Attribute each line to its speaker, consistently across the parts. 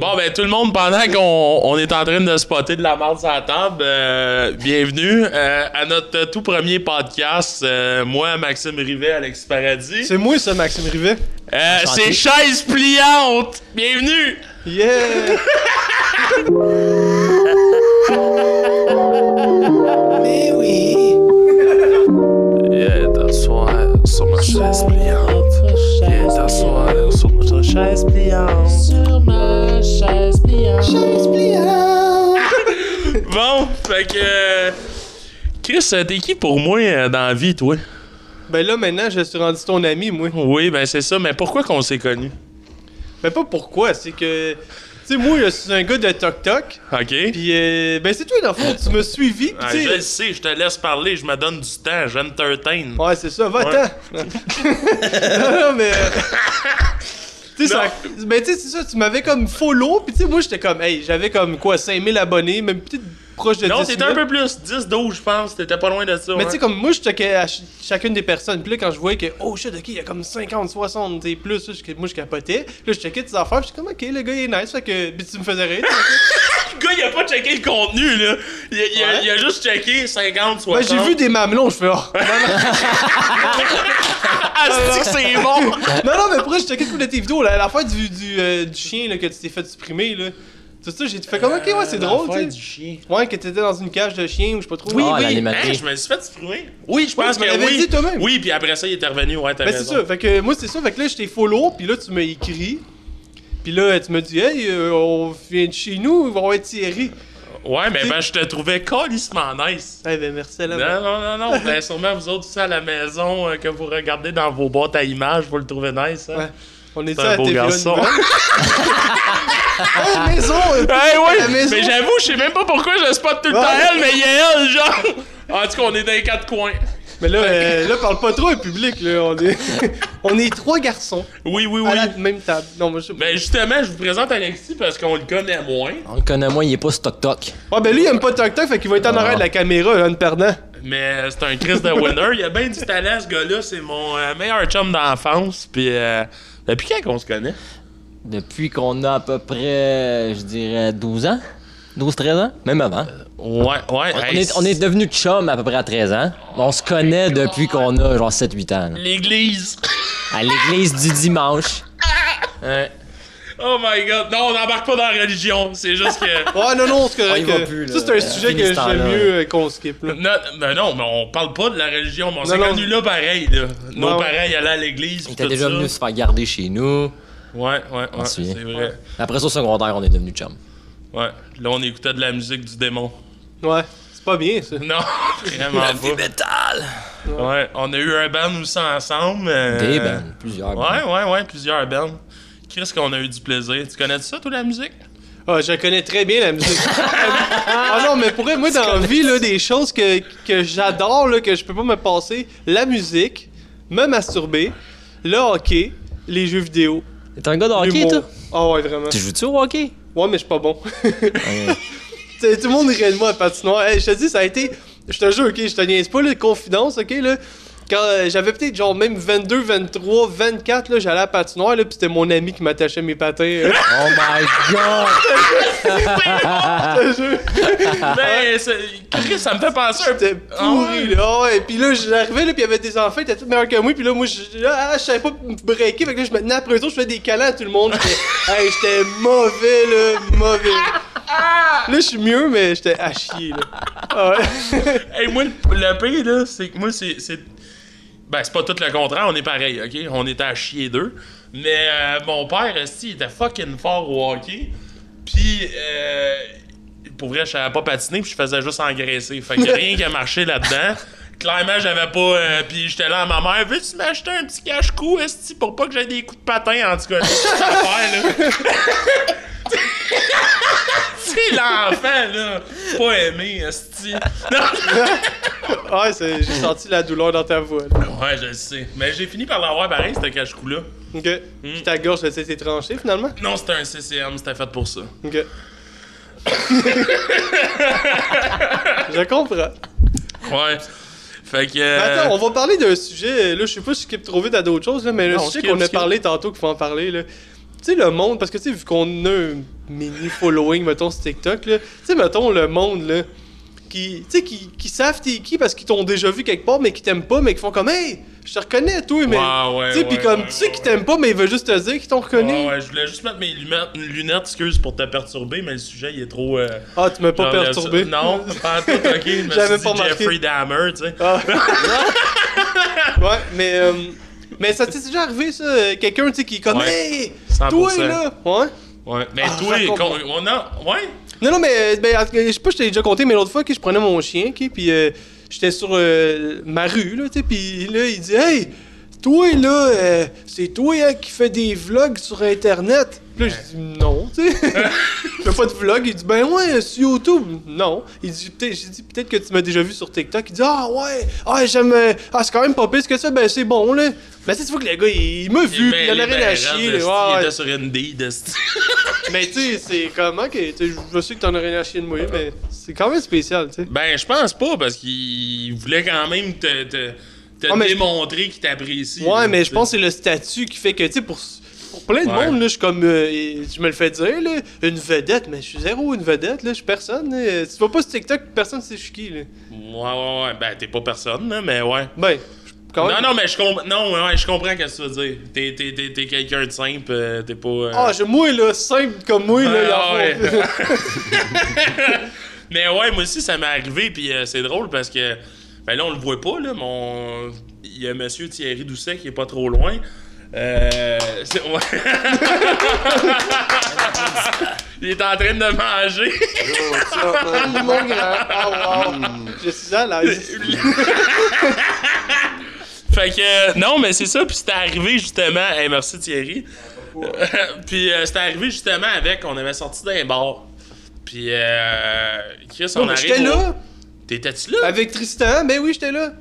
Speaker 1: Bon, ben tout le monde, pendant qu'on on est en train de spotter de la marde sur la table, euh, bienvenue euh, à notre tout premier podcast. Euh, moi, Maxime Rivet, Alexis Paradis.
Speaker 2: C'est moi ça, Maxime Rivet.
Speaker 1: Euh, C'est
Speaker 3: Enchanté.
Speaker 1: chaise pliante! Bienvenue!
Speaker 2: Yeah!
Speaker 4: Yeah, t'asseoir sur ma chaise pliante. Yeah, t'asseoir sur ma chaise pliante.
Speaker 1: Bon, fait que. euh, Chris, euh, t'es qui pour moi euh, dans la vie, toi?
Speaker 2: ben là, maintenant, je suis rendu ton ami, moi.
Speaker 1: Oui, ben c'est ça, mais pourquoi qu'on s'est connus?
Speaker 2: Ben pas pourquoi, c'est que... Tu sais, moi, je suis un gars de Toc Toc.
Speaker 1: Ok?
Speaker 2: Puis, euh, ben c'est toi, dans le fond, tu m'as suivi.
Speaker 1: Ah,
Speaker 2: Pis,
Speaker 1: je le
Speaker 2: tu sais...
Speaker 1: sais, je te laisse parler, je me donne du temps, je ne t'entertain.
Speaker 2: Ouais, c'est ça, va-t'en! non, non, mais... euh, Tu sais,
Speaker 1: Non.
Speaker 2: ça- ben, tu sais, c'est ça, tu m'avais comme follow, pis tu sais, moi, j'étais comme, hey, j'avais comme quoi, 5000 abonnés, même peut-être proche de
Speaker 1: Non,
Speaker 2: 10
Speaker 1: t'étais
Speaker 2: 000.
Speaker 1: un peu plus, 10, 12, je pense, t'étais pas loin de ça. hein. ouais.
Speaker 2: Mais tu sais, comme moi, je checkais à ch- chacune des personnes. Puis là, quand je voyais que, oh shit, ok, il y a comme 50, 60, et plus, là, je- moi, je capotais. Puis là, je checkais tes affaires, puis j'étais comme, ok, le gars, il est nice, fait que. Puis tu me faisais rire.
Speaker 1: Le gars, il a pas checké le contenu, là. Il, a- il a-
Speaker 2: Ouais.
Speaker 1: il a juste checké 50, 60.
Speaker 2: ben, j'ai vu des mamelons, je fais, oh.
Speaker 1: Ah, c'est que c'est bon!
Speaker 2: non, non, mais pourquoi je checkais toutes de tes vidéos, là, l'affaire du, du, euh, du chien, là, que tu t'es fait supprimer, là. Tout ça, j'ai fait comme, ok, ouais, c'est drôle, tu sais.
Speaker 1: chien.
Speaker 2: Ouais, que t'étais dans une cage de chien, ou je sais pas trop.
Speaker 3: Oui,
Speaker 2: Ah,
Speaker 3: oui.
Speaker 1: Hein,
Speaker 3: l'animatrice.
Speaker 1: je me suis fait supprimer.
Speaker 2: Oui, je
Speaker 1: Je pense
Speaker 2: pense que tu
Speaker 1: que
Speaker 2: l'avais
Speaker 1: oui.
Speaker 2: dit toi-même.
Speaker 1: Oui, puis après ça, il est revenu, ouais, t'as
Speaker 2: Ben c'est
Speaker 1: raison.
Speaker 2: ça, fait que moi c'est ça, fait que là je t'ai follow, puis là tu m'as écrit, puis là tu m'as dit hey, euh, on vient de chez nous, on va être Thierry.
Speaker 1: Ouais, mais ben, je te trouvais calissement nice.
Speaker 2: Eh ben merci à la
Speaker 1: Non, non, non, non. ben, sûrement, vous autres, ça, à la maison, euh, que vous regardez dans vos boîtes à images, vous le trouvez nice, hein?
Speaker 2: Ouais. On est
Speaker 1: C'est un
Speaker 2: à
Speaker 1: beau
Speaker 2: TVA
Speaker 1: garçon.
Speaker 2: Nouvelle. hey, maison! euh,
Speaker 1: Hey,
Speaker 2: La
Speaker 1: ouais!
Speaker 2: maison.
Speaker 1: Mais j'avoue, je sais même pas pourquoi je spot tout le
Speaker 2: Ouais.
Speaker 1: temps elle, mais il y a elle, genre! En tout cas, on est dans les quatre coins.
Speaker 2: Mais là, euh, là, parle pas trop au public, là. On est, on est trois garçons
Speaker 1: Oui, oui,
Speaker 2: à
Speaker 1: oui.
Speaker 2: la même table. Non, moi, je...
Speaker 1: Ben justement, je vous présente Alexis parce qu'on le connaît moins.
Speaker 3: On le connaît moins, il est pas stock toc.
Speaker 2: Ouais, ben lui, il aime pas Toc Toc, fait qu'il va être en
Speaker 3: Ah.
Speaker 2: arrière de la caméra, là, en perdant.
Speaker 1: Mais c'est un Chris de winner. Il a bien du talent, ce gars-là. C'est mon euh, meilleur chum d'enfance. Puis euh, depuis quand qu'on se connaît?
Speaker 3: Depuis qu'on a à peu près, je dirais, 12 ans. 12-13 ans? Même avant.
Speaker 1: Ouais, ouais.
Speaker 3: On est, on est devenu chum à peu près à 13 ans. On se connaît depuis qu'on a genre 7-8 ans. là.
Speaker 1: L'église.
Speaker 3: À l'église du dimanche. Ouais.
Speaker 1: Oh my god. Non, on n'embarque pas dans la religion. C'est juste que.
Speaker 2: Ouais, Ah, non, non, c'est correct.
Speaker 3: On y va
Speaker 2: euh,
Speaker 3: plus, là.
Speaker 2: Ça, c'est un sujet
Speaker 3: Fini
Speaker 2: que
Speaker 3: ce temps-là,
Speaker 2: j'aime mieux euh, qu'on skip, là.
Speaker 1: Non, mais ben non, mais on parle pas de la religion, mais on s'est
Speaker 2: non.
Speaker 1: connus là pareil, là. Nos
Speaker 2: Ouais, ouais.
Speaker 1: parents, ils allaient à l'église.
Speaker 3: Il
Speaker 1: puis
Speaker 3: était
Speaker 1: tout
Speaker 3: déjà
Speaker 1: ça.
Speaker 3: venu se faire garder chez nous.
Speaker 1: Ouais, ouais, ouais.
Speaker 3: se
Speaker 1: C'est
Speaker 3: souvient.
Speaker 1: vrai.
Speaker 3: Après ça, au secondaire, on est devenu chum.
Speaker 1: Ouais. Là, on écoutait de la musique du démon.
Speaker 2: Ouais, c'est pas bien, ça.
Speaker 1: Non, vraiment pas.
Speaker 3: métal!
Speaker 1: Ouais, on a eu un band aussi ensemble. euh,
Speaker 3: Des bandes, ben, plusieurs.
Speaker 1: Ouais, ouais, ouais, plusieurs bands. Chris, qu'on a eu du plaisir. Tu connais ça, toi, la musique?
Speaker 2: Ah, je connais très bien la musique. ah non, mais pour vrai, moi, dans la vie, là, des choses que, que j'adore, là, que je peux pas me passer, la musique, me masturber, le hockey, les jeux vidéo,
Speaker 3: T'es un gars de hockey,
Speaker 2: l'humour.
Speaker 3: toi?
Speaker 2: Ah ouais, vraiment.
Speaker 3: Tu joues-tu au hockey?
Speaker 2: Ouais, mais je suis pas bon.
Speaker 3: Ouais.
Speaker 2: Tu sais, Tout le monde rit de moi à patinoire. Hey, je te dis, ça a été... Je te jure, OK, je te niaise pas, là, confidence, OK, là... Quand euh, j'avais peut-être genre même 22, 23, 24, là, j'allais à patinoire, là, pis c'était mon ami qui m'attachait mes patins. euh,
Speaker 3: Oh my god! Ah.
Speaker 2: je te jure.
Speaker 1: Ben, c'est- Chris, ça me fait penser un
Speaker 2: C'était
Speaker 1: peu.
Speaker 2: pourri, là. Ouais, puis là, j'arrivais, là, puis il y avait des enfants, ils étaient tous meilleurs que moi, puis là, moi, je, là, ah, je savais pas me breaker, fait que là, je me tenais après eux autres, je faisais des câlins à tout le monde. J'étais, hey, j'étais mauvais, là, mauvais. Là, je suis mieux, mais j'étais à chier, là. Ah ouais.
Speaker 1: Hey, moi, le, le pire, là, c'est que moi, c'est. c'est- Ben, c'est pas tout le contraire, on est pareil, ok? On était à chier d'eux. Mais euh, mon père, aussi, il était fucking fort au hockey. Puis, euh, pour vrai, je savais pas patiner, puis je faisais juste engraisser. Fait qu'il y a rien qui a marché là-dedans. Clairement, j'avais pas. euh, puis j'étais là à ma mère, veux-tu m'acheter un petit cache-cou, Esti, pour pas que j'aie des coups de patin, en tout cas. C'est ça l'affaire, là. C'est l'enfant, là. Pas aimé, Esti. Non.
Speaker 2: Ah Ouais, c'est- j'ai senti la douleur dans ta voix, là.
Speaker 1: Ouais, je le sais. Mais j'ai fini par l'avoir pareil, ce cache-cou-là.
Speaker 2: Ok. Puis ta gorge, tu t'es tranché, finalement.
Speaker 1: Non, c'était un CCM, c'était fait pour ça.
Speaker 2: Ok. je comprends.
Speaker 1: Ouais. Fait que.
Speaker 2: Mais
Speaker 1: euh,
Speaker 2: Attends, on va parler d'un sujet. Là, je sais pas si je skip trop vite à d'autres choses, là, mais le
Speaker 1: Non,
Speaker 2: sujet
Speaker 1: skip,
Speaker 2: qu'on a
Speaker 1: skip.
Speaker 2: parlé tantôt, qu'il faut en parler. là. Tu sais, le monde, parce que tu sais, vu qu'on a un mini-following, mettons, sur TikTok, là. Tu sais, mettons, le monde, là, qui, tu sais, qui, qui savent t'es qui parce qu'ils t'ont déjà vu quelque part, mais qui t'aiment pas, mais qui font comme « Hey, je te reconnais, toi, mais...
Speaker 1: Ouais, ouais,
Speaker 2: tu sais, puis
Speaker 1: ouais,
Speaker 2: comme,
Speaker 1: ouais,
Speaker 2: tu sais
Speaker 1: ouais,
Speaker 2: qu'ils t'aiment pas, mais ils veulent juste te dire qu'ils t'ont reconnu.
Speaker 1: Ouais, ouais, je voulais juste mettre mes lunettes, lunettes, excuse pour te perturber, mais le sujet il est trop. euh,
Speaker 2: Ah, tu m'as pas
Speaker 1: genre,
Speaker 2: perturbé.
Speaker 1: Non, pas en tout, ok. Je me
Speaker 2: J'avais
Speaker 1: suis
Speaker 2: pas
Speaker 1: dit
Speaker 2: remarqué.
Speaker 1: Jeffrey Dahmer, tu sais.
Speaker 2: Ah. Non. ouais, mais euh, mais ça t'est déjà arrivé ça, euh, quelqu'un tu sais qui est comme
Speaker 1: Ouais.
Speaker 2: hey,
Speaker 1: 100%.
Speaker 2: toi là, ouais.
Speaker 1: Ouais. Mais
Speaker 2: Ah,
Speaker 1: toi,
Speaker 2: raconte-moi.
Speaker 1: con- on a. Ouais.
Speaker 2: Non non mais euh, ben, en tout cas, je sais pas, je t'ai déjà compté, mais l'autre fois que je prenais mon chien, qui puis euh, j'étais sur euh, ma rue là, tu sais, puis là il dit hey, toi là, euh, c'est toi hein, qui fais des vlogs sur internet. Puis Là, je dis non, tu sais. Je fais pas de vlog. Il dit, ben ouais, sur YouTube. Non. Il dit, peut-être, j'ai dit, peut-être que tu m'as déjà vu sur TikTok. Il dit, ah ouais, ah j'aime, euh, ah c'est quand même pas pire ce que ça, ben c'est bon, là. Mais tu sais, tu vois que le gars, il, il m'a vu, pis il en a rien à chier, là. Ah,
Speaker 1: Il
Speaker 2: Ouais,
Speaker 1: était
Speaker 2: ouais.
Speaker 1: sur une D de style.
Speaker 2: Mais tu sais, c'est comment que, tu sais, je- je sais que t'en as rien à chier de moi, mais c'est quand même spécial, tu sais.
Speaker 1: Ben, je pense pas, parce qu'il voulait quand même te, te, te
Speaker 2: Ah, mais-
Speaker 1: démontrer qu'il t'apprécie. là,
Speaker 2: Ouais, mais je
Speaker 1: t'sais.
Speaker 2: pense que c'est le statut qui fait que, tu sais, pour, pour plein de
Speaker 1: Ouais.
Speaker 2: monde, là, je suis comme, euh, et je me le fais dire, là, une vedette, mais je suis zéro une vedette, là, je suis personne, là. Tu vois pas sur TikTok, personne sait je suis qui, là.
Speaker 1: Ouais, ouais, ouais. Ben, t'es pas personne, là, mais ouais.
Speaker 2: Ben, je- quand même.
Speaker 1: Non, non, mais je comprends. Non, ouais, ouais, je comprends ce que tu veux dire. T'es, t'es, t'es, t'es quelqu'un de simple, euh, t'es pas. euh,
Speaker 2: Ah, je, moi, là, simple comme moi, là,
Speaker 1: Ouais,
Speaker 2: il y a
Speaker 1: Ah, ouais.
Speaker 2: pas-
Speaker 1: Mais ouais, moi aussi, ça m'est arrivé, puis euh, c'est drôle parce que. Ben là, on le voit pas, là, mais on- Il y a monsieur Thierry Doucet qui est pas trop loin. Euh. c'est- ouais. Il est en train de manger.
Speaker 2: Mon grand. Ah, wow. Je suis à l'aise.
Speaker 1: Fait que, euh, non, mais c'est ça. Puis c'était arrivé justement. Hey, merci Thierry. puis euh, c'était arrivé justement avec. On avait sorti d'un bar. Puis, euh, Chris, on
Speaker 2: Non, mais
Speaker 1: arrive.
Speaker 2: J'étais
Speaker 1: au-
Speaker 2: là,
Speaker 1: T'étais-tu là?
Speaker 2: avec Tristan, ben oui, j'étais là.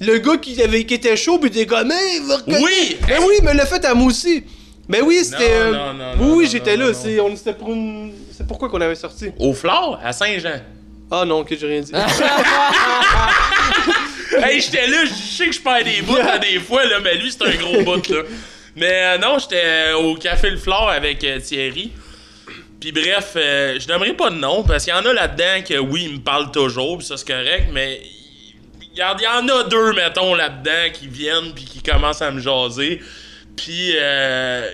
Speaker 2: Le gars qui, avait, qui était chaud, puis il était comme, Hey, va reconnaître.
Speaker 1: Oui!
Speaker 2: Ben oui, mais l'a fait à moi aussi! Ben oui, c'était.
Speaker 1: Non, non,
Speaker 2: euh,
Speaker 1: non,
Speaker 2: oui,
Speaker 1: non,
Speaker 2: oui,
Speaker 1: non,
Speaker 2: j'étais
Speaker 1: non,
Speaker 2: là.
Speaker 1: non.
Speaker 2: C'est, on, c'était pour une. C'est pourquoi qu'on avait sorti?
Speaker 1: Au Flore, à Saint-Jean.
Speaker 2: Ah non, que j'ai rien dit.
Speaker 1: hey, j'étais là. Je sais que je perds des bouts à des fois, là, mais lui, c'est un gros bout, là. Mais euh, non, j'étais au Café Le Flore avec euh, Thierry. Puis bref, euh, je donnerai pas de nom parce qu'il y en a là-dedans que oui, ils me parlent toujours, puis ça c'est correct, mais il- regarde, il y en a deux, mettons, là-dedans qui viennent puis qui commencent à me jaser. Puis, euh,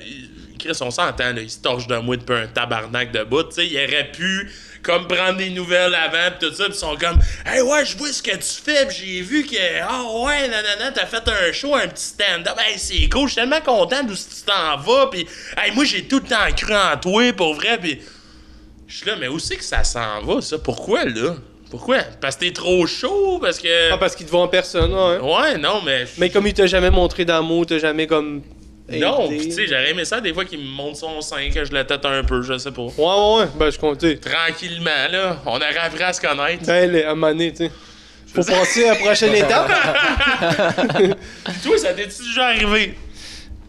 Speaker 1: Chris, on s'entend, là, il se torche d'un mois depuis un tabarnak de bout, tu sais, il aurait pu comme prendre des nouvelles avant pis tout ça, pis ils sont comme « Hey ouais, je vois ce que tu fais, pis j'ai vu que, ah ouais, nanana, t'as fait un show, un petit stand-up, hey c'est cool, je suis tellement content d'où tu t'en vas, pis hey moi j'ai tout le temps cru en toi, pour vrai, pis... » Je suis là, mais où c'est que ça s'en va, ça? Pourquoi, là? Pourquoi? Parce que t'es trop chaud? Parce que...
Speaker 2: ah, parce qu'il te voit en personne, ouais.
Speaker 1: Ouais, non, mais...
Speaker 2: Mais comme il t'a jamais montré d'amour, t'as jamais comme.
Speaker 1: Non,
Speaker 2: aidé.
Speaker 1: pis tu sais, j'aurais aimé ça des fois qu'il me montre son sein, que je le tâte un peu, je sais pas.
Speaker 2: Ouais, ouais, ouais. Ben, je compte, tu sais.
Speaker 1: Tranquillement, là, on arriverait à se connaître.
Speaker 2: Hey, les- à un moment donné, tu sais. Faut passer à la prochaine étape.
Speaker 1: Pis toi, ça t'est-tu déjà arrivé?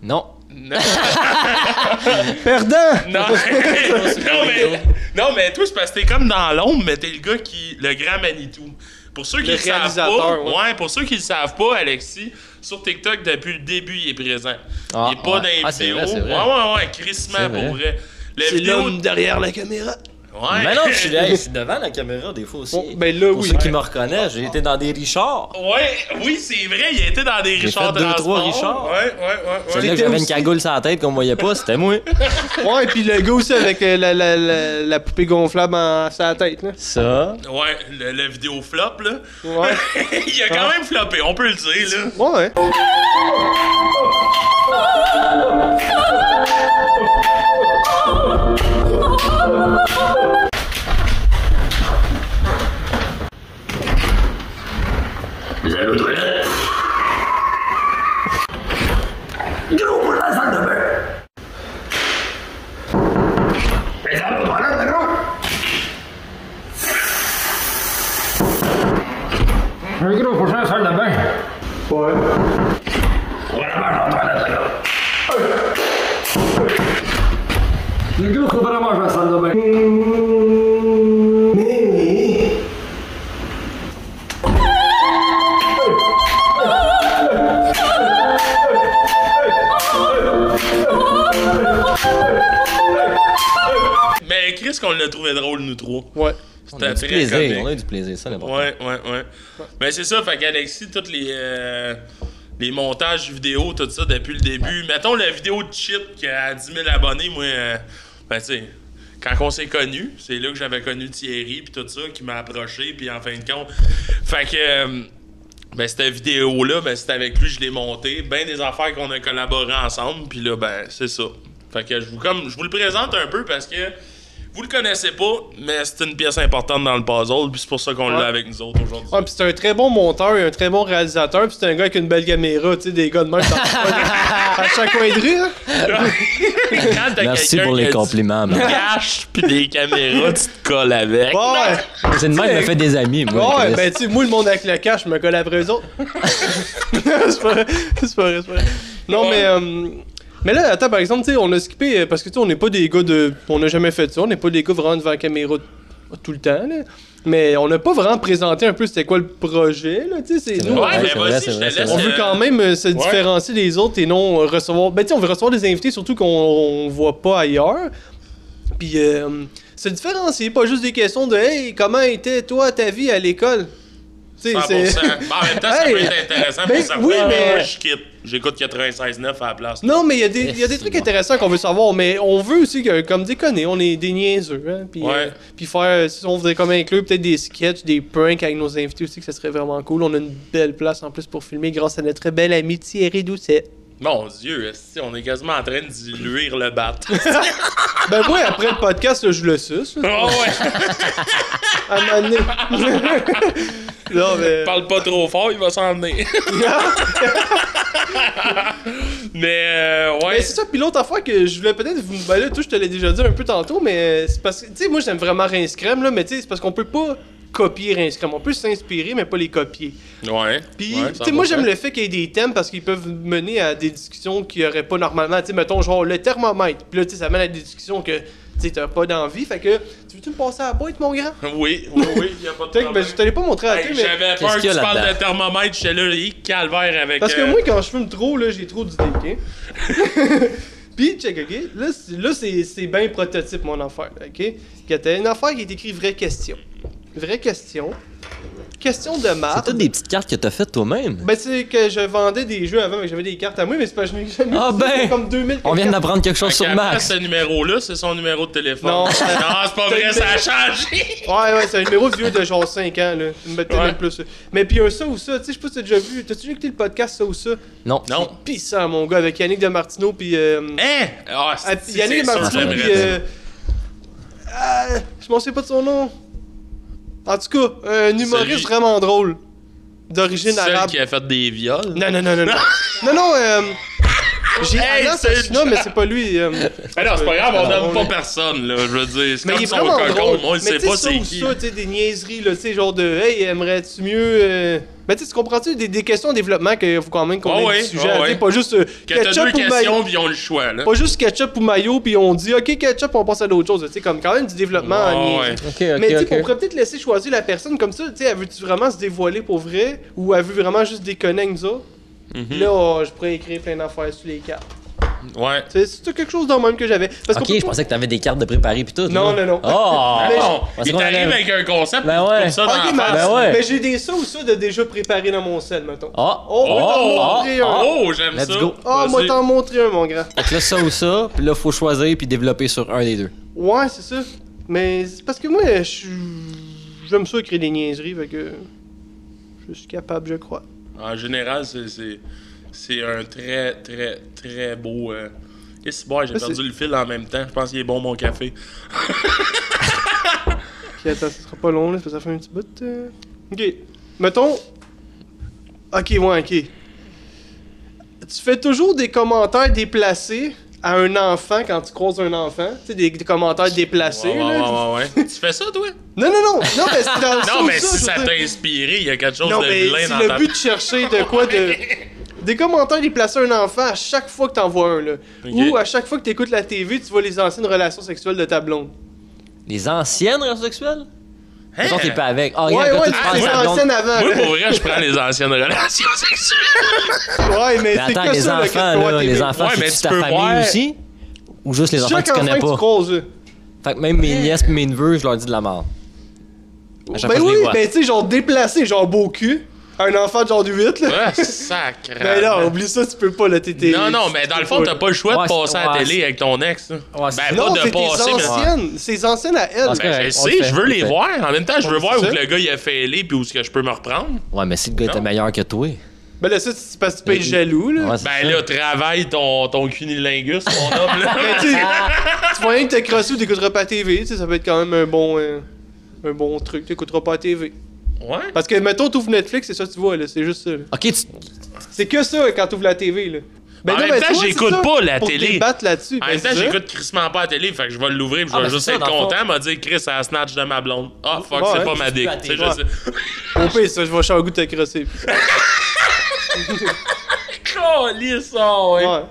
Speaker 3: Non.
Speaker 1: Non,
Speaker 2: Perdant!
Speaker 1: non, non, mais, non, mais toi, c'est parce que t'es comme dans l'ombre, mais t'es le gars qui. le grand Manitou. Pour ceux qui
Speaker 2: Le
Speaker 1: le, savent pas,
Speaker 2: réalisateur,
Speaker 1: ouais.
Speaker 2: ouais.
Speaker 1: pour ceux qui le savent pas, Alexis, sur TikTok, depuis le début, il est présent.
Speaker 3: Ah,
Speaker 1: il est pas
Speaker 3: ouais.
Speaker 1: dans les
Speaker 3: Ah, c'est
Speaker 1: vidéos.
Speaker 3: vrai, c'est vrai.
Speaker 1: Ouais, ouais, ouais, crissement
Speaker 3: C'est
Speaker 1: pour
Speaker 3: vrai.
Speaker 1: vrai. La
Speaker 2: C'est
Speaker 1: vidéo.
Speaker 2: l'homme derrière la caméra.
Speaker 1: Ouais.
Speaker 3: Mais non, je suis là, je suis devant la caméra des fois aussi.
Speaker 2: Bon, ben là,
Speaker 3: Pour
Speaker 2: oui.
Speaker 3: ceux qui me reconnaissent, j'ai été dans des Richards.
Speaker 1: Ouais, oui, c'est vrai, il était dans des
Speaker 3: J'ai
Speaker 1: Richard
Speaker 3: fait deux,
Speaker 1: Transport.
Speaker 3: trois Richards.
Speaker 1: Ouais, ouais, ouais. ouais.
Speaker 3: C'est là que
Speaker 2: T'étais
Speaker 3: j'avais une
Speaker 2: aussi-
Speaker 3: cagoule sur la tête qu'on voyait pas, c'était moi.
Speaker 2: Ouais, pis le gars aussi avec euh, la, la, la, la poupée gonflable en, sur la tête, là.
Speaker 3: Ça.
Speaker 1: Ouais, le, le vidéo flop, là.
Speaker 2: Ouais.
Speaker 1: il a
Speaker 3: Ah.
Speaker 1: quand même floppé, on peut le dire, là.
Speaker 2: Ouais.
Speaker 5: Un gros prochain la salle de bain. Ouais. Le gros faut vraiment manger à la salle de bain.
Speaker 1: Mais Chris qu'on l'a trouvé drôle, nous trois.
Speaker 2: Ouais.
Speaker 3: On a du
Speaker 1: très
Speaker 3: plaisir,
Speaker 1: comique.
Speaker 3: on a eu du plaisir, ça, l'important.
Speaker 1: Ouais, ouais, ouais. Ben c'est ça, fait qu'Alexis, tous les, euh, les montages vidéo, tout ça depuis le début. Mettons la vidéo de Chip qui a 10 000 abonnés, moi, euh, ben tu sais, quand on s'est connus, c'est là que j'avais connu Thierry, puis tout ça, qui m'a approché, puis en fin de compte. Fait que, euh, ben cette vidéo-là, ben c'était avec lui, je l'ai montée. Ben des affaires qu'on a collaboré ensemble, puis là, ben c'est ça. Fait que je vous, comme, je vous le présente un peu parce que. Vous le connaissez pas, mais c'est une pièce importante dans le puzzle, puis c'est pour ça qu'on
Speaker 2: Ouais.
Speaker 1: l'a avec nous autres aujourd'hui.
Speaker 2: Ouais, pis c'est un très bon monteur et un très bon réalisateur, pis c'est un gars avec une belle caméra, tu sais, des gars de même, t'en fais pas à chaque coin de rue, hein.
Speaker 1: Quand t'as
Speaker 3: Merci
Speaker 1: quelqu'un
Speaker 3: pour
Speaker 1: qui a
Speaker 3: les
Speaker 1: du
Speaker 3: compliments, man.
Speaker 1: cash pis des caméras, tu te colles avec.
Speaker 2: Bon, ouais.
Speaker 3: C'est de même que me fait des amis, moi.
Speaker 2: Ouais,
Speaker 3: Chris.
Speaker 2: ben tu sais, moi, le monde avec le cash, je me colle après eux autres. c'est pas vrai, c'est pas vrai, c'est pas vrai. Non,
Speaker 1: Ouais.
Speaker 2: mais... euh, mais là, attends, par exemple, tu sais, on a skippé, euh, parce que tu sais, on n'est pas des gars de... On n'a jamais fait ça, on n'est pas des gars vraiment devant la caméra t- tout le temps, là. Mais on n'a pas vraiment présenté un peu c'était quoi le projet, là, tu sais, c'est
Speaker 3: C'est
Speaker 2: nous,
Speaker 1: Ouais,
Speaker 3: vrai.
Speaker 1: mais
Speaker 3: c'est
Speaker 1: vas-y, je
Speaker 3: vrai, c'est
Speaker 1: te
Speaker 3: vrai,
Speaker 1: laisse.
Speaker 3: c'est
Speaker 2: On
Speaker 3: vrai.
Speaker 2: veut quand même euh, se différencier des autres et non euh, recevoir. Ben, tu sais, on veut recevoir des invités, surtout qu'on on voit pas ailleurs. Puis, euh, se différencier, pas juste des questions de Hey, comment était toi ta vie à l'école Tu sais,
Speaker 1: 100%.
Speaker 2: c'est.
Speaker 1: Bon, Bah, en même temps, ça
Speaker 2: Hey.
Speaker 1: peut être intéressant
Speaker 2: Ben,
Speaker 1: pour certains.
Speaker 2: oui, mais-
Speaker 1: Moi, je quitte. J'écoute 96.9 à la place.
Speaker 2: Non, mais il y a des, il y a des trucs intéressants qu'on veut savoir, mais on veut aussi, que, comme déconner, on est des niaiseux. Hein, puis,
Speaker 1: Ouais.
Speaker 2: euh, puis faire, euh, si on voudrait comme inclure peut-être des sketchs, des pranks avec nos invités aussi, que ça serait vraiment cool. On a une belle place en plus pour filmer grâce à notre belle amie Thierry Doucet.
Speaker 1: Mon Dieu, esti, on est quasiment en train de diluer le bat.
Speaker 2: Ben, moi, après le podcast, là, je le suce. là.
Speaker 1: oh ouais,
Speaker 2: à un moment donné. non, mais.
Speaker 1: parle pas trop fort, il va s'en venir. mais, euh, ouais.
Speaker 2: Mais c'est ça, puis l'autre affaire que je voulais peut-être vous. Ben là, tout, je te l'ai déjà dit un peu tantôt, mais c'est parce que, tu sais, moi, j'aime vraiment Rince Crème, là, mais tu sais, c'est parce qu'on peut pas copier Rince Crème. On peut s'inspirer, mais pas les copier.
Speaker 1: Ouais.
Speaker 2: Puis,
Speaker 1: ouais,
Speaker 2: tu sais, moi,
Speaker 1: 100%.
Speaker 2: j'aime le fait qu'il y ait des thèmes parce qu'ils peuvent mener à des discussions qu'il y aurait pas normalement. Tu sais, mettons, genre le thermomètre. Puis là, tu sais, ça mène à des discussions que, tu sais, t'as pas d'envie. Fait que, tu veux-tu me passer à la boîte, mon grand?
Speaker 1: Oui, oui, oui, il a pas de
Speaker 2: Peut-être que, ben,
Speaker 1: problème.
Speaker 2: je te l'ai pas montré à
Speaker 1: Hey,
Speaker 2: toi, mais.
Speaker 1: J'avais
Speaker 3: Qu'est-ce
Speaker 1: peur que
Speaker 3: qu'il y a
Speaker 1: tu parles de
Speaker 3: là-dedans?
Speaker 1: thermomètre, j'étais là, hi, calvaire avec.
Speaker 2: Parce que
Speaker 1: euh,
Speaker 2: moi, quand je fume trop, là, j'ai trop d'idées, ok? Puis, check, ok? Là, c'est- là, c'est c'est bien prototype, mon affaire, là, ok? Que T'as une affaire qui est écrite vraie question. Vraie question. Question de
Speaker 3: C'est
Speaker 2: marque.
Speaker 3: toutes des petites cartes que t'as faites toi-même.
Speaker 2: Ben, c'est que je vendais des jeux avant, mais j'avais des cartes à moi, mais c'est pas que je n'ai
Speaker 3: Ah ben!
Speaker 2: comme 2000
Speaker 3: On vient d'apprendre quelque
Speaker 1: Fait
Speaker 3: chose sur
Speaker 1: qu'après,
Speaker 3: Max.
Speaker 1: Ce numéro-là, c'est son numéro de téléphone.
Speaker 2: Non.
Speaker 1: non c'est pas vrai, ça a changé.
Speaker 2: Ouais, ouais, c'est un numéro vieux de genre 5 ans, là. Peut-être
Speaker 1: Ouais.
Speaker 2: même plus. là. Mais puis un ça ou ça, tu sais, je sais pas si t'as déjà vu. T'as-tu déjà écouté le podcast ça ou ça?
Speaker 3: Non.
Speaker 1: Non.
Speaker 2: Pis ça, mon gars, avec Yannick de Martino, puis. euh,
Speaker 1: Hein? Ah,
Speaker 2: Ah,
Speaker 1: c'est-
Speaker 2: puis Yannick
Speaker 1: c'est sûr,
Speaker 2: Martin,
Speaker 1: j'aimerais
Speaker 2: puis.
Speaker 1: ça.
Speaker 2: Euh, ah, je m'en sais pas de son nom. En tout cas, un humoriste
Speaker 1: Celui-
Speaker 2: vraiment drôle. D'origine
Speaker 1: Celle
Speaker 2: arabe.
Speaker 1: qui a fait des viols.
Speaker 2: Non, non, non, non. Non, non, non euh, J'ai
Speaker 1: Hey,
Speaker 2: Alan
Speaker 1: c'est-
Speaker 2: Sachina, mais c'est pas lui. euh,
Speaker 1: Mais non, c'est pas grave, on
Speaker 2: Ah,
Speaker 1: nomme
Speaker 2: ouais.
Speaker 1: pas personne, là. Je veux dire, c'est
Speaker 2: mais il
Speaker 1: comme
Speaker 2: est
Speaker 1: si on
Speaker 2: vraiment drôle.
Speaker 1: cocon, on le
Speaker 2: mais
Speaker 1: sait
Speaker 2: tu sais,
Speaker 1: pas
Speaker 2: ça
Speaker 1: c'est
Speaker 2: ou
Speaker 1: qui.
Speaker 2: ça, tu sais, des niaiseries, là, tu sais, genre de Hey, aimerais-tu mieux. euh, Ben, tu sais, tu comprends-tu des, des questions de développement qu'il faut quand même qu'on
Speaker 1: Ah
Speaker 2: ait
Speaker 1: ouais,
Speaker 2: du sujet
Speaker 1: ah
Speaker 2: à dire,
Speaker 1: ouais.
Speaker 2: pas juste euh,
Speaker 1: Que t'as deux
Speaker 2: ketchup ou mayo.
Speaker 1: questions, puis ils ont le choix, là.
Speaker 2: Pas juste ketchup ou mayo, puis on dit OK, ketchup, on passe à d'autres choses. Tu sais, comme quand même du développement
Speaker 1: Ah,
Speaker 2: en niaiserie.
Speaker 1: ouais.
Speaker 3: Ok,
Speaker 2: Mais tu
Speaker 3: ok,
Speaker 2: sais, on
Speaker 3: ok.
Speaker 2: pourrait peut-être laisser choisir la personne comme ça. Tu sais, elle veut-tu vraiment se dévoiler pour vrai ou elle veut vraiment juste déconner avec nous autres?
Speaker 1: Mhm.
Speaker 2: Là, oh, je pourrais écrire plein d'affaires sur les cartes.
Speaker 1: Ouais.
Speaker 2: Tu sais, C'est tout quelque chose dans le même que j'avais. Parce qu'on
Speaker 3: Ok,
Speaker 2: peut
Speaker 3: je
Speaker 2: pas-
Speaker 3: pensais que t'avais des cartes de préparer pis tout.
Speaker 2: Non,
Speaker 3: là.
Speaker 2: non, non.
Speaker 3: Oh!
Speaker 1: Ah, non,
Speaker 3: Parce
Speaker 1: il
Speaker 3: qu'on
Speaker 1: t'arrive
Speaker 3: avait-
Speaker 1: avec un concept,
Speaker 3: Ben
Speaker 1: tu
Speaker 3: ouais.
Speaker 1: coupes ça dans
Speaker 2: Ok,
Speaker 1: la
Speaker 2: mais,
Speaker 1: face.
Speaker 3: Ben ouais.
Speaker 2: mais j'ai des ça ou ça de déjà préparé dans mon sel, mettons.
Speaker 3: Oh!
Speaker 2: Oh,
Speaker 1: Oh,
Speaker 2: t'en
Speaker 3: Ah!
Speaker 1: oh,
Speaker 2: montrer un.
Speaker 1: oh, j'aime
Speaker 3: Let's
Speaker 1: ça.
Speaker 3: go.
Speaker 2: Ah, moi
Speaker 1: Vas-y.
Speaker 2: t'en montrer un, mon grand.
Speaker 3: Fait que là, ça ou ça, pis là, faut choisir puis développer sur un des deux.
Speaker 2: Ouais, c'est ça. Mais c'est parce que moi, je suis- J'aime ça écrire des niaiseries, fait que. Je suis capable, je crois.
Speaker 1: En général, c'est- c'est c'est un très, très, très beau. Euh... Qu'est-ce que boy, j'ai
Speaker 2: Mais
Speaker 1: perdu
Speaker 2: c'est-
Speaker 1: le fil en même temps. Je pense qu'il est bon mon café.
Speaker 2: Ok, attends, ce sera pas long, là, parce que ça fait un petit bout. euh. Ok. Mettons. Ok, ouais, ok. Tu fais toujours des commentaires déplacés à un enfant quand tu croises un enfant. Tu sais, des, des commentaires déplacés,
Speaker 1: Ouais, ouais,
Speaker 2: là.
Speaker 1: ouais, ouais, ouais. tu fais ça, toi?
Speaker 2: Non, non, non! Non, mais c'est dans le
Speaker 1: Non,
Speaker 2: sens
Speaker 1: mais
Speaker 2: ça,
Speaker 1: si
Speaker 2: je
Speaker 1: ça
Speaker 2: veux
Speaker 1: t'a
Speaker 2: dire.
Speaker 1: inspiré, il y a quelque chose
Speaker 2: Non,
Speaker 1: de
Speaker 2: mais
Speaker 1: vilain
Speaker 2: c'est
Speaker 1: dans
Speaker 2: le
Speaker 1: ta
Speaker 2: but de chercher de quoi de. Des commentaires déplacés à un enfant à chaque fois que t'en vois un, là. Ou à chaque fois que t'écoutes la TV, tu vois les anciennes relations sexuelles de ta blonde.
Speaker 3: Les anciennes relations sexuelles?
Speaker 1: Hein?
Speaker 3: Les autres, t'es pas avec. Oh,
Speaker 2: ouais,
Speaker 3: regarde,
Speaker 2: ouais,
Speaker 3: toi, tu
Speaker 2: tu
Speaker 3: parles
Speaker 2: les
Speaker 3: à ta blonde.
Speaker 2: anciennes avant,
Speaker 1: Moi,
Speaker 2: là.
Speaker 1: pour vrai, je prends les anciennes relations sexuelles.
Speaker 2: Ouais, mais
Speaker 3: Mais
Speaker 2: c'est
Speaker 3: attends,
Speaker 2: que
Speaker 3: les
Speaker 2: ça, là, que
Speaker 3: enfants,
Speaker 2: tu vois à
Speaker 3: là,
Speaker 2: TV.
Speaker 3: les enfants,
Speaker 1: Ouais, mais
Speaker 3: c'est
Speaker 1: tu
Speaker 3: ta
Speaker 1: peux
Speaker 3: famille
Speaker 1: voir-
Speaker 3: aussi? Ou juste les enfants
Speaker 2: Chaque
Speaker 3: que tu connais
Speaker 2: enfant euh, que
Speaker 3: pas?
Speaker 2: tu croises, là.
Speaker 3: Fait que même mes nièces pis mes neveux, je leur dis de la mort. À chaque
Speaker 2: Ben
Speaker 3: fois que je les
Speaker 2: oui,
Speaker 3: vois.
Speaker 2: ben tu sais, genre déplacé, genre beau cul. Un enfant de genre de 8, là.
Speaker 1: Ah, sacré.
Speaker 2: Ben non, oublie ça, tu peux pas, là, t'es... t'es-
Speaker 1: Non, non, mais dans le fond, t'as pas le choix
Speaker 3: Ouais,
Speaker 1: de passer à la
Speaker 3: ouais,
Speaker 1: télé avec ton ex. là.
Speaker 3: Ouais,
Speaker 1: ben,
Speaker 3: c'est-
Speaker 1: pas
Speaker 2: Non,
Speaker 1: de
Speaker 2: c'est tes
Speaker 1: passer, mais.
Speaker 2: anciennes, c'est anciennes à elle.
Speaker 3: Parce que-
Speaker 1: Ben, je le
Speaker 3: Ouais, on le
Speaker 1: sais,
Speaker 3: fait,
Speaker 1: je veux
Speaker 3: on le
Speaker 1: les
Speaker 3: fait.
Speaker 1: voir. En même temps, je veux voir où
Speaker 2: c'est ça.
Speaker 1: que le gars il a failli puis où est-ce que je peux me reprendre.
Speaker 3: Ouais, mais si le gars était
Speaker 1: Non.
Speaker 3: meilleur que toi. Ouais,
Speaker 2: Ben là, ça, c'est parce que tu peux être
Speaker 3: Ben,
Speaker 2: jaloux, là.
Speaker 3: c'est
Speaker 1: Ben
Speaker 3: ça.
Speaker 1: là, travaille ton, ton cunilingus, mon homme. Là.
Speaker 2: Ben, tu tu vas rien que t'écrasser ou t'écouteras pas à TV, tu sais, ça peut être quand même un bon, euh, un bon truc, t'écouteras pas à TV.
Speaker 1: ouais.
Speaker 2: Parce que, mettons, t'ouvres Netflix, c'est ça que tu vois, là, c'est juste ça, là.
Speaker 3: Ok, tu.
Speaker 2: C'est que ça, quand t'ouvres la TV, là. Ben
Speaker 1: En même temps,
Speaker 2: toi, c'est
Speaker 1: j'écoute
Speaker 2: ça,
Speaker 1: pas la
Speaker 2: pour
Speaker 1: télé.
Speaker 2: débattre là-dessus.
Speaker 1: En
Speaker 2: ben,
Speaker 1: même temps,
Speaker 2: c'est ça.
Speaker 1: j'écoute crissement pas à la télé, fait que je vais l'ouvrir pis je
Speaker 3: Ah,
Speaker 1: vais
Speaker 3: ben,
Speaker 1: juste
Speaker 3: c'est ça,
Speaker 1: être
Speaker 3: dans le
Speaker 1: content, m'a dire Chris, à snatch de ma blonde. Ah, fuck,
Speaker 2: Ouais,
Speaker 1: c'est
Speaker 2: ouais,
Speaker 1: pas ma
Speaker 3: tu
Speaker 1: dick.
Speaker 3: fais la
Speaker 1: Tu sais,
Speaker 3: télé.
Speaker 1: je sais.
Speaker 2: Au pire, ça, je vais chercher un goût de t'écrasser.
Speaker 1: Calisse, ah, ouais.
Speaker 2: Ouais.
Speaker 3: Moi,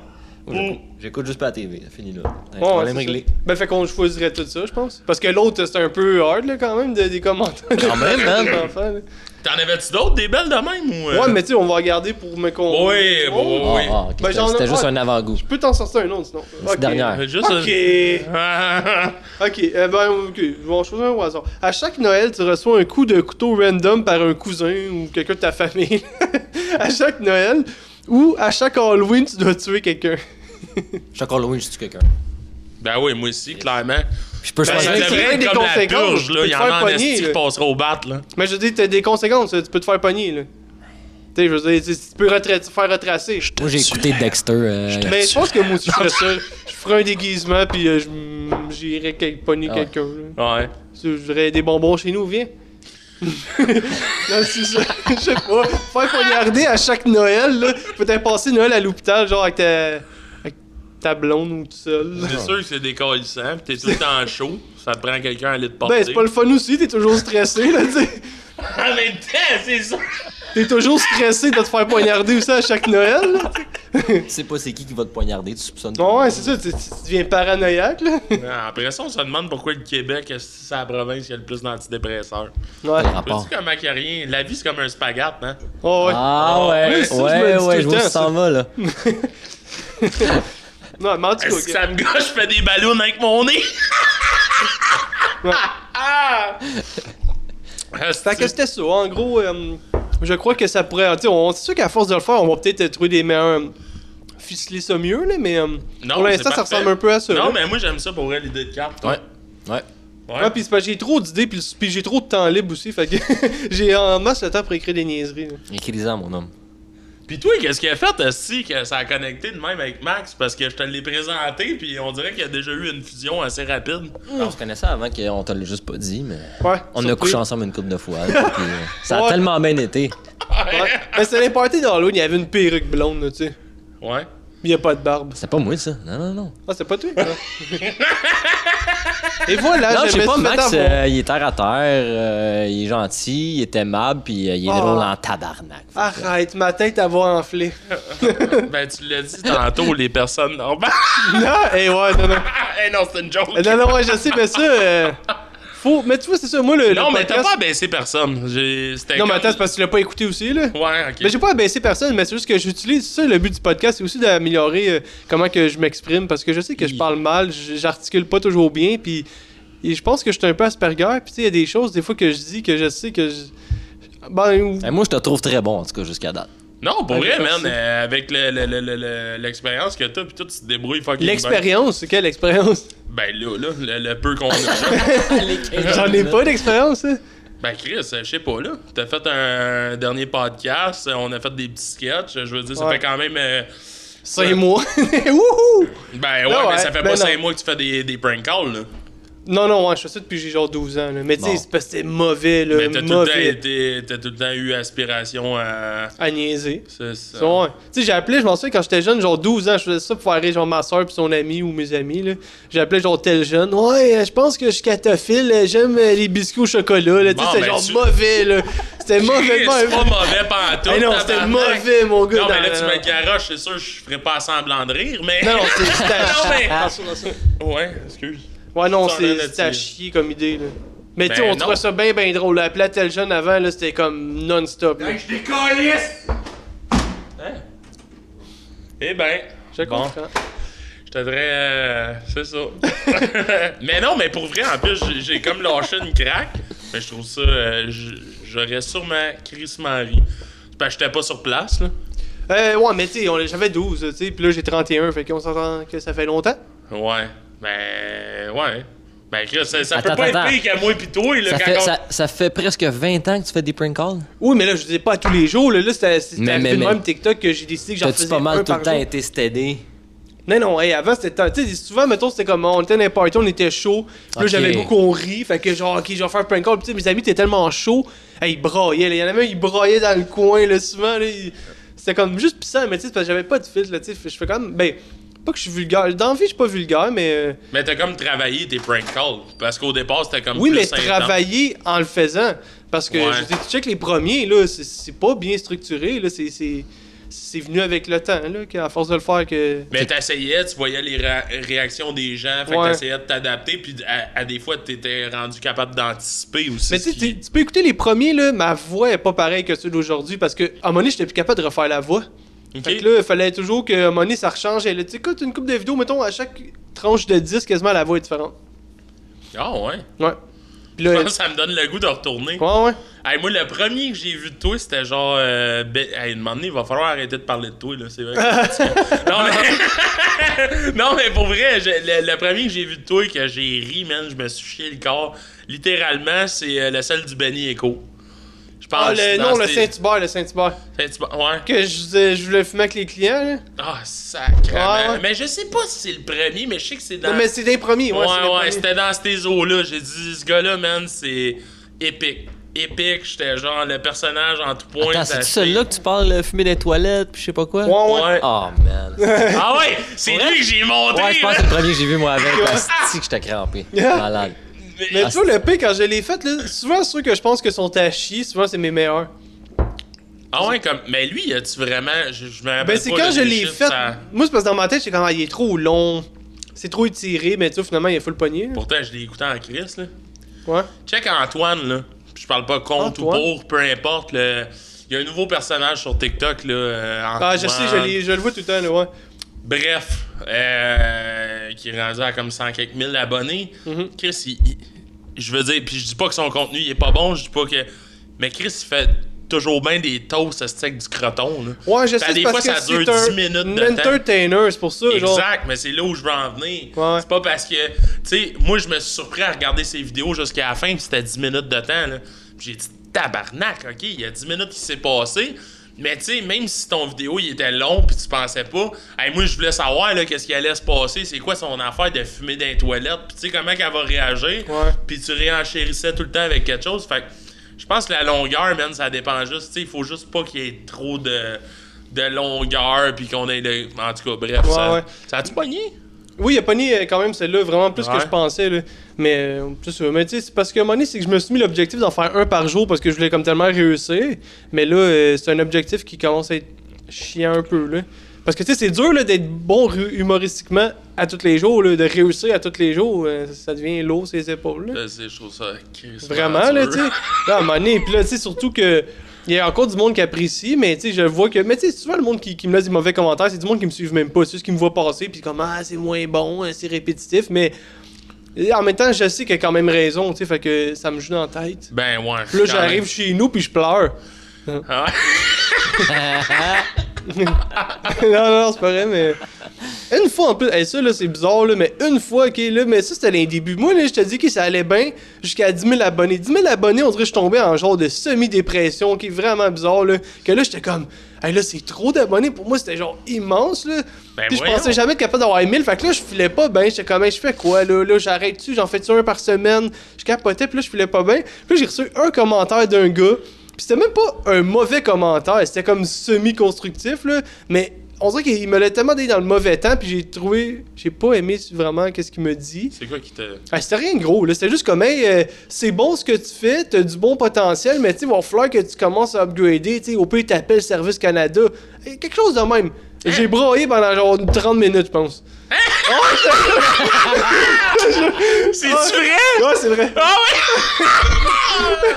Speaker 3: j'écoute- J'écoute juste pas la TV, fini là. Hey,
Speaker 2: Ouais,
Speaker 3: Problème
Speaker 2: c'est
Speaker 3: réglé.
Speaker 2: ça. Ben, fait qu'on choisirait tout ça, je pense. Parce que l'autre, c'est un peu hard, là, quand même, de- des commentaires.
Speaker 3: Quand même, hein.
Speaker 2: Des enfants, là.
Speaker 1: T'en avais-tu d'autres, des belles de même ou. euh?
Speaker 2: Ouais, mais tu sais, on va regarder pour me qu'on.
Speaker 1: Oui,
Speaker 2: Oh.
Speaker 1: oui,
Speaker 3: Ah, ah, ok,
Speaker 2: Ben,
Speaker 3: c'était-
Speaker 2: j'en ai-
Speaker 3: C'était juste
Speaker 2: ouais.
Speaker 3: un avant-goût.
Speaker 2: Je peux t'en sortir un autre, sinon.
Speaker 3: C'est
Speaker 2: Ok.
Speaker 3: dernière.
Speaker 1: oui. Juste. euh,
Speaker 2: Ok. Ok, eh ben, ok, je vais en choisir un au hasard. À chaque Noël, tu reçois un coup de couteau random par un cousin ou quelqu'un de ta famille. à chaque Noël. Ou à chaque Halloween, tu dois tuer quelqu'un.
Speaker 3: Chaque Halloween, je tue quelqu'un.
Speaker 1: Ben oui, moi aussi, clairement.
Speaker 3: Je peux
Speaker 1: Ben,
Speaker 3: choisir.
Speaker 1: ça
Speaker 2: c'est
Speaker 3: qui-
Speaker 1: devrait
Speaker 2: vrai, des
Speaker 1: être comme la
Speaker 2: conséquences,
Speaker 1: purge,
Speaker 2: tu
Speaker 1: là.
Speaker 2: peux
Speaker 1: Il y
Speaker 2: te
Speaker 1: en
Speaker 2: faire
Speaker 1: a en
Speaker 2: pogner,
Speaker 1: esti
Speaker 2: là.
Speaker 1: qui passera au bat, là.
Speaker 2: Mais je veux dire, t'as des conséquences, tu peux te faire pogner, là. Tu sais, je veux dire, tu tu peux retra- te faire retracer.
Speaker 3: Moi, j'ai écouté Dexter. euh,
Speaker 2: Mais je pense que moi aussi, je ferais ça. Je ferais un déguisement, puis euh, je m- j'irais quel- pogner
Speaker 3: Ah ouais.
Speaker 2: quelqu'un, là.
Speaker 1: Ouais.
Speaker 2: Tu voudrais des bonbons chez nous, viens. non, c'est ça. Je sais pas. Faire poignarder à chaque Noël, là. Peut-être passer Noël à l'hôpital, genre avec ta, avec ta blonde ou tout seul. là.
Speaker 1: C'est sûr que c'est décalissant, pis t'es tout le temps chaud. Ça te prend quelqu'un à aller te porter.
Speaker 2: Ben, c'est pas le fun aussi, t'es toujours stressé, là, tu sais.
Speaker 1: En même temps, c'est ça.
Speaker 2: T'es toujours stressé de te faire poignarder aussi à chaque Noël, là.
Speaker 3: Tu sais pas c'est qui qui va te poignarder, tu soupçonnes.
Speaker 2: Bon, ouais, c'est ça, tu, tu deviens paranoïaque, là.
Speaker 1: Ah, Après ça, on se demande pourquoi le Québec, est-ce que c'est la province qui a le plus d'antidépresseurs.
Speaker 2: Ouais.
Speaker 3: Le
Speaker 1: Tu
Speaker 3: rapport.
Speaker 1: sais comment qu'il y a rien? La vie, c'est comme un spaghette, hein?
Speaker 2: Oh, ouais.
Speaker 3: Ah ouais,
Speaker 2: Oui, ça, je me le
Speaker 3: ouais,
Speaker 2: dis tout
Speaker 3: ouais,
Speaker 2: le
Speaker 3: je vois
Speaker 2: temps,
Speaker 3: ça
Speaker 2: ça.
Speaker 3: s'en va là.
Speaker 2: Non, mais en tout cas,
Speaker 1: Est-ce que ça me gâche, je fais des ballons avec mon nez? Ah! Est-ce
Speaker 2: Fait que c'était ça. En gros, euh, je crois que ça pourrait. tu sais, on- C'est sûr qu'à force de le faire, on va peut-être trouver des meilleurs. euh, ficeler ça mieux, là, mais. euh,
Speaker 1: Non,
Speaker 2: pour l'instant,
Speaker 1: c'est
Speaker 2: ça
Speaker 1: parfait.
Speaker 2: ressemble un peu à ça. là.
Speaker 1: Non, mais moi, j'aime ça pour vrai, l'idée de carte.
Speaker 3: Ouais. Ouais.
Speaker 1: Ouais.
Speaker 2: Ouais, puis c'est parce que j'ai trop d'idées, puis le- puis j'ai trop de temps libre aussi, fait que j'ai en masse le temps pour écrire des niaiseries. là.
Speaker 3: Écris-en, mon homme.
Speaker 1: Pis toi, qu'est-ce qu'il a fait aussi que ça a connecté de même avec Max? Parce que je te l'ai présenté, puis on dirait qu'il y a déjà eu une fusion assez rapide.
Speaker 3: Ah, On se connaissait avant qu'on te l'a juste pas dit, mais.
Speaker 2: Ouais.
Speaker 3: On a
Speaker 2: surprise.
Speaker 3: couché ensemble une couple de fois. là, puis, euh, ça a
Speaker 2: Ouais.
Speaker 3: tellement bien été.
Speaker 2: Ouais. Mais c'était l'importé dans l'eau, il y avait une perruque blonde, là, tu sais.
Speaker 1: Ouais.
Speaker 2: Il y a pas de barbe.
Speaker 3: C'est pas moi ça. Non, non, non.
Speaker 2: Ah, c'est pas toi, quoi. Et voilà,
Speaker 3: non,
Speaker 2: Ah,
Speaker 3: je sais
Speaker 2: j'aimais
Speaker 3: pas,
Speaker 2: ça
Speaker 3: Max,
Speaker 2: mettre à voir.
Speaker 3: euh, il est terre à terre, euh, il est gentil, il est aimable, puis euh, il est
Speaker 2: Ah.
Speaker 3: drôle en tabarnak.
Speaker 2: Arrête, ma tête, elle va enfler.
Speaker 1: Ben, tu l'as dit tantôt, les personnes normales.
Speaker 2: non, et ouais, non, non.
Speaker 1: Eh non, c'est une joke.
Speaker 2: Euh, Non, non, ouais, je sais, mais ça. euh, faut. Mais tu vois, c'est ça, moi, le.
Speaker 1: non,
Speaker 2: le
Speaker 1: mais t'as
Speaker 2: podcast-
Speaker 1: pas baissé personne. J'ai- C'était
Speaker 2: Non, mais
Speaker 1: comme-
Speaker 2: attends, c'est parce que tu l'as pas écouté aussi, là.
Speaker 1: Ouais, ok.
Speaker 2: Mais j'ai pas abaissé personne, mais c'est juste que j'utilise ça, le but du podcast, c'est aussi d'améliorer euh, comment que je m'exprime, parce que je sais que je parle mal, j- j'articule pas toujours bien, puis et je pense que je suis un peu Asperger, puis tu sais, il y a des choses, des fois, que je dis que je sais que je... Ben, ou-
Speaker 3: Et moi, je te trouve très bon, en tout cas, jusqu'à date.
Speaker 1: Non, pour
Speaker 2: Ah,
Speaker 1: vrai,
Speaker 2: merci.
Speaker 1: man, euh, avec le- le- le- le- le- l'expérience que t'as, pis tout, tu te débrouilles fucking bien.
Speaker 2: l'expérience, c'est quelle expérience?
Speaker 1: Ben là, là, le, le peu qu'on a.
Speaker 2: J'en ai pas d'expérience, hein?
Speaker 1: ben Chris, euh, je sais pas, là. T'as fait un dernier podcast, euh, on a fait des petits sketchs, euh, je veux dire, ça
Speaker 2: Ouais.
Speaker 1: fait quand même... euh,
Speaker 2: Cinq mois. Wouhou!
Speaker 1: Ben ouais,
Speaker 2: Ben ouais,
Speaker 1: mais ça fait
Speaker 2: ben
Speaker 1: pas
Speaker 2: non. Euh,
Speaker 1: 5 mois que tu fais des, des prank calls, là.
Speaker 2: Non, non, ouais, je fais ça depuis j'ai genre 12 ans, là. Mais tu sais,
Speaker 3: Bon.
Speaker 2: c'est parce que c'est mauvais, là,
Speaker 1: Mais t'as tout, le temps
Speaker 2: mauvais
Speaker 1: été- t'as tout le temps eu aspiration à...
Speaker 2: à niaiser.
Speaker 1: C'est ça.
Speaker 2: Ça, ouais. Tu sais, j'ai appelé, je m'en souviens, quand j'étais jeune, genre 12 ans, je faisais ça pour faire rire, genre ma soeur puis son ami ou mes amis, là. J'appelais, genre tel jeune. Ouais, euh, je pense que je suis catophile, euh, j'aime euh, les biscuits au chocolat, là. Tu sais,
Speaker 1: Bon,
Speaker 2: c'était
Speaker 1: ben,
Speaker 2: genre
Speaker 1: tu-
Speaker 2: mauvais, là. C'était mauvais,
Speaker 1: Chris, C'est
Speaker 2: mauvais.
Speaker 1: pas mauvais pantoute,
Speaker 2: Eh non, c'était
Speaker 1: tabarnak.
Speaker 2: mauvais, mon gars.
Speaker 1: Non, mais là,
Speaker 2: dans-
Speaker 1: tu me garoches, c'est sûr, je ferais pas semblant de rire, mais...
Speaker 2: Non, Ah, non, c'est c'était à
Speaker 1: Non, mais-
Speaker 2: chier. Attention, attention.
Speaker 1: Ouais, excuse.
Speaker 2: Ouais, non,
Speaker 1: Ça, on
Speaker 2: c'est-
Speaker 1: en a
Speaker 2: c'était à
Speaker 1: dit.
Speaker 2: chier comme idée, là. Mais tu sais,
Speaker 1: Ben,
Speaker 2: on
Speaker 1: non.
Speaker 2: trouvait ça bien, bien drôle. là. Appeler à tel jeune avant, là, c'était comme non-stop, là.
Speaker 1: Hey, je décalisse! Hein? Eh ben,
Speaker 2: Je
Speaker 1: Bon.
Speaker 2: comprends.
Speaker 1: je Je te dirais, euh, c'est ça. mais non, mais pour vrai, en plus, j'ai- j'ai comme lâché une craque. Mais je trouve ça, euh, j- j'aurais sûrement Chris Marie. Parce que j'étais pas sur place, là.
Speaker 2: Euh, ouais, mais tu sais, on- j'avais 12, tu sais, puis là j'ai 31, fait qu'on s'entend que ça fait longtemps.
Speaker 1: Ouais. Ben, ouais. Ben, Chris, ça, ça peut
Speaker 3: Attends,
Speaker 1: pas
Speaker 3: attends.
Speaker 1: être pire qu'à moi pis toi, là,
Speaker 3: Ça
Speaker 1: quand
Speaker 3: fait,
Speaker 1: on-
Speaker 3: ça, ça fait presque 20 ans que tu fais des prank calls.
Speaker 2: Oui, mais là, je disais pas à tous les jours, là, là c'était c'était
Speaker 3: Mais-
Speaker 2: arrivé
Speaker 3: mais-
Speaker 2: de
Speaker 3: mais-
Speaker 2: même TikTok que j'ai décidé que j'en
Speaker 3: T'as-tu
Speaker 2: faisais
Speaker 3: pas
Speaker 2: un
Speaker 3: mal tout
Speaker 2: par
Speaker 3: le temps
Speaker 2: jour.
Speaker 3: été stédé?
Speaker 2: Non, non, hey, avant c'était tant- Tu sais, souvent, mettons, c'était comme on était dans les parties, on était chaud. Puis là,
Speaker 3: Ok.
Speaker 2: j'avais beaucoup, on rit. Fait que genre, ok, je vais faire un prank call. Puis tu sais, mes amis étaient tellement chauds. Hey, ils braillaient. là. Il y en avait un, ils braillaient dans le coin, là, souvent. Là, ils- C'était comme juste pissant, mais tu sais, c'est parce que j'avais pas de filtre, là, tu sais. fait- Je fais quand même. Ben, pas que je suis vulgaire. Dans la vie, je suis pas vulgaire, mais. euh,
Speaker 1: Mais t'as comme travaillé tes prank calls. Parce qu'au départ, c'était comme
Speaker 2: Oui,
Speaker 1: Mm-hmm. plus
Speaker 2: mais
Speaker 1: intense.
Speaker 2: travailler en le faisant. Parce que,
Speaker 1: Ouais.
Speaker 2: je dis, tu check les premiers, là, c'est- c'est pas bien structuré, là. c'est- C'est c'est venu avec le temps, là, qu'à force de le faire, que.
Speaker 1: Mais t'essayais, tu voyais les ra- réactions des gens, fait
Speaker 2: Ouais.
Speaker 1: que t'essayais de t'adapter, puis à, à des fois, t'étais rendu capable d'anticiper aussi.
Speaker 2: Mais
Speaker 1: ce
Speaker 2: tu sais,
Speaker 1: qui-
Speaker 2: tu tu peux écouter les premiers, là, ma voix est pas pareille que celle d'aujourd'hui parce que, à un moment donné, j'étais plus capable de refaire la voix.
Speaker 1: Ok.
Speaker 2: Fait que là, il fallait toujours que, à un moment donné, ça rechange. Et là, tu écoutes une coupe de vidéos, mettons, à chaque tranche de 10, quasiment la voix est différente.
Speaker 1: Ah ouais.
Speaker 2: Ouais. Puis là,
Speaker 1: Ça, ça me donne le goût de retourner.
Speaker 2: ouais, ouais.
Speaker 1: Hey, moi, le premier que j'ai vu de toi, c'était genre. Euh, ben, hey, un moment donné, il va falloir arrêter de parler de toi, là, c'est vrai. non, mais... non, mais pour vrai, je- le, le premier que j'ai vu de toi, que j'ai ri, man, je me suis chié le corps. Littéralement, c'est euh, la salle du Benny Echo. Je pense
Speaker 2: Ah, le,
Speaker 1: dans
Speaker 2: non, le
Speaker 1: ces-
Speaker 2: Saint-Hubert, le Saint-Hubert.
Speaker 1: Saint-Hubert, Ouais.
Speaker 2: Que je, disais- je voulais fumer avec les clients, là.
Speaker 1: Ah, sacrément.
Speaker 2: Ouais, ouais.
Speaker 1: Mais je sais pas si c'est le premier, mais je sais que c'est dans.
Speaker 2: Non, mais c'est des premiers, ouais.
Speaker 1: ouais,
Speaker 2: c'est des
Speaker 1: ouais,
Speaker 2: premiers.
Speaker 1: c'était dans ces eaux-là. J'ai dit, ce gars-là, man, c'est épique. Épique, j'étais genre le personnage en tout point. ça
Speaker 3: Attends, c'est-tu
Speaker 1: fait-
Speaker 3: celui-là que tu parles euh, fumer des toilettes, puis je sais pas quoi?
Speaker 2: Ouais, ouais.
Speaker 1: Ouais.
Speaker 3: Oh man. ouais,
Speaker 1: Ah ouais, c'est lui que j'ai monté.
Speaker 3: je pense
Speaker 1: là.
Speaker 3: que c'est le premier que j'ai vu moi avec. Asti que j'étais crampé. Malade.
Speaker 2: Mais
Speaker 1: Mais-
Speaker 2: tu vois, le P, quand je l'ai fait, là, souvent, ceux que je pense que sont à chier, souvent, c'est mes meilleurs.
Speaker 1: Ah ouais, comme. Mais lui, as-tu vraiment. Je, je me rappelle
Speaker 2: Ben, c'est
Speaker 1: pas
Speaker 2: quand
Speaker 1: de
Speaker 2: je
Speaker 1: des
Speaker 2: l'ai
Speaker 1: chiffres,
Speaker 2: fait.
Speaker 1: ça-
Speaker 2: Moi, c'est parce que dans ma tête, j'étais comme, ah, il est trop long. C'est trop étiré, mais tu vois, finalement, il a full pogné. là.
Speaker 1: Pourtant, je l'ai écouté en crise, là.
Speaker 2: Ouais.
Speaker 1: Check Antoine, là. Je parle pas contre
Speaker 2: Antoine.
Speaker 1: ou pour, peu importe. Le... Il y a un nouveau personnage sur TikTok, là. euh,
Speaker 2: Ah, je
Speaker 1: Antoine.
Speaker 2: sais, je, l'ai- je le vois tout le temps, là, ouais.
Speaker 1: Bref, euh, qui est rendu à comme 100 quelques mille abonnés.
Speaker 2: Mhm.
Speaker 1: Chris, il- il- je veux dire, puis je dis pas que son contenu il est pas bon, je dis pas que. Mais Chris, il fait toujours bien des toasts à steak du croton, là.
Speaker 2: Ouais, je
Speaker 1: Ben,
Speaker 2: sais,
Speaker 1: des
Speaker 2: c'est parce
Speaker 1: fois,
Speaker 2: que
Speaker 1: ça
Speaker 2: c'est
Speaker 1: dure
Speaker 2: un,
Speaker 1: 10 minutes de
Speaker 2: un entertainer, c'est pour ça, genre.
Speaker 1: Exact, mais c'est là où je veux en venir.
Speaker 2: Ouais.
Speaker 1: C'est pas parce que, tu sais, moi je me suis surpris à regarder ses vidéos jusqu'à la fin, puis c'était 10 minutes de temps. là. Puis J'ai dit tabarnak, ok, il y a 10 minutes qui s'est passé. Mais tu sais, même si ton vidéo il était long puis tu pensais pas, hey, moi je voulais savoir là, qu'est-ce qui allait se passer, c'est quoi son affaire de fumer dans les toilettes, puis tu sais comment qu'elle va réagir.
Speaker 2: Ouais.
Speaker 1: Puis tu réenchérissais tout le temps avec quelque chose. Fait que je pense que la longueur, man, ça dépend juste. Tu sais, il faut juste pas qu'il y ait trop de, de longueur puis qu'on ait le. En tout cas, bref,
Speaker 2: Ouais,
Speaker 1: ça,
Speaker 2: ouais.
Speaker 1: ça a-tu pogné?
Speaker 2: Oui, il a pogné euh, quand même celle-là, vraiment plus
Speaker 1: Ouais.
Speaker 2: que je pensais, là. Mais, euh, plus, euh, mais tu sais, c'est parce qu'à un moment donné, c'est que je me suis mis l'objectif d'en faire un par jour parce que je voulais comme tellement réussir. Mais là, euh, c'est un objectif qui commence à être chiant un peu, là. Parce que tu sais, c'est dur là, d'être bon ru- humoristiquement à tous les jours, là, de réussir à tous les jours. euh, ça devient lourd ses épaules. Là.
Speaker 1: Là, Euh, c'est- je trouve ça crissement
Speaker 2: Vraiment, là,
Speaker 1: dur.
Speaker 2: tu sais. Là, à un moment donné, puis là, tu sais, surtout que. Il y a encore du monde qui apprécie, mais tu sais, je vois que. Mais tu sais, souvent le monde qui, qui me laisse des mauvais commentaires, c'est du monde qui me suivent même pas. C'est juste qui me voit passer, puis comme, ah, c'est moins bon, hein, c'est répétitif, mais. et en même temps, je sais qu'il a quand même raison, tu sais, fait que ça me joue dans la tête.
Speaker 1: Ben ouais.
Speaker 2: Puis là,
Speaker 1: quand
Speaker 2: j'arrive chez nous, puis je pleure.
Speaker 1: même. Ah ouais.
Speaker 2: non, non, c'est pas vrai, mais. Une fois en plus, hey, ça là, c'est bizarre, là, mais une fois, ok, là, mais ça c'était les débuts. Moi, là, je te dis que ça allait bien jusqu'à 10 000 abonnés. 10 000 abonnés, on dirait que je tombais en genre de semi-dépression, qui est vraiment bizarre, là. Que là, j'étais comme, hey, là, c'est trop d'abonnés. Pour moi, c'était genre immense, là.
Speaker 1: Ben
Speaker 2: Puis je
Speaker 1: voyons.
Speaker 2: pensais jamais être capable d'avoir 1000. Fait que là, je filais pas bien. J'étais comme, Hey, je fais quoi, là? Là, j'arrête-tu? J'en fais-tu un par semaine? Je capotais, puis là, je filais pas bien. Puis là, j'ai reçu un commentaire d'un gars. Puis c'était même pas un mauvais commentaire. C'était comme semi-constructif, là. Mais on dirait qu'il me l'a tellement dit dans le mauvais temps. Puis j'ai trouvé. J'ai pas aimé vraiment qu'est-ce qu'il me dit.
Speaker 1: C'est quoi qui te.
Speaker 2: Ah, c'était rien de gros, là. C'était juste comme, hey, euh, c'est bon ce que tu fais, t'as du bon potentiel, mais tu sais, il va falloir que tu commences à upgrader. Tu sais, au pire, t'appelles Service Canada. Et quelque chose de même. J'ai broyé pendant genre 30 minutes, je pense.
Speaker 1: C'est-tu vrai?
Speaker 2: Ah Ouais, c'est vrai.
Speaker 1: Ah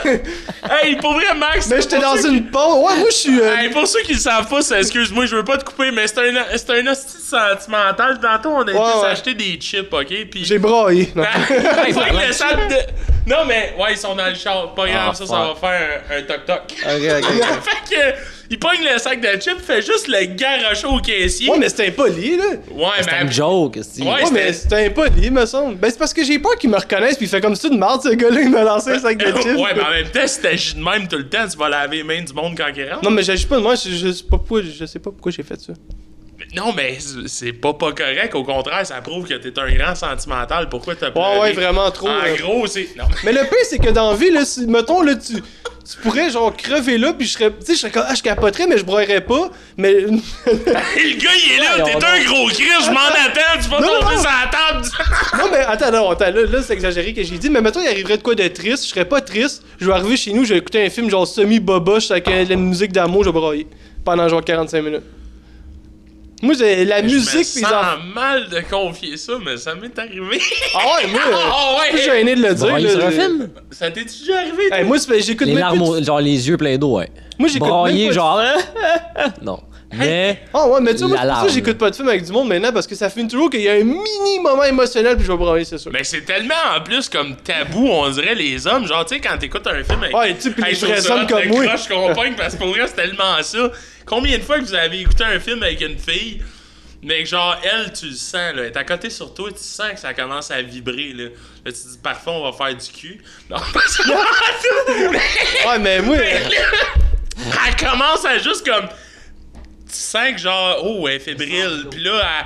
Speaker 1: ouais! hey, pour vrai, Max.
Speaker 2: Mais j'étais
Speaker 1: pour
Speaker 2: dans
Speaker 1: ceux
Speaker 2: une pause. Ouais, moi, je suis.
Speaker 1: qui-
Speaker 2: euh,
Speaker 1: Hey, pour ceux qui le savent pas, c'est- excuse-moi, je veux pas te couper, mais c'est un, c'est un hostie sentimental. Tantôt, on a été
Speaker 2: ouais.
Speaker 1: s'acheter des chips, ok? Puis.
Speaker 2: J'ai braillé. Non.
Speaker 1: Fait que
Speaker 3: parlant
Speaker 1: le
Speaker 3: de
Speaker 1: sac de- Non, mais ouais, ils sont dans le char. Pas grave,
Speaker 3: Ah,
Speaker 1: ça, ça va
Speaker 3: fuck.
Speaker 1: faire un, un toc-toc.
Speaker 3: Ok, ok.
Speaker 1: fait que, il pogne le sac de chips, fait juste le garocher au caissier.
Speaker 2: Ouais, mais c'était impoli, là.
Speaker 1: Ouais,
Speaker 3: C'est
Speaker 1: mais-
Speaker 3: une joke, c'est.
Speaker 1: Ouais,
Speaker 2: Ouais, mais c'était impoli, me semble. Ben, c'est parce que j'ai peur qu'ils me reconnaissent puis il fait comme ça de marde, ce gars-là, il m'a lancé un sac de chips.
Speaker 1: ouais, mais en même temps, si t'agis de même tout le temps, tu vas laver les mains du monde quand il rentre.
Speaker 2: Non, mais j'agis pas de moi, je, je sais pas pourquoi, je sais pas pourquoi j'ai fait ça.
Speaker 1: Mais Non, mais c'est- c'est pas pas correct. Au contraire, ça prouve que t'es un grand sentimental. Pourquoi t'as pleuré?
Speaker 2: Ouais, ouais, vraiment trop.
Speaker 1: En
Speaker 2: là.
Speaker 1: gros, c'est... Non, mais...
Speaker 2: Mais le pire, c'est que dans la vie, là, si- mettons, là, tu, tu pourrais, genre, crever là, puis je serais, tu sais, je serais comme, ah, je capoterais, mais je broyerais pas, mais... non,
Speaker 1: Et le gars, il est là.
Speaker 3: Ouais,
Speaker 1: T'es
Speaker 3: on-
Speaker 1: un gros Chris. Je m'en attends. Tu vas
Speaker 2: Non, non,
Speaker 1: tomber
Speaker 2: non.
Speaker 1: sur la table. du-
Speaker 2: mais attends, non, attends, là, là, c'est exagéré que j'ai dit, mais mettons, il arriverait de quoi de triste, je serais pas triste, je vais arriver chez nous, je vais écouter un film, genre, semi-boboche, avec euh, de la musique d'amour, je vais broyer, pendant, genre, 45 minutes. Moi, j'ai la
Speaker 1: je me
Speaker 2: musique, pis les
Speaker 1: sens
Speaker 2: enfants...
Speaker 1: mal de confier ça, mais ça m'est arrivé.
Speaker 2: Ah ouais, moi, euh,
Speaker 1: Ah ouais.
Speaker 2: je suis gêné de le dire,
Speaker 3: Brailler
Speaker 2: là,
Speaker 3: sur un
Speaker 2: je-
Speaker 3: film?
Speaker 1: Ça t'est déjà arrivé? toi?
Speaker 2: Hey, moi, c'est- j'écoute
Speaker 3: Les
Speaker 2: même
Speaker 3: larmes,
Speaker 2: plus-
Speaker 3: au- genre les yeux pleins d'eau, hein.
Speaker 2: Moi, j'écoute même
Speaker 3: Brailler,
Speaker 2: pas-
Speaker 3: genre. non. Mais.
Speaker 2: Ah ouais, mais tu sais, moi, c'est pour ça
Speaker 3: L'alarme.
Speaker 2: que j'écoute pas de film avec du monde maintenant parce que ça finit toujours qu'il y a un mini moment émotionnel puis je vais branler, c'est sûr.
Speaker 1: Mais Ben, c'est tellement en plus comme tabou, on dirait les hommes. Genre, tu sais, quand t'écoutes un film avec.
Speaker 2: Ouais, tu sais, puis les
Speaker 1: je trouve
Speaker 2: vrais
Speaker 1: ça
Speaker 2: hommes
Speaker 1: hot,
Speaker 2: comme
Speaker 1: le
Speaker 2: moi.
Speaker 1: crush qu'on pogne, parce que pour vrai, c'est tellement ça. Combien de fois que vous avez écouté un film avec une fille, mais que genre, elle, tu le sens, là. Elle est à côté sur toi, tu sens que ça commence à vibrer, là. Là, tu te dis, parfois, on va faire du cul. Non, parce que.
Speaker 2: Ouais, mais moi, euh,
Speaker 1: elle commence à juste comme. Tu sens que genre, oh, elle est fébrile. Puis là, elle.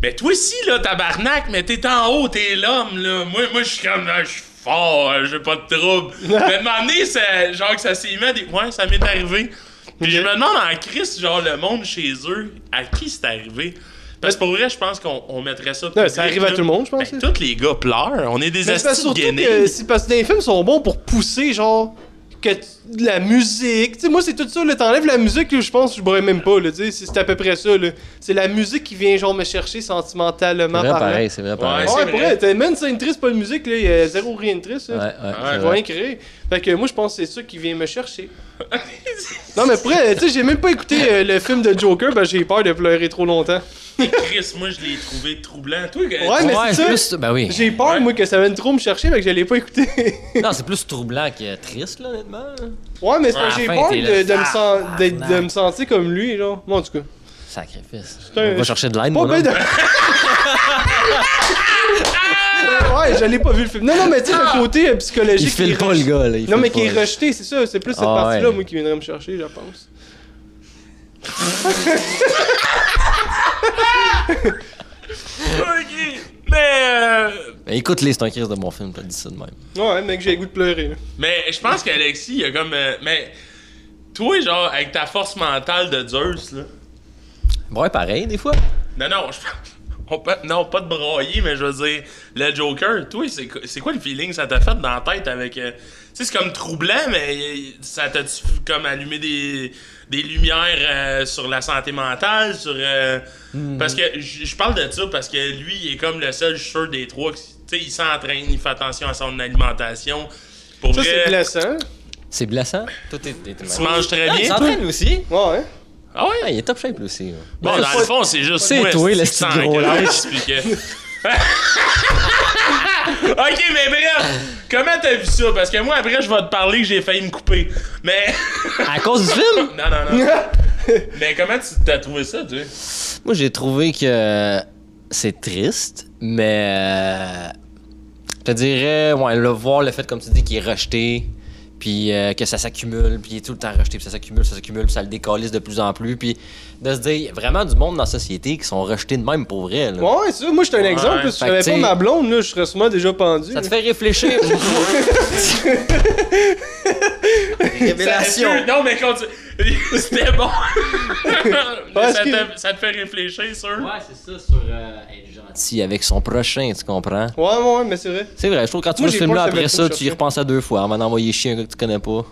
Speaker 1: Mais toi aussi, là, tabarnak, mais t'es en haut, t'es l'homme, là. Moi, moi je suis comme, ah, je suis fort, hein, j'ai pas de trouble. mais à un moment donné, ça- genre que ça s'est mis à des. Ouais, ça m'est arrivé. Puis je me demande en crise, genre, le monde chez eux, à qui c'est arrivé? Parce que pour vrai, je pense qu'on on mettrait ça.
Speaker 2: Non, ça arrive à
Speaker 1: là.
Speaker 2: tout le monde, je pense.
Speaker 1: Ben, tous les gars pleurent. On est des
Speaker 2: mais c'est parce-
Speaker 1: astis de
Speaker 2: surtout
Speaker 1: guenilles.
Speaker 2: que c'est parce que les films sont bons pour pousser, genre, que tu- de la musique. Tu sais, moi, c'est tout ça, là. T'enlèves la musique, là, je pense, que je boirais même pas, là. Tu sais, c'est- c'est à peu près ça, là. C'est la musique qui vient, genre, me chercher sentimentalement
Speaker 3: C'est vrai
Speaker 2: parlant.
Speaker 3: pareil, c'est vrai pareil.
Speaker 1: c'est
Speaker 2: Ouais, pour
Speaker 1: vrai.
Speaker 2: vrai, t'as- même c'est une triste, pas de musique, là. Y a zéro rien de triste, là.
Speaker 3: Ouais, ouais, c'est
Speaker 2: Je
Speaker 3: vrai.
Speaker 2: vais rien créer. Fait que moi, je pense que c'est ça qui vient me chercher. non, mais pour vrai, tu sais, j'ai même pas écouté euh, le film de Joker, ben j'ai peur de pleurer trop longtemps.
Speaker 1: Chris, moi, je l'ai trouvé troublant. Toi,
Speaker 2: Ouais, mais c'est ça.
Speaker 3: plus, ben oui.
Speaker 2: J'ai peur,
Speaker 1: Ouais.
Speaker 2: moi, que ça vienne trop me chercher, fait que je l'ai pas écouté.
Speaker 3: Non, c'est plus troublant que triste, là, honnêtement.
Speaker 2: ouais, mais c'est parce
Speaker 3: Ouais,
Speaker 2: que j'ai
Speaker 3: à la
Speaker 2: peur
Speaker 3: fin,
Speaker 2: de,
Speaker 3: t'es là,
Speaker 2: de me sen-
Speaker 3: ah,
Speaker 2: d'être- de
Speaker 3: tabarnak.
Speaker 2: me sentir comme lui, genre. Moi, en tout cas.
Speaker 3: Sacrifice.
Speaker 2: un-
Speaker 3: On va chercher de l'aide,
Speaker 2: Pas
Speaker 3: mon
Speaker 2: bien
Speaker 3: homme.
Speaker 2: de. Euh, ouais, je l'ai pas vu le film. Non, non, mais tu sais, le côté euh, psychologique.
Speaker 3: Il file
Speaker 2: qui est
Speaker 3: pas le
Speaker 2: rejeté-
Speaker 3: gars, là. il
Speaker 2: Non,
Speaker 3: file
Speaker 2: mais
Speaker 3: pas.
Speaker 2: qui est rejeté, c'est ça. C'est plus cette
Speaker 3: Ah,
Speaker 2: partie-là,
Speaker 3: ouais.
Speaker 2: moi, qui viendrait me chercher, je pense.
Speaker 1: Ok, mais euh,
Speaker 3: Ben, Écoute-les, c'est un crise de bon film, t'as dit ça de même.
Speaker 2: Ouais, mec, j'ai le goût de pleurer, là.
Speaker 1: mais je pense qu'Alexis, il y a comme euh, mais toi genre avec ta force mentale de Zeus là.
Speaker 3: Ouais, pareil, des fois.
Speaker 1: Non non, je on peut- non pas de broyer mais je veux dire le Joker, toi c'est quoi- c'est quoi le feeling que ça t'a fait dans la tête avec euh, tu sais c'est comme troublant mais euh, ça t'a comme allumé des des lumières euh, sur la santé mentale, sur euh,
Speaker 2: Mhm.
Speaker 1: parce que j- je parle de ça parce que lui il est comme le seul je suis sûr des trois qui- tu sais il s'entraîne, il fait attention à son alimentation. Pour
Speaker 2: Ça,
Speaker 1: vrai,
Speaker 2: c'est blessant.
Speaker 3: C'est blessant. Toi, t'es. t'es- t'es
Speaker 1: Tu
Speaker 3: mal.
Speaker 1: manges très
Speaker 3: Ah, Il
Speaker 1: bien. toi?
Speaker 3: s'entraîne aussi.
Speaker 2: Ouais, hein. ouais.
Speaker 1: Ah ouais?
Speaker 3: Ah, il est top shape, lui aussi. là.
Speaker 1: Bon,
Speaker 2: Ben,
Speaker 3: Ouais,
Speaker 1: dans le fond, c'est juste.
Speaker 3: C'est
Speaker 1: moi,
Speaker 3: toi, le
Speaker 1: qui
Speaker 3: petit
Speaker 1: sens
Speaker 3: gros
Speaker 1: que-
Speaker 3: lâche.
Speaker 1: Puis que- ok, mais bref, comment t'as vu ça? Parce que moi, après, je vais te parler que j'ai failli me couper. Mais.
Speaker 3: À cause du film?
Speaker 1: non, non, non. mais comment tu t'as trouvé ça, tu sais?
Speaker 3: Moi, j'ai trouvé que euh, c'est triste, mais euh, je te dirais, ouais, le voir, le fait, comme tu dis, qu'il est rejeté, puis euh, que ça s'accumule, puis il est tout le temps rejeté, puis ça s'accumule, ça s'accumule, puis ça le décalisse de plus en plus, puis de se dire, il y a vraiment du monde dans la société qui sont rejetés de même pour vrai, là.
Speaker 2: Ouais, ouais, c'est ça. Moi, j'étais un exemple. là. Si
Speaker 3: fait
Speaker 2: j'avais
Speaker 3: que
Speaker 2: pas
Speaker 3: t'sais-
Speaker 2: ma blonde, là, je serais sûrement déjà pendu.
Speaker 3: Ça te fait réfléchir. Révélation.
Speaker 1: Non, mais quand tu. C'était bon. Mais
Speaker 2: Parce
Speaker 1: ça,
Speaker 2: que-
Speaker 1: te, ça te fait réfléchir, sûr.
Speaker 3: c'est ça, sur euh, être gentil avec son prochain, tu comprends?
Speaker 2: Ouais, ouais, ouais, mais c'est vrai.
Speaker 3: C'est vrai, je trouve que quand tu
Speaker 2: Moi,
Speaker 3: vois ce
Speaker 2: j'ai
Speaker 3: film-là,
Speaker 2: peur que ça
Speaker 3: après ça,
Speaker 2: m'aide
Speaker 3: tu y repenses à deux fois, hein, avant d'envoyer chier un gars que tu connais pas.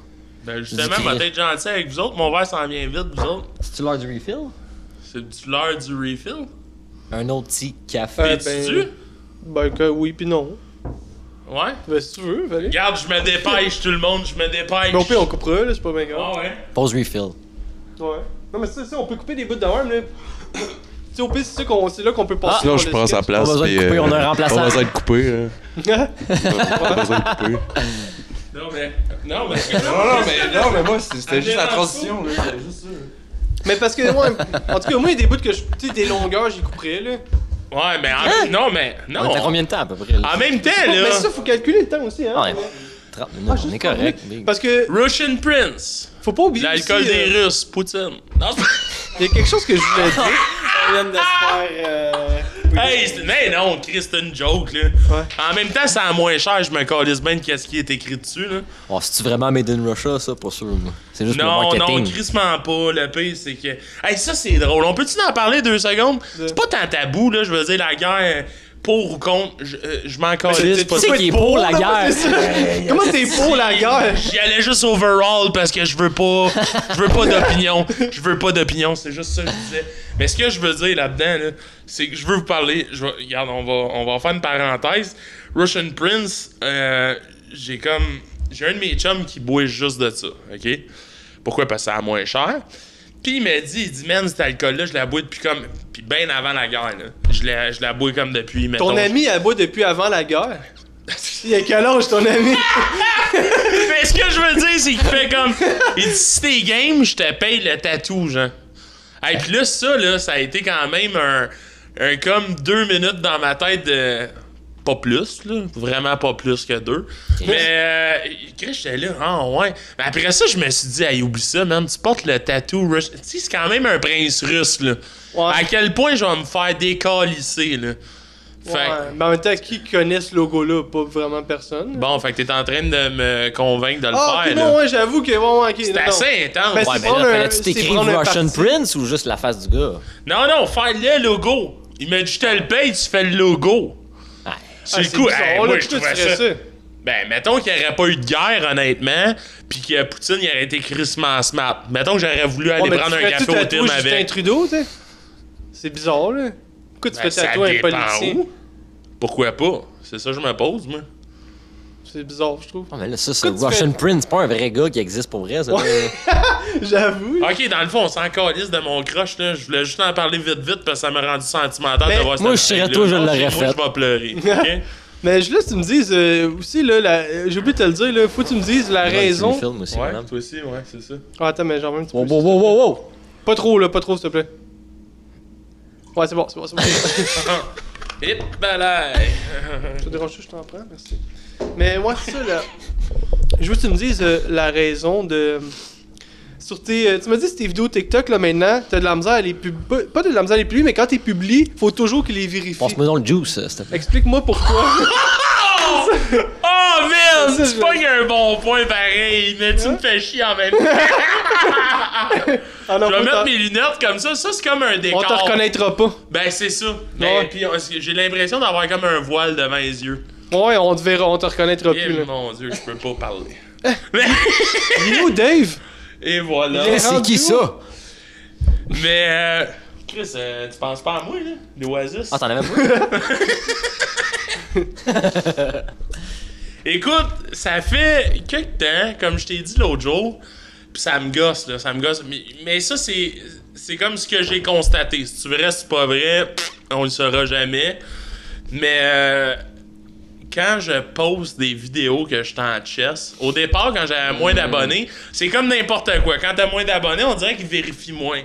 Speaker 1: Ben, justement, ma tête gentille avec vous autres. Mon verre s'en vient vite, vous autres.
Speaker 3: C'est-tu l'heure du refill?
Speaker 1: C'est l'heure du refill?
Speaker 3: Un autre petit café.
Speaker 2: Euh,
Speaker 1: T'es-tu?
Speaker 2: Ben, que oui, puis non.
Speaker 1: Ouais?
Speaker 2: Ben, si tu veux, fallait.
Speaker 1: Regarde, je me dépêche, tout le monde, je me dépêche.
Speaker 2: Mais au pire, on coupera, là, c'est pas bien grave.
Speaker 1: Ah ouais?
Speaker 3: Pause refill.
Speaker 2: Ouais. Non, mais ça, ça, on peut couper des bouts d'arme, là. Tu sais, au pire, c'est ça qu'on- c'est là qu'on peut
Speaker 1: Ah,
Speaker 2: passer.
Speaker 4: Sinon,
Speaker 2: pour
Speaker 4: je
Speaker 2: le
Speaker 4: prends sa
Speaker 2: sketch.
Speaker 4: place.
Speaker 3: Pas besoin de
Speaker 4: puis,
Speaker 3: couper, on a un remplaçant.
Speaker 4: Pas besoin de couper. hein. Pas besoin de couper.
Speaker 1: Non, mais. Non, mais.
Speaker 6: Non, non, mais, non, mais moi, c'est- c'était juste la
Speaker 1: Amenez-la en
Speaker 6: transition, là. c'était juste ça.
Speaker 2: Mais parce que, ouais, en tout cas, moi, il y a des bouts que je. Tu sais, des longueurs, j'y couperais, là.
Speaker 1: Ouais, mais. en- Non, mais.
Speaker 3: Hein? On
Speaker 1: Non!
Speaker 3: est à combien de temps à peu près? là?
Speaker 1: En même temps,
Speaker 2: Oh, Mais
Speaker 1: là!
Speaker 2: ça, faut calculer le temps aussi, hein.
Speaker 3: Ouais. 30 minutes, on est
Speaker 2: Ah, juste
Speaker 3: correct.
Speaker 2: calculer.
Speaker 3: big.
Speaker 2: Parce que,
Speaker 1: Russian Prince!
Speaker 2: faut pas oublier.
Speaker 1: L'alcool
Speaker 2: aussi,
Speaker 1: des
Speaker 2: euh,
Speaker 1: Russes, Poutine. Non, c'est-
Speaker 2: Il y a quelque chose que je voulais dire. On vient de se faire. euh, oui.
Speaker 1: hey, c'est- mais non, Chris, c'est une joke, là. En même temps, c'est à moins cher, je me calisse bien de qu'est-ce qui est écrit dessus, là.
Speaker 3: Oh, c'est-tu vraiment Made in Russia, ça? Pas sûr, moi. C'est juste
Speaker 1: Non,
Speaker 3: le
Speaker 1: non,
Speaker 3: marketing.
Speaker 1: crissement pas. Le pire, c'est que. Hey, ça, c'est drôle. On peut-tu en parler deux secondes? C'est pas tant tabou, là. Je veux dire, la guerre, euh, pour ou contre, je, euh, je m'en calisse.
Speaker 2: c'est-
Speaker 1: pas-
Speaker 3: Tu sais qui est pour la guerre?
Speaker 2: C'est ça. Comment t'es pour la guerre?
Speaker 1: J'y allais juste overall parce que je veux pas. Je veux pas d'opinion. Je veux pas d'opinion. C'est juste ça que je disais. Mais ce que je veux dire là-dedans, là, c'est que je veux vous parler. Je vais- regarde, on va, on va faire une parenthèse. Russian Prince, euh, j'ai comme. J'ai un de mes chums qui bouille juste de ça. OK? Pourquoi? Parce que c'est à moins cher. Puis il m'a dit, il dit, man, cet alcool-là, je la bois depuis comme. Puis bien avant la guerre, là. Je la, je la bois comme depuis. Mettons,
Speaker 2: Ton ami, elle boit depuis avant la guerre. Il a quel âge, ton ami?
Speaker 1: Mais ce que je veux dire, c'est qu'il fait comme. Il dit si t'es game, je te paye le tatou, genre. Hey, pis là, ça, là, ça a été quand même un. un comme deux minutes dans ma tête de. Pas plus, là. Vraiment pas plus que deux. Mais, euh, Chris, j'étais là, ah ouais. Mais après ça, je me suis dit, hey, oublie ça, man. Tu portes le tatou russe. Tu sais, c'est quand même un prince russe, là.
Speaker 2: Ouais.
Speaker 1: À quel point je vais me faire décalisser, là. Fait que-
Speaker 2: Ouais, mais en même temps, qui connaît ce logo-là? Pas vraiment personne.
Speaker 1: bon, fait que t'es en train de me convaincre de le
Speaker 2: Ah,
Speaker 1: faire,
Speaker 2: ok,
Speaker 1: là.
Speaker 2: non, ouais, j'avoue que. Ouais, ouais, ok.
Speaker 1: C'est
Speaker 2: non, non.
Speaker 1: assez intense.
Speaker 2: Ben,
Speaker 3: Ouais,
Speaker 2: c'est
Speaker 3: mais Ah, là,
Speaker 2: prendre un-
Speaker 3: fallait-tu
Speaker 2: c'est
Speaker 3: t'écrire
Speaker 2: prendre un
Speaker 3: Russian
Speaker 2: parti.
Speaker 3: Prince ou juste la face du gars?
Speaker 1: Non, non, faire le logo. Il m'a dit, je te le paye, tu fais le logo.
Speaker 3: Ah,
Speaker 1: C'est
Speaker 2: Ah,
Speaker 1: le
Speaker 2: c'est
Speaker 1: coup,
Speaker 2: bizarre,
Speaker 1: hey,
Speaker 2: là,
Speaker 1: moi,
Speaker 2: que
Speaker 1: je
Speaker 2: toi, tu
Speaker 1: trouvais
Speaker 2: ferais
Speaker 1: ça. Ben, mettons qu'il n'y aurait pas eu de guerre, honnêtement, puis que Poutine il aurait été crissement smart. Mettons que j'aurais voulu aller
Speaker 2: Ouais, mais tu
Speaker 1: prendre un
Speaker 2: ferais
Speaker 1: café
Speaker 2: tout
Speaker 1: au
Speaker 2: tatouer
Speaker 1: Tim
Speaker 2: Justin
Speaker 1: avec.
Speaker 2: Trudeau, tu sais. C'est bizarre, là. Pourquoi tu
Speaker 1: Ben,
Speaker 2: fais
Speaker 1: ça
Speaker 2: tatouer un
Speaker 1: dépend
Speaker 2: politicien?
Speaker 1: où. Pourquoi pas? C'est ça que je me pose, moi.
Speaker 2: C'est bizarre, je trouve.
Speaker 3: Non, mais Ah, ben là, ça, c'est
Speaker 2: Écoute, tu
Speaker 3: Russian
Speaker 2: fais-
Speaker 3: Prince, pas un vrai gars qui existe pour vrai, ça. là.
Speaker 2: J'avoue.
Speaker 1: Ok, dans le fond, on s'en calisse de mon crush, là. Je voulais juste en parler vite, vite, parce que ça m'a rendu sentimental
Speaker 2: Ben,
Speaker 1: de voir cette
Speaker 3: moi, je serais
Speaker 1: scène-là.
Speaker 3: toi, je
Speaker 1: Non,
Speaker 3: l'aurais
Speaker 1: chez moi,
Speaker 3: fait.
Speaker 1: Je vais pleurer. ok?
Speaker 2: Mais je voulais que tu me dises euh, aussi, là, la- euh, j'ai oublié de te le dire, là, faut que tu me dises la raison.
Speaker 3: Film aussi,
Speaker 1: ouais,
Speaker 3: madame.
Speaker 1: toi aussi, ouais, c'est ça.
Speaker 2: Ah, attends, mais j'en veux un petit peu.
Speaker 3: Wow, wow, wow, wow, wow.
Speaker 2: Pas trop, là, pas trop, s'il te plaît. Ouais, c'est bon, c'est bon, c'est bon.
Speaker 1: Hip, balai!
Speaker 2: Je te dérange, je t'en prends, merci. Mais moi, c'est ça, là. Je veux que tu me dises euh, la raison de. Sur tes. euh, tu m'as dit, c'est tes vidéos TikTok, là, maintenant, t'as de la misère à les pub... pas- Pas de la misère à les publier, mais quand t'es publié, faut toujours qu'ils les vérifient.
Speaker 3: Passe-moi dans le juice, euh, s'il te plaît.
Speaker 2: Explique-moi pourquoi.
Speaker 1: Oh
Speaker 2: C'est
Speaker 1: man,
Speaker 2: ça,
Speaker 1: tu
Speaker 2: je-
Speaker 1: pognes un bon point pareil, mais tu me fais chier en même temps.
Speaker 2: Ah non,
Speaker 1: Je vais
Speaker 2: faut
Speaker 1: mettre
Speaker 2: t'en-
Speaker 1: mes lunettes comme ça, ça c'est comme un
Speaker 2: On
Speaker 1: décor.
Speaker 2: te reconnaîtra pas.
Speaker 1: Ben c'est ça.
Speaker 2: Ouais.
Speaker 1: Ben, puis on- j'ai l'impression d'avoir comme un voile devant les yeux.
Speaker 2: Ouais, on te verra, on te reconnaîtra
Speaker 1: Eh,
Speaker 2: plus, là.
Speaker 1: mon dieu, je peux pas parler.
Speaker 2: Il est où, Dave?
Speaker 1: Et voilà.
Speaker 2: Il est
Speaker 3: C'est
Speaker 2: rendu
Speaker 3: qui
Speaker 2: où?
Speaker 3: ça?
Speaker 1: Mais euh, Chris, euh, tu penses pas à moi là, l'Oasis
Speaker 3: Ah, t'en avais pas?
Speaker 1: Écoute, ça fait quelques temps, comme je t'ai dit l'autre jour, pis ça me gosse, là, ça me gosse. Mais, mais ça, c'est, c'est comme ce que j'ai constaté. Si tu vrai, si c'est pas vrai, pff, on le saura jamais. Mais euh, quand je poste des vidéos que je suis en chess, au départ, quand j'avais moins d'abonnés, c'est comme n'importe quoi. Quand t'as moins d'abonnés, on dirait qu'ils vérifient moins.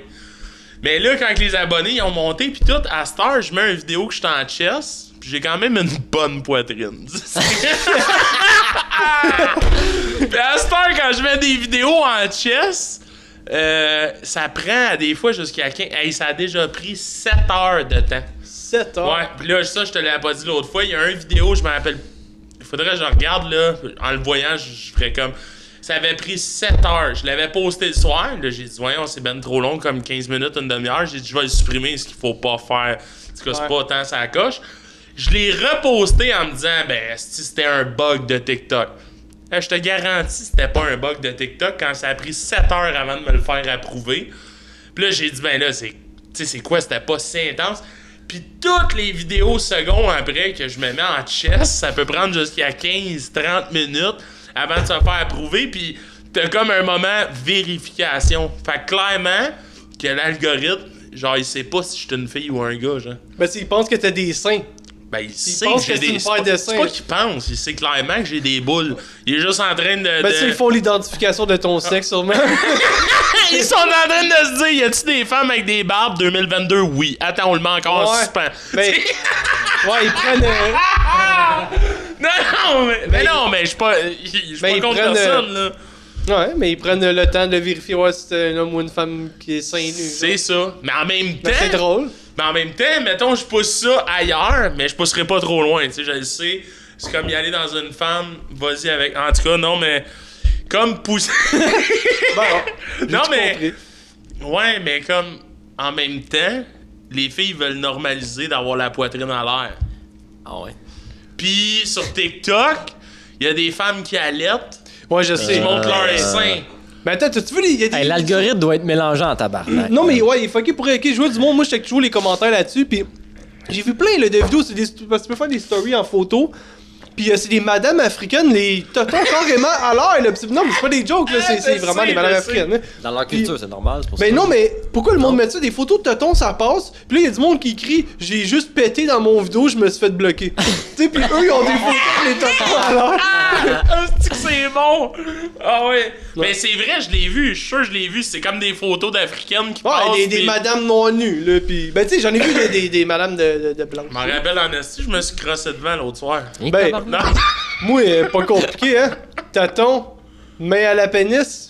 Speaker 1: Mais là, quand les abonnés ils ont monté, puis tout, à cette heure, je mets une vidéo que je suis en chess, puis j'ai quand même une bonne poitrine. puis à cette heure, quand je mets des vidéos en chess, euh, ça prend des fois jusqu'à 15. Hey, ça a déjà pris 7 heures de temps.
Speaker 2: 7 heures.
Speaker 1: Ouais, pis là, ça, je te l'avais pas dit l'autre fois. Il y a une vidéo, je me rappelle. Il faudrait que je regarde, là. En le voyant, je, je ferais comme. Ça avait pris 7 heures. Je l'avais posté le soir. Là, j'ai dit, voyons, c'est ben trop long, comme 15 minutes, une demi-heure. J'ai dit, je vais le supprimer, ce qu'il faut pas faire. En tout cas, c'est
Speaker 2: Ouais.
Speaker 1: pas tant ça coche. Je l'ai reposté en me disant, ben, si c'était un bug de TikTok. Là, je te garantis, c'était pas un bug de TikTok quand ça a pris 7 heures avant de me le faire approuver. Puis là, j'ai dit, ben là, c'est. Tu sais, c'est quoi? C'était pas si intense. Puis toutes les vidéos secondes après que je me mets en chess, ça peut prendre jusqu'à 15-30 minutes avant de se faire approuver. Puis t'as comme un moment vérification. Fait que clairement que l'algorithme, genre, il sait pas si je suis une fille ou un gars, genre.
Speaker 2: Ben, c'est- ils pensent que t'as des seins.
Speaker 1: Ben, il, sait
Speaker 2: pense
Speaker 1: que j'ai
Speaker 2: que c'est
Speaker 1: des...
Speaker 2: une
Speaker 1: C'est
Speaker 2: paire
Speaker 1: pas,
Speaker 2: de
Speaker 1: c'est
Speaker 2: seins.
Speaker 1: pas qu'il pense, il sait clairement que j'ai des boules. Il est juste en train de...
Speaker 2: Ben,
Speaker 1: de-
Speaker 2: ça, ils font l'identification de ton sexe, sûrement.
Speaker 1: Ils sont en train de se dire, y a-tu des femmes avec des barbes 2022? Oui. Attends, on le met encore en
Speaker 2: Ouais.
Speaker 1: suspens.
Speaker 2: Ben, ouais, ils prennent. euh,
Speaker 1: non, non, mais, mais non, mais je suis pas, je suis pas
Speaker 2: Ben, ils
Speaker 1: contre
Speaker 2: prennent,
Speaker 1: personne, là.
Speaker 2: Ouais, mais ils prennent le temps de vérifier ouais, si c'est un homme ou une femme qui est seins nu.
Speaker 1: C'est ça. Mais en même temps,
Speaker 2: Ben, c'est drôle.
Speaker 1: mais en même temps, mettons, je pousse ça ailleurs, mais je pousserai pas trop loin, tu sais, je le sais. C'est comme y aller dans une femme, vas-y avec. En tout cas, non, mais. Comme pousser.
Speaker 2: Bon,
Speaker 1: non,
Speaker 2: j'ai
Speaker 1: mais.
Speaker 2: compris.
Speaker 1: Ouais, mais comme en même temps, les filles veulent normaliser d'avoir la poitrine à l'air.
Speaker 3: Ah ouais.
Speaker 1: Puis sur TikTok, il y a des femmes qui allaitent,
Speaker 2: Ouais, je
Speaker 1: qui
Speaker 2: sais.
Speaker 1: montrent leur sein.
Speaker 2: Mais Ben, attends, t'as-tu vu, il y a des.
Speaker 3: Euh, Hey, l'algorithme doit être mélangeant en tabarnak. Euh,
Speaker 2: Non, mais ouais, il est fucké pour. Ok, je vois du monde, moi, je check toujours les commentaires là-dessus, puis j'ai vu plein là, de vidéos, c'est des... parce que tu peux faire des stories en photo, puis euh, c'est des madames africaines, les tontons carrément à l'heure, là. pis c'est- Non, mais c'est pas des jokes, là,
Speaker 1: Ah,
Speaker 2: c'est
Speaker 1: je
Speaker 2: c'est vraiment
Speaker 1: sais,
Speaker 2: des madames
Speaker 1: je sais.
Speaker 2: africaines. hein.
Speaker 3: Dans leur culture, c'est normal. c'est Pour
Speaker 2: Ben
Speaker 3: ça.
Speaker 2: non, mais pourquoi le monde met ça? Des photos de tontons, ça passe. Puis là, il y a du monde qui crie J'ai juste pété dans mon vidéo, je me suis fait bloquer. tu sais, puis eux, ils ont des photos des tontons à l'heure.
Speaker 1: Ah, c'est-tu que c'est bon! Ah ouais! Mais c'est vrai, je l'ai vu, je suis sûr que je l'ai vu, c'est comme des photos d'Africaines qui passent.
Speaker 3: Ah,
Speaker 2: Ouais, des, des
Speaker 1: puis-
Speaker 2: madames non nues, là. Puis, ben, tu sais, j'en ai vu des, des, des madames de, de, de blanches.
Speaker 1: Je m'en rappelle en esti, je me suis crossé devant l'autre soir.
Speaker 3: Hey,
Speaker 2: ben-
Speaker 3: tabarnak.
Speaker 1: Non!
Speaker 2: Moi, euh, pas compliqué, hein? Tâton, main à la pénis.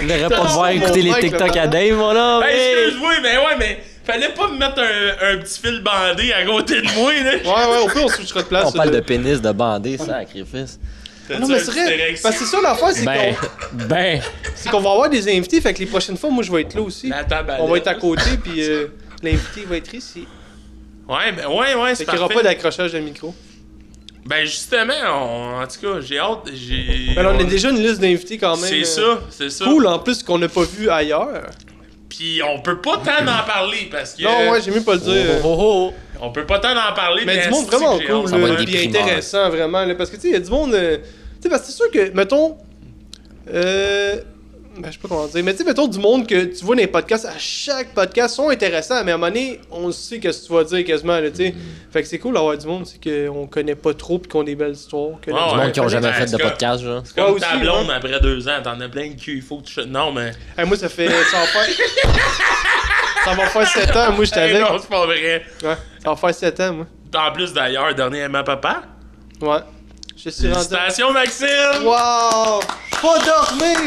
Speaker 3: Il devrait pas devoir écouter les
Speaker 2: Mike,
Speaker 3: TikTok
Speaker 2: là.
Speaker 3: à Dave, mon homme.
Speaker 2: Ben,
Speaker 1: Hey,
Speaker 3: hey.
Speaker 1: excuse-moi, mais ouais, mais fallait pas me mettre un, un petit fil bandé à côté de moi, là!
Speaker 2: Ouais, ouais, au pire, on switchera de place.
Speaker 3: On parle
Speaker 2: là.
Speaker 3: de pénis, de bandé, sacrifice.
Speaker 1: T'as-tu
Speaker 2: Non, mais
Speaker 1: une
Speaker 2: c'est
Speaker 1: petite
Speaker 2: vrai.
Speaker 1: érection?
Speaker 2: Parce que c'est ça l'affaire, c'est
Speaker 3: Ben,
Speaker 2: qu'on-
Speaker 3: ben.
Speaker 2: c'est qu'on va avoir des invités, fait que les prochaines fois, moi, je vais être là aussi.
Speaker 1: La table à
Speaker 2: On va être à
Speaker 1: l'aise.
Speaker 2: côté, puis euh, l'invité va être ici.
Speaker 1: Ouais, mais ouais, ouais,
Speaker 2: Fait
Speaker 1: c'est
Speaker 2: qu'il n'y aura
Speaker 1: parfait.
Speaker 2: pas d'accrochage de micro.
Speaker 1: Ben justement, on- en tout cas, j'ai hâte, j'ai...
Speaker 2: Mais Ben on a déjà une liste d'invités quand même.
Speaker 1: C'est
Speaker 2: euh,
Speaker 1: ça, c'est ça.
Speaker 2: Cool, en plus, qu'on n'a pas vu ailleurs.
Speaker 1: Puis on peut pas tant en parler, parce que...
Speaker 2: Non, ouais, j'ai même pas le dire. euh,
Speaker 3: Oh, oh,
Speaker 1: On peut pas tant en parler,
Speaker 2: Mais du
Speaker 1: esti
Speaker 2: monde
Speaker 1: que
Speaker 2: vraiment
Speaker 1: j'ai
Speaker 2: cool, euh,
Speaker 1: hâte.
Speaker 3: Ça va
Speaker 2: là,
Speaker 3: être
Speaker 2: puis
Speaker 3: déprimant.
Speaker 2: intéressant, vraiment. Là, parce que, tu sais, il y a du monde... euh, tu sais, parce que c'est sûr que, mettons... Euh... Ben, je sais pas comment dire. Mais tu sais, mettons, du monde que tu vois dans les podcasts, à chaque podcast, sont intéressants, mais à un moment donné, on sait que ce que tu vas dire quasiment, là, tu sais.
Speaker 3: Mm-hmm.
Speaker 2: Fait que c'est cool d'avoir du monde, c'est qu'on connaît pas trop, puis qu'on a des belles histoires. Que
Speaker 1: Ah Ouais,
Speaker 2: là-
Speaker 3: oh. Du monde qui ont jamais
Speaker 1: Ouais,
Speaker 3: fait de
Speaker 1: c'est
Speaker 3: podcast, genre.
Speaker 1: Comme
Speaker 2: Ouais,
Speaker 1: ta
Speaker 2: aussi,
Speaker 1: blonde après deux ans, t'en as plein le cul, il faut que tu... Non, mais...
Speaker 2: Hey, moi, ça fait... Ça va faire... ça va faire 7 ans, moi, j'étais
Speaker 1: Hey,
Speaker 2: avec.
Speaker 1: non, c'est pas vrai.
Speaker 2: Ouais, ça va faire 7 ans, moi.
Speaker 1: En plus, d'ailleurs, dernièrement, papa.
Speaker 2: Ouais. Je suis rendu.
Speaker 1: Félicitations, Maxime!
Speaker 2: Wow! Pas dormir!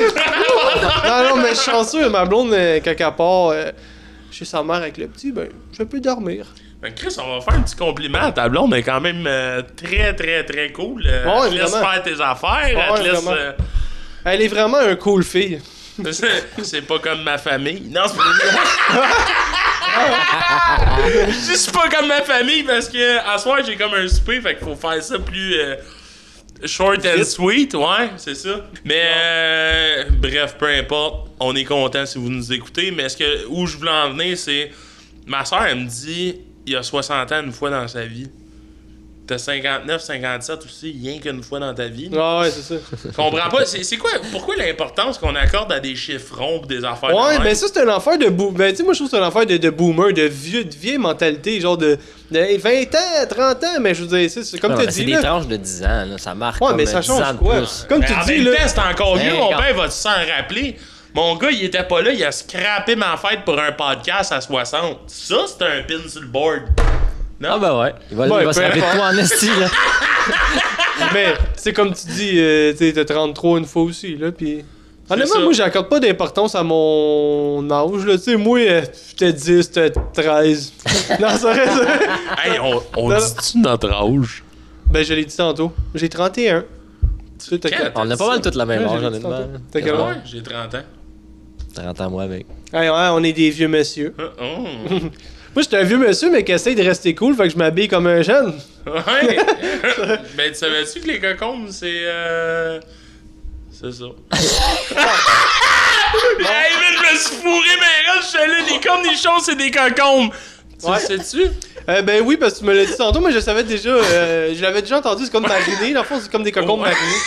Speaker 2: non, non, mais je suis chanceux, ma blonde, euh, quand elle part euh, chez sa mère avec le petit, ben, je peux dormir.
Speaker 1: Ben, Chris, on va faire un petit compliment à ta blonde, mais quand même euh, très, très, très cool. Euh,
Speaker 2: Ouais,
Speaker 1: elle te laisse
Speaker 2: vraiment.
Speaker 1: faire tes affaires, elle te
Speaker 2: Ouais,
Speaker 1: laisse...
Speaker 2: vraiment.
Speaker 1: euh,
Speaker 2: Elle est vraiment un cool fille.
Speaker 1: c'est- c'est pas comme ma famille. Non, c'est pas... Je suis pas comme ma famille parce que à soir, j'ai comme un souper, fait qu'il faut faire ça plus... euh, Short and sweet, ouais, c'est ça. Mais euh, bref, peu importe, on est content si vous nous écoutez. Mais ce que où je voulais en venir, c'est ma soeur, elle me dit, il a 60 ans une fois dans sa vie. T'as 59, 57 aussi, rien qu'une fois dans ta vie.
Speaker 2: Ah ouais, c'est ça.
Speaker 1: Je comprends pas. C'est c'est quoi, pourquoi l'importance qu'on accorde à des chiffres ronds pis des affaires de
Speaker 2: Ouais,
Speaker 1: même?
Speaker 2: ben ça, c'est un enfer de boomer. Ben, tu sais, moi, je trouve que c'est un enfer de, de boomer, de vieux, de vieille mentalité, genre de, de, hey, 20 ans, 30 ans, mais je veux dire, c'est- c'est comme
Speaker 3: Non,
Speaker 2: tu
Speaker 3: mais
Speaker 2: dis,
Speaker 3: C'est des
Speaker 2: là.
Speaker 3: tranches de 10 ans, là. Ça marque.
Speaker 2: Ouais,
Speaker 3: comme,
Speaker 2: mais
Speaker 3: euh,
Speaker 2: ça
Speaker 3: 10
Speaker 2: change
Speaker 3: ans de
Speaker 2: quoi?
Speaker 3: plus.
Speaker 2: Comme
Speaker 1: Mais
Speaker 2: tu
Speaker 1: en
Speaker 2: dis,
Speaker 1: même
Speaker 2: là.
Speaker 1: temps, c'est encore mieux.
Speaker 3: Hey,
Speaker 1: Mon
Speaker 3: regarde.
Speaker 1: père va s'en rappeler. Mon gars, il était pas là. Il a scrappé ma fête pour un podcast à 60. Ça, c'est un pin sur le board.
Speaker 3: Ah, ben ouais. Il va, il
Speaker 2: Ouais,
Speaker 3: va se
Speaker 2: peu
Speaker 3: rappeler de
Speaker 2: importe.
Speaker 3: toi en esti, là.
Speaker 2: Mais c'est comme tu dis, euh, tu sais, t'as 33 une fois aussi, là, pis...
Speaker 1: ça.
Speaker 2: Honnêtement, moi, j'accorde pas d'importance à mon âge, là, tu sais, moi, euh, t'as 10, t'as 13... non, ça reste...
Speaker 1: Hey, on, on
Speaker 2: Non, non.
Speaker 1: dit-tu notre âge?
Speaker 2: ben, je l'ai dit tantôt, j'ai 31. Tu sais, t'as
Speaker 1: Quel?
Speaker 2: quel-
Speaker 3: On a pas mal toute la même
Speaker 2: Ouais,
Speaker 3: âge,
Speaker 2: j'ai dit
Speaker 3: honnêtement.
Speaker 2: tantôt. T'as quel
Speaker 1: Ah
Speaker 2: âge?
Speaker 1: ouais, j'ai 30 ans.
Speaker 3: 30 ans, moi, mec.
Speaker 2: Hey, ouais, on est des vieux messieurs.
Speaker 1: Ah, oh.
Speaker 2: Moi, j'étais un vieux monsieur, mais qui essaye de rester cool, fait que je m'habille comme un jeune.
Speaker 1: Ouais. ben, tu savais-tu que les cocombes, c'est. Euh... C'est ça. hey, mais je me me suis fourré, mais là, je suis allé, les cornichons, c'est des concombres. Tu
Speaker 2: Ouais.
Speaker 1: le sais-tu?
Speaker 2: Euh, ben oui, parce que tu me l'as dit tantôt, mais je savais déjà. euh, je l'avais déjà entendu, c'est comme mariné. Dans le fond, c'est comme des concombres
Speaker 1: Ouais.
Speaker 2: marinés.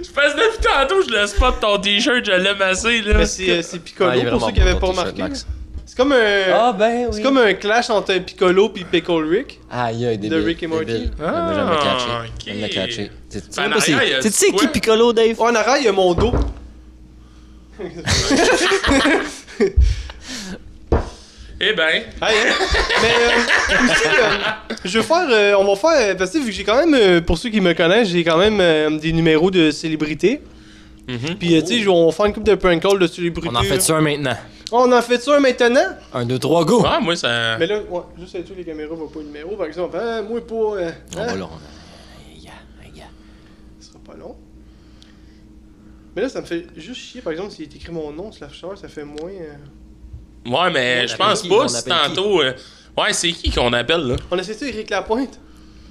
Speaker 1: Je passe depuis tantôt, je le spot ton t-shirt, je l'ai massé, là.
Speaker 2: Mais c'est euh, c'est Piccolo
Speaker 3: Ah, il est
Speaker 2: pour
Speaker 3: vraiment
Speaker 2: ceux qui n'avaient
Speaker 3: bon,
Speaker 2: pas
Speaker 3: ton t-shirt,
Speaker 2: remarqué.
Speaker 3: Max.
Speaker 2: là. C'est comme un.
Speaker 3: Ah, ben oui.
Speaker 2: C'est comme un clash entre Piccolo puis Pickle Rick.
Speaker 3: Aïe, aïe, débile.
Speaker 2: De Rick et Morty.
Speaker 3: débile.
Speaker 1: Ah,
Speaker 3: Elle m'a jamais catché.
Speaker 1: ok.
Speaker 3: Elle m'a catché. Tu tu sais
Speaker 1: Ben,
Speaker 3: même pas
Speaker 1: en arrière,
Speaker 3: c'est- tu sais
Speaker 1: il y a-
Speaker 3: qui
Speaker 1: ouais.
Speaker 3: Piccolo, Dave?
Speaker 2: Oh, en arrière, il y a mon dos.
Speaker 1: Eh ben,
Speaker 2: Hey, hein. Mais euh, aussi, euh, je vais faire. euh, on va faire. euh, parce que vu que j'ai quand même. euh, pour ceux qui me connaissent, j'ai quand même euh, des numéros de célébrités.
Speaker 3: Mm-hmm.
Speaker 2: Puis, euh, tu sais, on va faire une coupe de prank call de célébrités.
Speaker 3: On en fait ça un maintenant.
Speaker 2: On en fait ça un maintenant?
Speaker 3: Un, deux, trois, go!
Speaker 1: ah, moi, ça.
Speaker 2: Mais là, ouais, juste avec tous les caméras, va pas le numéro, par exemple. Hein, moi, pas. euh,
Speaker 3: On
Speaker 2: hein,
Speaker 3: va là, on a- Aïe, aïe, aïe.
Speaker 2: Ce sera pas long. Mais là, ça me fait juste chier, par exemple, s'il est écrit mon nom, slash ça fait moins. euh.
Speaker 1: Ouais, mais
Speaker 3: On
Speaker 1: je
Speaker 3: appelle
Speaker 1: pense
Speaker 3: qui?
Speaker 1: pas,
Speaker 3: On
Speaker 1: c'est
Speaker 3: appelle qui?
Speaker 1: tantôt. euh, Ouais, c'est qui qu'on appelle, là?
Speaker 2: On a essayé ça, Eric Lapointe.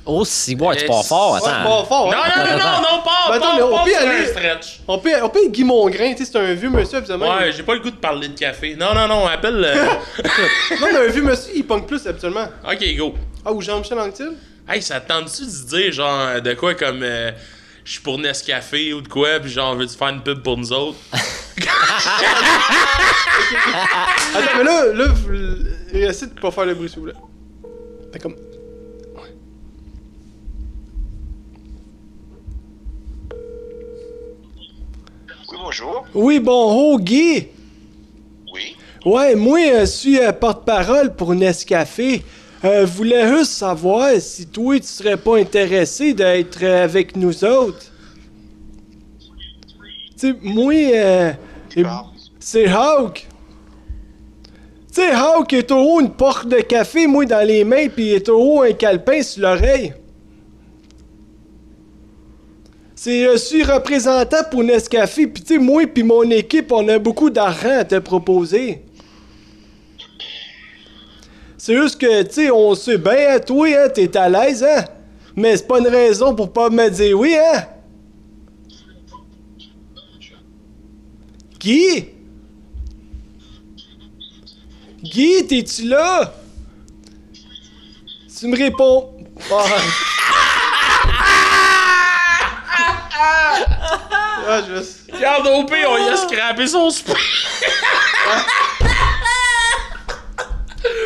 Speaker 3: Oh, si, ouais,
Speaker 1: Eh,
Speaker 3: tu pars fort,
Speaker 2: Ouais,
Speaker 3: attends.
Speaker 2: pas fort,
Speaker 1: Non,
Speaker 2: hein.
Speaker 1: non, non, non, non, pas,
Speaker 2: Mais attends,
Speaker 1: pas,
Speaker 2: mais au
Speaker 1: pas,
Speaker 2: pire,
Speaker 1: sur
Speaker 2: allez.
Speaker 1: un stretch.
Speaker 2: On paye, on paye Guy Mongrain, tu sais, c'est un vieux monsieur, habituellement.
Speaker 1: Ouais, j'ai pas le goût de parler de café. Non, non, non, appelle. euh,
Speaker 2: Non, mais un vieux monsieur, il punk plus, habituellement.
Speaker 1: ok, go.
Speaker 2: Ah, ou Jean-Michel Anctil?
Speaker 1: Hey, ça te tente-tu de dire, genre, de quoi comme. euh, je suis pour Nescafé ou de quoi, puis genre, veux-tu faire une pub pour nous autres?
Speaker 2: Attends, mais là, là, vous- euh, essayez de pas faire le bruit, s'il vous plaît. Fait comme.
Speaker 7: Oui, bonjour.
Speaker 2: Oui, bon, oh, Guy!
Speaker 7: Oui.
Speaker 2: Ouais, moi, je suis euh, porte-parole pour Nescafé. Euh, je voulais juste savoir si toi, tu serais pas intéressé d'être euh, avec nous autres. Tu sais, moi, euh, eh, c'est Hawk. Tu sais, Hawk est au haut une porte de café, moi, dans les mains, puis il est au haut un calepin sur l'oreille. C'est je suis représentant pour Nescafé, puis tu sais, moi puis mon équipe, on a beaucoup d'argent à te proposer. C'est juste que, tu sais, on sait bien, hein, toi, hein, t'es à l'aise, hein? Mais c'est pas une raison pour pas me dire oui, hein? Guy? Guy, t'es-tu là? Tu me réponds. Ah. Ah, je vais-
Speaker 1: Regarde, OP, on y a scrappé son spot.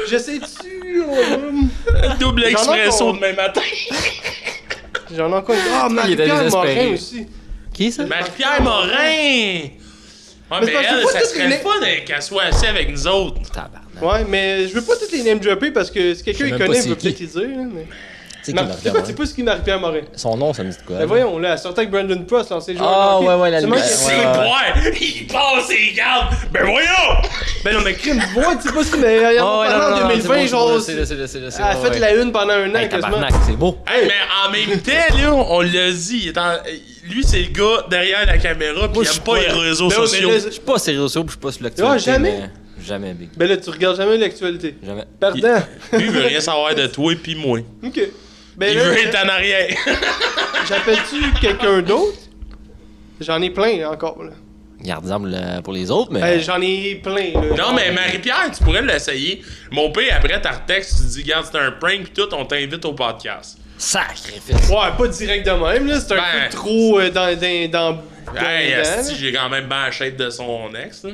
Speaker 2: Je sais-tu. on-
Speaker 1: Double
Speaker 2: ai
Speaker 1: expresso
Speaker 2: encore-
Speaker 1: demain matin.
Speaker 2: J'en ai encore une. Ah,
Speaker 3: Il était
Speaker 2: Marie-Pierre
Speaker 3: désespéré.
Speaker 2: Morin aussi.
Speaker 3: Qui, ça?
Speaker 1: Marie-Pierre Morin! Ouais, mais,
Speaker 2: parce que
Speaker 1: elle,
Speaker 2: faut
Speaker 1: ça
Speaker 2: tout
Speaker 1: serait le
Speaker 2: les-
Speaker 1: fun euh, qu'elle soit assise avec nous autres.
Speaker 3: Tabarnak.
Speaker 2: Ouais, mais je veux pas toutes les name dropper parce que si quelqu'un
Speaker 3: Je sais
Speaker 2: il
Speaker 3: même pas
Speaker 2: connaît, il
Speaker 3: c'est
Speaker 2: veut
Speaker 3: qui.
Speaker 2: peut-être y dire. là, Mais...
Speaker 3: C'est qui,
Speaker 2: Mar- C'est quoi, c'est
Speaker 3: Marie-Pierre Morin?
Speaker 2: pas ce qui Marie-Pierre Morin?
Speaker 3: Son nom, ça me dit de quoi?
Speaker 2: Ben
Speaker 3: là?
Speaker 2: voyons, là, elle sortait avec Brandon Pross, l'ancien joueur.
Speaker 3: Ah,
Speaker 2: de hockey.
Speaker 3: ouais, ouais, la
Speaker 2: Seulement
Speaker 3: nouvelle,
Speaker 2: que-
Speaker 1: C'est
Speaker 3: ouais.
Speaker 1: ouais. Il passe et il garde. Ben voyons!
Speaker 2: Ben non, mais crime, ouais, tu sais pas ce qu'il mais
Speaker 3: Ah, ouais, non, non,
Speaker 2: en
Speaker 3: non, c'est bon,
Speaker 2: 2020,
Speaker 3: c'est bon,
Speaker 2: genre.
Speaker 3: c'est-
Speaker 2: Elle
Speaker 3: c'est- c'est- c'est- c'est
Speaker 2: a
Speaker 3: bon,
Speaker 2: fait
Speaker 3: ouais.
Speaker 2: la une pendant un an
Speaker 3: Hey,
Speaker 2: quasiment.
Speaker 3: tabarnak, c'est beau.
Speaker 1: Hey, mais en même temps, là, on l'a dit, il est en- lui, c'est le gars derrière la caméra, puis
Speaker 3: Moi,
Speaker 1: il
Speaker 3: je
Speaker 1: aime
Speaker 3: suis
Speaker 1: pas
Speaker 3: pas-
Speaker 1: les réseaux
Speaker 2: Ben ouais, mais
Speaker 1: sociaux.
Speaker 2: là,
Speaker 3: Je suis pas sérieux sur, puis je suis pas sur l'actualité.
Speaker 2: Ah, jamais?
Speaker 3: mais- Jamais, big.
Speaker 2: Ben là, tu regardes jamais l'actualité.
Speaker 3: Jamais.
Speaker 2: Pardon.
Speaker 1: Lui, il veut rien savoir de toi puis moi.
Speaker 2: Ok. Ben
Speaker 1: Il veut être
Speaker 2: là,
Speaker 1: en arrière.
Speaker 2: j'appelle-tu quelqu'un d'autre? J'en ai plein là, encore, là.
Speaker 3: Gardez-en pour le- pour les autres, mais.
Speaker 2: Ben, J'en ai plein, là.
Speaker 1: Non, mais Marie-Pierre, tu pourrais l'essayer. Mon père, après, t'as retexte, tu dis, regarde, c'est un prank, pis tout, on t'invite au podcast.
Speaker 3: Sacrifice.
Speaker 2: Ouais, pas direct de même, là. C'est un
Speaker 1: Ben.
Speaker 2: peu trop euh, dans, dans, dans, dans
Speaker 1: Hey,
Speaker 2: les dents,
Speaker 1: esti,
Speaker 2: là.
Speaker 1: j'ai quand même bien la shape de son ex, là.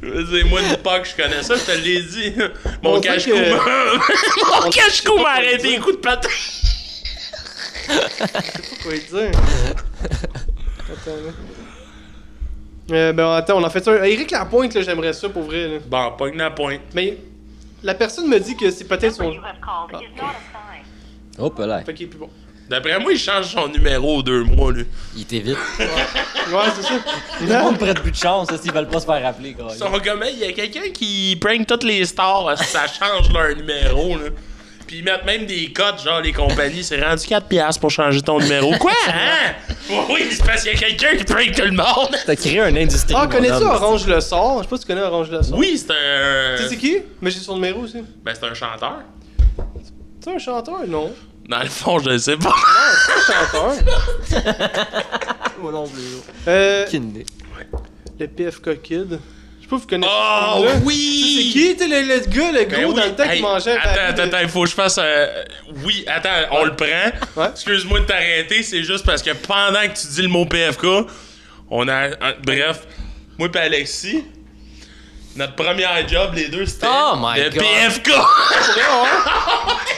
Speaker 1: C'est moi une pas que je connais ça, je te l'ai dit. Mon
Speaker 2: On dirait
Speaker 1: cache-cou
Speaker 2: que-
Speaker 1: m'a- Mon cache-cou m'a arrêté un coup de patin.
Speaker 2: Quoi dire? attends, là. Euh, ben, attends, on en fait ça. un- Éric Lapointe, là, j'aimerais ça pour vrai, là.
Speaker 1: Bon, pogne la pointe.
Speaker 2: Mais la personne me dit que c'est peut-être
Speaker 8: number
Speaker 2: son.
Speaker 7: Ah,
Speaker 8: you have called
Speaker 2: Ah.
Speaker 8: is not assigned.
Speaker 3: Hop là.
Speaker 2: Fait qu'il est plus bon.
Speaker 1: D'après moi, il change son numéro aux deux mois, lui.
Speaker 3: Il t'évite.
Speaker 2: Ouais, c'est ça.
Speaker 3: Tout le monde prête plus de chance, là, s'ils veulent pas se faire rappeler, quoi.
Speaker 1: Son gommel, il y a quelqu'un qui prank toutes les stars, ça change leur numéro, là. Puis ils mettent même des codes, genre les compagnies, c'est rendu 4$ piastres pour changer ton numéro. Quoi, hein? Oui, c'est parce qu'il y a quelqu'un qui prank tout le monde.
Speaker 3: T'as créé un industrie.
Speaker 2: Ah,
Speaker 3: mon
Speaker 2: connais-tu
Speaker 3: homme.
Speaker 2: Orange Le Sort? Je sais pas si tu connais Orange Le Sort.
Speaker 1: Oui, c'est un.
Speaker 2: Tu sais, c'est qui? Mais j'ai son numéro aussi.
Speaker 1: Ben, c'est un chanteur.
Speaker 2: C'est un chanteur? Non.
Speaker 1: Dans le fond, je le sais pas.
Speaker 2: Chanteur.
Speaker 3: Moi non plus.
Speaker 2: Euh,
Speaker 3: Aucune idée.
Speaker 2: le PFK Kid. Je sais pas, vous connaissez.
Speaker 1: Oh
Speaker 2: ce film-là.
Speaker 1: oui!
Speaker 2: C'est qui était le, le gars, le
Speaker 1: Ben
Speaker 2: gros, dans
Speaker 1: oui,
Speaker 2: le temps
Speaker 1: hey,
Speaker 2: qui mangeait un
Speaker 1: Attends,
Speaker 2: paquet de-
Speaker 1: attends, il faut que je fasse. euh, Oui, attends, on le prend.
Speaker 2: Ouais.
Speaker 1: Excuse-moi de t'arrêter, c'est juste parce que pendant que tu dis le mot PFK, on a. un- bref, moi et Alexis, notre premier job, les deux, c'était
Speaker 3: Oh my
Speaker 1: le
Speaker 3: God.
Speaker 1: PFK.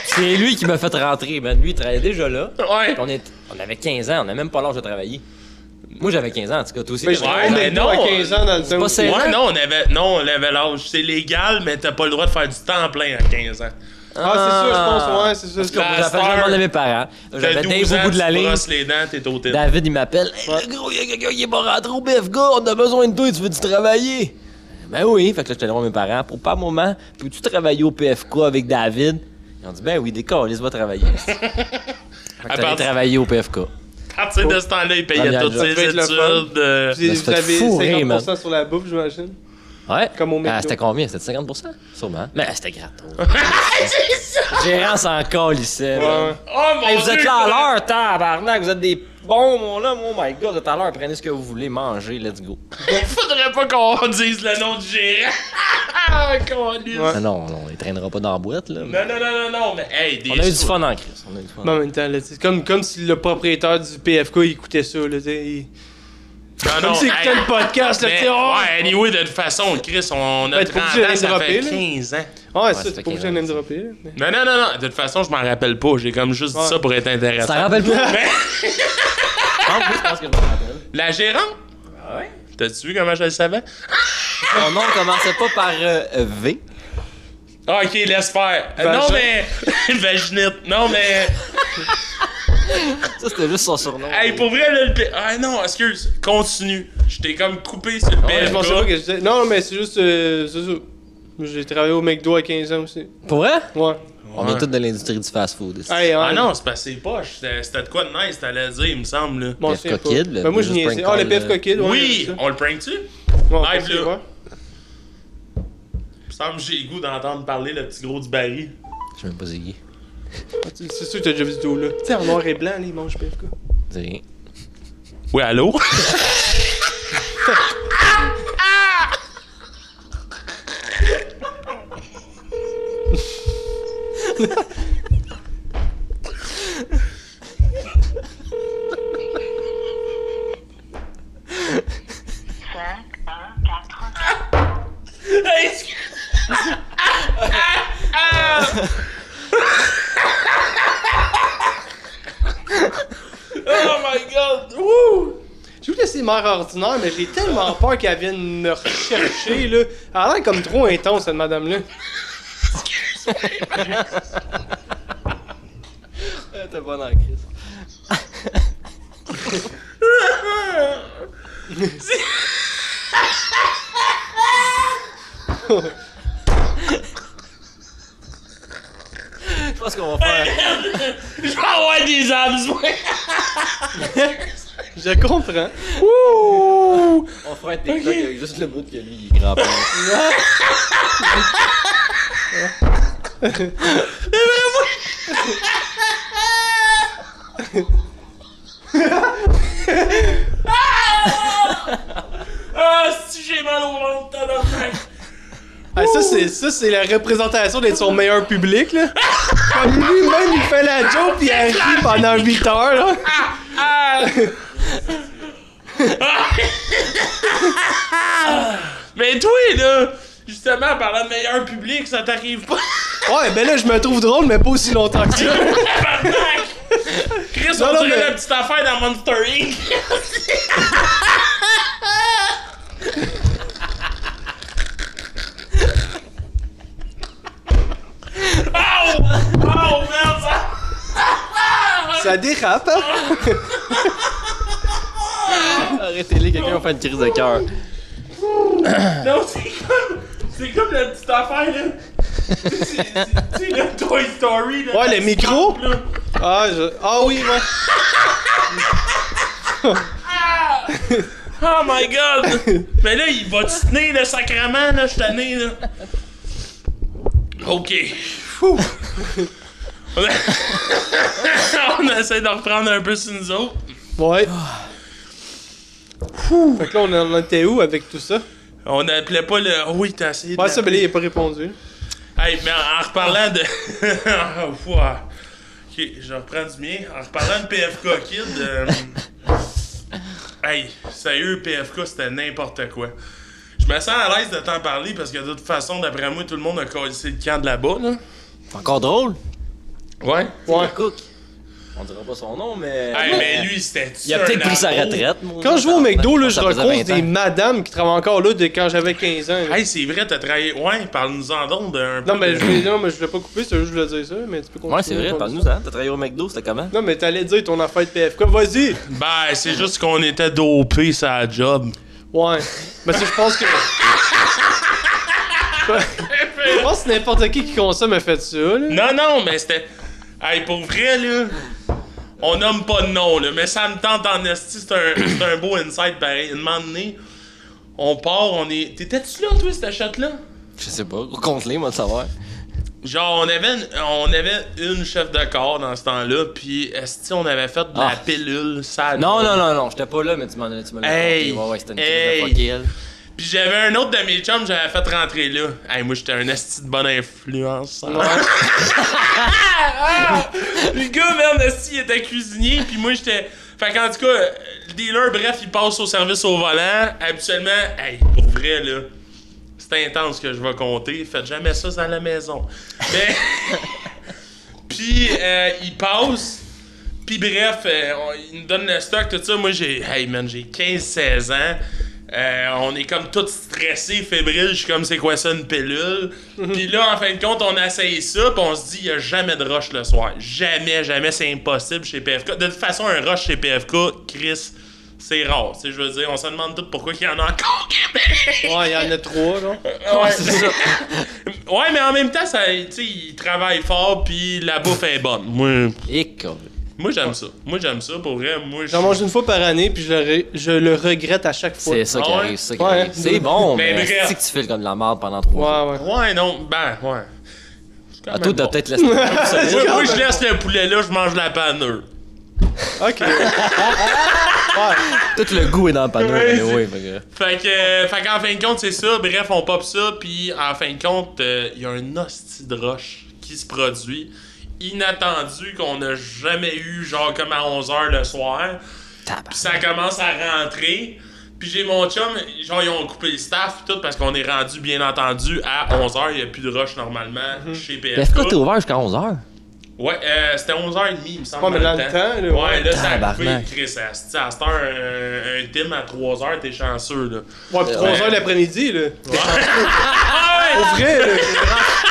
Speaker 3: C'est lui qui m'a fait rentrer, man. Lui, il travaillait déjà là.
Speaker 1: ouais.
Speaker 3: On, est... on avait 15 ans, on n'a même pas l'âge de travailler. Moi, j'avais 15 ans, en tout cas. Toi aussi,
Speaker 2: Ben, je
Speaker 3: t'avais-
Speaker 1: Ouais,
Speaker 2: ouais,
Speaker 1: mais
Speaker 2: mais non, à
Speaker 1: non,
Speaker 2: 15 ans dans le temps.
Speaker 3: pas
Speaker 2: où-
Speaker 3: sérieux.
Speaker 1: Ouais, non, on avait, non, on avait l'âge. C'est légal, mais t'as pas le droit de faire du temps plein à 15 ans.
Speaker 2: Ah, c'est sûr, je pense, ouais, c'est sûr.
Speaker 1: que-
Speaker 3: Moi, J'avais fait le de mes parents.
Speaker 1: T'as
Speaker 3: J'avais
Speaker 1: 12
Speaker 3: Dave au
Speaker 1: ans,
Speaker 3: bout de la
Speaker 1: tu te
Speaker 3: ligne.
Speaker 1: brosses les dents, t'es au tête.
Speaker 3: David, il m'appelle. Hey, le gros, il y a quelqu'un qui est pas rentré au BFG, on a besoin de toi, tu veux-tu travailler? Ben oui, fait que là, j'étais allé voir mes parents. Pour pas un moment, peux-tu travailler au PFK avec David? Ils ont dit, ben oui, décolle, laisse-moi travailler. fait
Speaker 1: À
Speaker 3: que t'allais
Speaker 1: partir-
Speaker 3: travailler au PFK.
Speaker 1: à partir de ce temps-là, il payait
Speaker 3: Première
Speaker 1: toutes
Speaker 3: job.
Speaker 1: ses
Speaker 2: Ça va être le fun.
Speaker 1: études. euh,
Speaker 2: Vous,
Speaker 3: me suis
Speaker 2: vous
Speaker 3: fait
Speaker 2: avez
Speaker 3: fourrer,
Speaker 2: 50% sur la bouffe, j'imagine.
Speaker 3: Ouais.
Speaker 2: Comme au McDo.
Speaker 3: Ah, c'était combien? C'était 50%? Sûrement. Mais ah, c'était gratos. Gérant s'en colissait. là.
Speaker 2: Ouais.
Speaker 1: Oh mon
Speaker 3: Hey, vous
Speaker 1: dieu!
Speaker 3: êtes là à l'heure, tabarnak, vous êtes des bons, mon là, oh my god, vous êtes à l'heure, prenez ce que vous voulez, mangez, let's go.
Speaker 1: Faudrait pas qu'on dise le nom du gérant. Qu'on dise.
Speaker 2: Ouais.
Speaker 3: Ah non, non, il traînera pas dans la boîte, là. mais-
Speaker 1: Non, non, non, non, non, mais hey, des
Speaker 3: On a eu du
Speaker 1: sous-
Speaker 3: fun en crise. On a eu du fun.
Speaker 2: Mais en même temps, là, c'est comme, comme si le propriétaire du PFK il écoutait ça. Là, tu sais, il...
Speaker 1: Ah Non,
Speaker 2: Comme
Speaker 1: non,
Speaker 2: s'il
Speaker 1: hey,
Speaker 2: écoutait le podcast. Là, tu
Speaker 1: mais-
Speaker 2: sais, oh!
Speaker 1: ouais, anyway, de toute façon, Chris, on a
Speaker 2: Ben, t'es pas
Speaker 1: 30
Speaker 2: obligé de
Speaker 1: ans, ça
Speaker 2: dropper,
Speaker 1: fait
Speaker 2: là.
Speaker 1: 15 ans.
Speaker 2: Ah, ouais, ça,
Speaker 3: ça
Speaker 2: c'est
Speaker 3: fait
Speaker 2: pas obligé de
Speaker 3: quinze ans.
Speaker 2: name dropper. là, mais-
Speaker 1: Non, non, non, non, de toute façon, je m'en rappelle pas. J'ai comme juste dit
Speaker 2: Ouais.
Speaker 1: ça pour être intéressant.
Speaker 3: Ça rappelle pas? Non, oui, je pense que je me rappelle.
Speaker 1: La gérante? Ouais. T'as-tu vu comment je le savais?
Speaker 3: Mon nom commençait pas par euh, V.
Speaker 1: Ah, ok, laisse faire. Euh, non,
Speaker 2: Vagin.
Speaker 1: mais. Vaginite. Non, mais.
Speaker 3: Ça, c'était juste son surnom.
Speaker 1: Hey, pour vrai, là, le. P- Ah non, excuse. Continue. Je t'ai comme coupé sur le
Speaker 2: Ah Ouais,
Speaker 1: PFK.
Speaker 2: je pensais pas que je disais- Non, mais c'est juste. euh, c'est ça. J'ai travaillé au McDo à 15 ans aussi.
Speaker 3: Pour vrai?
Speaker 2: Ouais.
Speaker 3: On est tous de l'industrie du fast-food. ici.
Speaker 2: Hey,
Speaker 1: Ah
Speaker 2: hein,
Speaker 1: non, c'est parce que c'est poche. C'était c'était de quoi de nice, t'allais dire, il me semble, là.
Speaker 2: je m'en
Speaker 3: PFK
Speaker 2: souviens pas.
Speaker 3: Kid, le-
Speaker 2: Ben, moi, je
Speaker 3: juste
Speaker 2: niaisais.
Speaker 3: prank
Speaker 2: Ah, le
Speaker 3: call,
Speaker 2: PFK
Speaker 3: euh,
Speaker 2: Kid, ouais,
Speaker 1: oui!
Speaker 2: c'est ça.
Speaker 1: On le prank-tu?
Speaker 2: Ouais,
Speaker 1: live,
Speaker 2: c'est
Speaker 1: là.
Speaker 2: vrai.
Speaker 1: Il me semble que j'ai le goût d'entendre parler le petit gros du baril.
Speaker 3: Je suis même pas zigué.
Speaker 2: Ah, tu- C'est sûr que t'as déjà vu ce dos là. Tu sais, en noir et blanc, là, ils mangent PFK.
Speaker 3: Dis rien.
Speaker 1: Oui, allô? Hey, excuse- oh my god! Wouh!
Speaker 2: Je voulais laisser mère ordinaire, mais j'ai tellement peur qu'elle vienne me rechercher, là. Elle a l'air comme trop intense, cette madame-là.
Speaker 3: T'es bonne en crise. Je pense qu'on va faire.
Speaker 1: Je vais avoir des abs, moi!
Speaker 2: Je comprends.
Speaker 1: Wouh!
Speaker 3: On fera un TikTok avec juste le bout que lui, il grand
Speaker 1: Ah, si j'ai mal au ventre, t'as la
Speaker 2: Ah, ça, c'est, ça, c'est la représentation d'être son meilleur public, là. Comme lui-même, il fait la joke, pis il a ri pendant 8 heures, là.
Speaker 1: Mais toi, là, justement, par le meilleur public, ça t'arrive pas.
Speaker 2: Ouais, ben là, je me trouve drôle, mais pas aussi longtemps que ça.
Speaker 1: Chris,
Speaker 2: Non,
Speaker 1: on
Speaker 2: non,
Speaker 1: dirait
Speaker 2: mais-
Speaker 1: la petite affaire dans Monster Inc. Ow! Oh merde, ça...
Speaker 2: Ça dérape, hein.
Speaker 3: Arrêtez-les, quelqu'un va faire une crise de cœur.
Speaker 1: Non, c'est comme... C'est comme la petite affaire, là. C'est- c'est- Tu sais, le Toy Story, là.
Speaker 2: Ouais,
Speaker 1: la
Speaker 2: le micro.
Speaker 1: soupe, là.
Speaker 2: Ah, je... ah oui, ouais.
Speaker 1: Oh my god! Mais là, il va te tenir le sacrement, là, cette année, là. Ok. Fou. on essaie de reprendre un peu sur nous autres.
Speaker 2: Ouais. Fait que là, on en était où avec tout ça?
Speaker 1: On n'appelait pas le. Oh oui, t'as essayé de.
Speaker 2: Ouais, ça, mais là,
Speaker 1: l'appeler.
Speaker 2: il a pas répondu.
Speaker 1: Hey, mais en, en reparlant de. Oh, fou, ah. ok, je reprends du mien. En reparlant de PFK Kid. euh, Hey, sérieux, PFK, c'était n'importe quoi. Je me sens à l'aise de t'en parler parce que de toute façon, d'après moi, tout le monde a collé le camp de là-bas, là.
Speaker 3: Encore drôle.
Speaker 1: Ouais.
Speaker 2: Ouais.
Speaker 3: Cook. On dira pas son nom, mais.
Speaker 1: Hey, mais lui, c'était
Speaker 3: Il a peut-être pris sa retraite.
Speaker 2: Quand je vais au McDo, là, je rencontre
Speaker 3: recose
Speaker 2: des madames qui travaillent encore là de quand j'avais 15 ans. là.
Speaker 1: Hey, c'est vrai, t'as travaillé. Ouais, parle-nous-en donc d'un peu.
Speaker 2: Non, mais
Speaker 1: de-
Speaker 2: je voulais, non, mais je voulais pas couper, c'est juste que je voulais dire ça, mais tu peux continuer.
Speaker 3: Ouais, c'est vrai,
Speaker 2: ton
Speaker 3: parle-nous,
Speaker 2: histoire.
Speaker 3: hein. T'as travaillé au McDo, c'était comment?
Speaker 2: Non, mais t'allais dire ton affaire de PFK, vas-y!
Speaker 1: Ben, c'est juste qu'on était dopés sa job.
Speaker 2: Ouais. Mais c'est- je pense que. je pense que n'importe qui qui consomme a fait ça, là.
Speaker 1: Non, non, mais c'était. Hey, pour vrai, là. On nomme pas de nom, là, mais ça me tente en esti, c'est un, c'est un beau insight pareil. Un moment donné, on part, on est. T'étais-tu là, toi, cette chatte-là?
Speaker 3: Je sais pas. Compte-les, moi, de savoir.
Speaker 1: Genre, on avait, une, on avait une chef de corps dans ce temps-là, puis esti, on avait fait de la
Speaker 3: Ah.
Speaker 1: pilule, ça.
Speaker 3: Non, non, non, non, j'étais pas là, mais tu m'en as tu me l'as
Speaker 1: Hey!
Speaker 3: raconté. Ouais, ouais, c'était une
Speaker 1: Hey!
Speaker 3: crise de fuck it.
Speaker 1: Puis j'avais un autre de mes chums, j'avais fait rentrer là. Hey, moi, j'étais un esti de bonne influence. hein. Le gars, man, esti, il était cuisinier, puis moi, j'étais... Fait qu'en tout cas, euh, le dealer, bref, il passe au service au volant. Habituellement, hey, pour vrai, là, c'est intense que je vais compter. Faites jamais ça dans la maison. Mais... puis, euh, il passe... Puis bref, euh, on- il nous donne le stock, tout ça. Moi, j'ai... Hey, man, j'ai 15-16 ans. Euh, on est comme tous stressés, fébriles. Je suis comme, c'est quoi ça, une pilule? Puis là, en fin de compte, on essaye ça, puis on se dit, il n'y a jamais de rush le soir. Jamais, jamais, c'est impossible chez PFK. De toute façon, un rush chez PFK, Chris, c'est rare. Tu sais, je veux dire, on se demande tout pourquoi il y en a encore au Québec.
Speaker 2: Ouais, il y en a trois, là.
Speaker 1: Ouais, Ouais, mais en même temps, ça, tu sais, ils travaillent fort, puis la bouffe est bonne. Moi,
Speaker 3: Et comme.
Speaker 1: moi j'aime ça. Moi, j'aime ça, pour vrai. Moi, je-
Speaker 2: J'en mange une fois par année, puis je le, re- je le regrette à chaque fois.
Speaker 3: C'est ça qui
Speaker 1: Ouais.
Speaker 3: arrive, c'est ça qui
Speaker 2: Ouais.
Speaker 3: arrive. C'est bon,
Speaker 1: Ben,
Speaker 3: mais
Speaker 1: bref.
Speaker 3: c'est que tu files comme de la merde pendant trois jours.
Speaker 2: Ouais, ouais.
Speaker 1: Ouais, non, ben, ouais. C'est quand
Speaker 3: À
Speaker 1: même
Speaker 3: toi, t'as
Speaker 1: bon.
Speaker 3: peut-être laissé. solide.
Speaker 1: Moi, moi, je laisse le poulet là, je mange la panure.
Speaker 2: Ok. ouais.
Speaker 3: Tout le goût est dans le panneau.
Speaker 1: Ouais,
Speaker 3: mais
Speaker 1: c'est-
Speaker 3: oui, fait que-
Speaker 1: Fait que, euh, fait qu'en fin de compte, c'est ça. Bref, on pop ça, puis en fin de compte, il y a un hostie de roche qui se produit, inattendu, qu'on n'a jamais eu, genre comme à 11h le soir. Puis ça commence à rentrer. Puis j'ai mon chum, genre ils ont coupé le staff tout parce qu'on est rendu, bien entendu, à 11h. Il n'y a plus de rush normalement
Speaker 3: Mm-hmm.
Speaker 1: chez PFK.
Speaker 3: PFK, t'es ouvert jusqu'à 11h.
Speaker 1: Ouais, euh, c'était 11h30, il me semble.
Speaker 2: Ouais, mais dans le temps, là,
Speaker 1: ouais,
Speaker 2: ouais.
Speaker 1: là, ça a coupé,
Speaker 3: Tabarnak.
Speaker 1: Chris. À, à cette heure, un, un team à 3h, t'es chanceux, là.
Speaker 2: Ouais, puis 3
Speaker 1: Ouais.
Speaker 2: heures l'après-midi, là.
Speaker 1: Ah ouais!
Speaker 2: Pour vrai, là.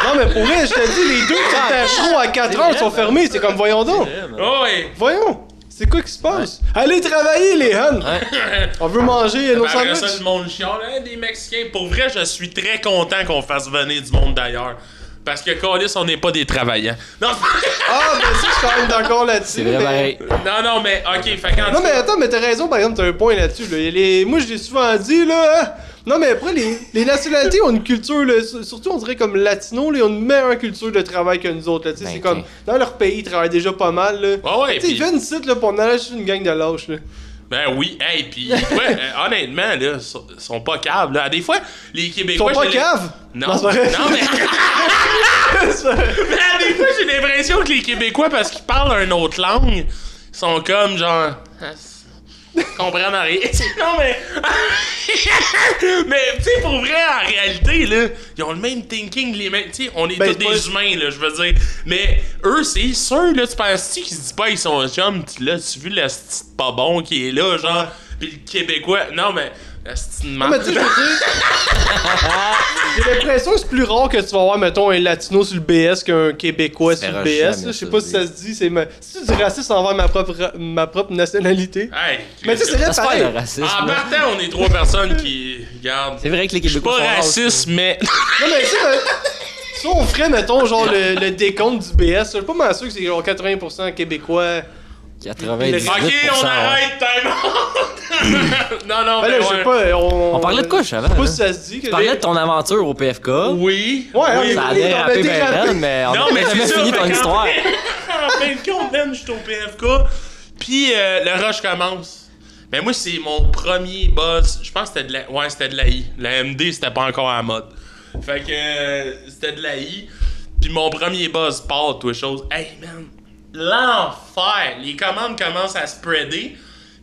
Speaker 2: Non, mais pour vrai, je te dis, les deux qui étaient chauds à 4 heures sont fermés. C'est comme, voyons donc.
Speaker 1: Ah ouais!
Speaker 2: Voyons. C'est quoi qui se passe? Allez travailler, les Huns! On veut manger nos
Speaker 1: Ben, après ça,
Speaker 2: sandwichs?
Speaker 1: le monde chiale, Hein, des Mexicains. Pour vrai, je suis très content qu'on fasse venir du monde d'ailleurs. Parce que, Calis, on n'est pas des travaillants. Non, c'est
Speaker 2: Ah, ben ça, je suis quand même d'accord là-dessus.
Speaker 3: C'est vrai,
Speaker 2: mais-
Speaker 3: pareil.
Speaker 1: pas- non, non, mais ok, fait qu'en
Speaker 2: Non
Speaker 1: tout
Speaker 2: mais
Speaker 1: cas-
Speaker 2: attends, mais t'as raison, par exemple, t'as un point là-dessus. Là. Les- Moi, je l'ai souvent dit, là. hein. Non mais après, les, les nationalités ont une culture, là, sur- surtout on dirait comme latino, là, ils ont une meilleure culture de travail que nous autres. Là. Tu sais,
Speaker 3: Ben,
Speaker 2: c'est
Speaker 3: ok.
Speaker 2: comme, dans leur pays, ils travaillent déjà pas mal. Là.
Speaker 1: Ouais, ouais,
Speaker 2: tu sais,
Speaker 1: puis-
Speaker 2: ils viennent ici, là, pour on allait juste une gang de lâches, là.
Speaker 1: Ben oui, hey, pis ouais, euh, honnêtement, là, so- sont pas caves, là. Des fois, les
Speaker 2: Ils sont
Speaker 1: Québécois.
Speaker 2: pas
Speaker 1: j'ai les-
Speaker 2: caves!
Speaker 1: Non,
Speaker 2: Non, c'est pas vrai.
Speaker 1: non, mais. Mais des fois, j'ai l'impression que les Québécois, parce qu'ils parlent une autre langue, sont comme genre. Ah, c'est- ils comprennent rien. non, mais. mais, tu sais, pour vrai, en réalité, là, ils ont le même thinking, les mêmes. Tu sais, on est
Speaker 2: Ben,
Speaker 1: tous
Speaker 2: c'est
Speaker 1: des
Speaker 2: pas-
Speaker 1: humains, là, je veux dire. Mais eux, c'est sûr, là, tu penses-tu qu'ils se disent pas, ils sont chum, tu là, tu vu le petit pas bon qui est là, genre. Pis le Québécois. Non, mais. la petite
Speaker 2: Non, mais tu sais, je veux dire- J'ai l'impression que c'est plus rare que tu vas avoir, mettons, un latino sur le BS qu'un québécois sur le
Speaker 3: verra
Speaker 2: Bs.
Speaker 3: jamais,
Speaker 2: là. Je sais
Speaker 3: ça,
Speaker 2: pas si
Speaker 3: oui.
Speaker 2: ça se dit, c'est ma... c'est du racisme envers ma propre, ma propre nationalité.
Speaker 1: Hey,
Speaker 2: Mais tu sais, c'est vrai
Speaker 3: Ça se fait
Speaker 2: pareil.
Speaker 3: le racisme.
Speaker 1: En
Speaker 3: là.
Speaker 1: Ah, partant, on est trois personnes qui regardent.
Speaker 3: C'est vrai que les
Speaker 1: ben, Je suis
Speaker 3: Québécois.
Speaker 1: pas
Speaker 3: sont rares,
Speaker 1: raciste, mais.
Speaker 2: Non, mais tu sais, ben, si on ferait, mettons, genre le, le décompte du BS, je suis pas mal sûr que c'est genre 80% québécois.
Speaker 3: 98
Speaker 1: Ok, on arrête, time out! Non, non,
Speaker 2: Ben
Speaker 1: mais
Speaker 2: là, je sais
Speaker 1: ouais.
Speaker 2: pas, on...
Speaker 3: On parlait de quoi,
Speaker 2: Je sais
Speaker 3: avant,
Speaker 2: pas
Speaker 3: hein?
Speaker 2: si ça se dit. que-
Speaker 3: Tu parlais de ton aventure au PFK.
Speaker 1: Oui.
Speaker 2: Ouais,
Speaker 1: oui,
Speaker 3: Ça a
Speaker 2: on
Speaker 1: oui.
Speaker 3: dérapé
Speaker 2: avait
Speaker 3: bien
Speaker 2: dérapé.
Speaker 3: raide, mais Euh, on
Speaker 1: Non,
Speaker 3: a
Speaker 1: mais c'est
Speaker 3: jamais
Speaker 1: ça,
Speaker 3: fini
Speaker 1: fait
Speaker 3: ton
Speaker 1: qu'en-
Speaker 3: histoire.
Speaker 1: en fin de compte, man, j'étais au PFK. Puis euh, le rush commence. Mais moi, c'est mon premier boss. Je pense que c'était de la. Ouais, c'était de l'AI. La MD, c'était pas encore à la mode. Fait que euh, c'était de l'AI. Puis mon premier boss part, toi, chose. Hey, man, l'enfer! Les commandes commencent à spreader.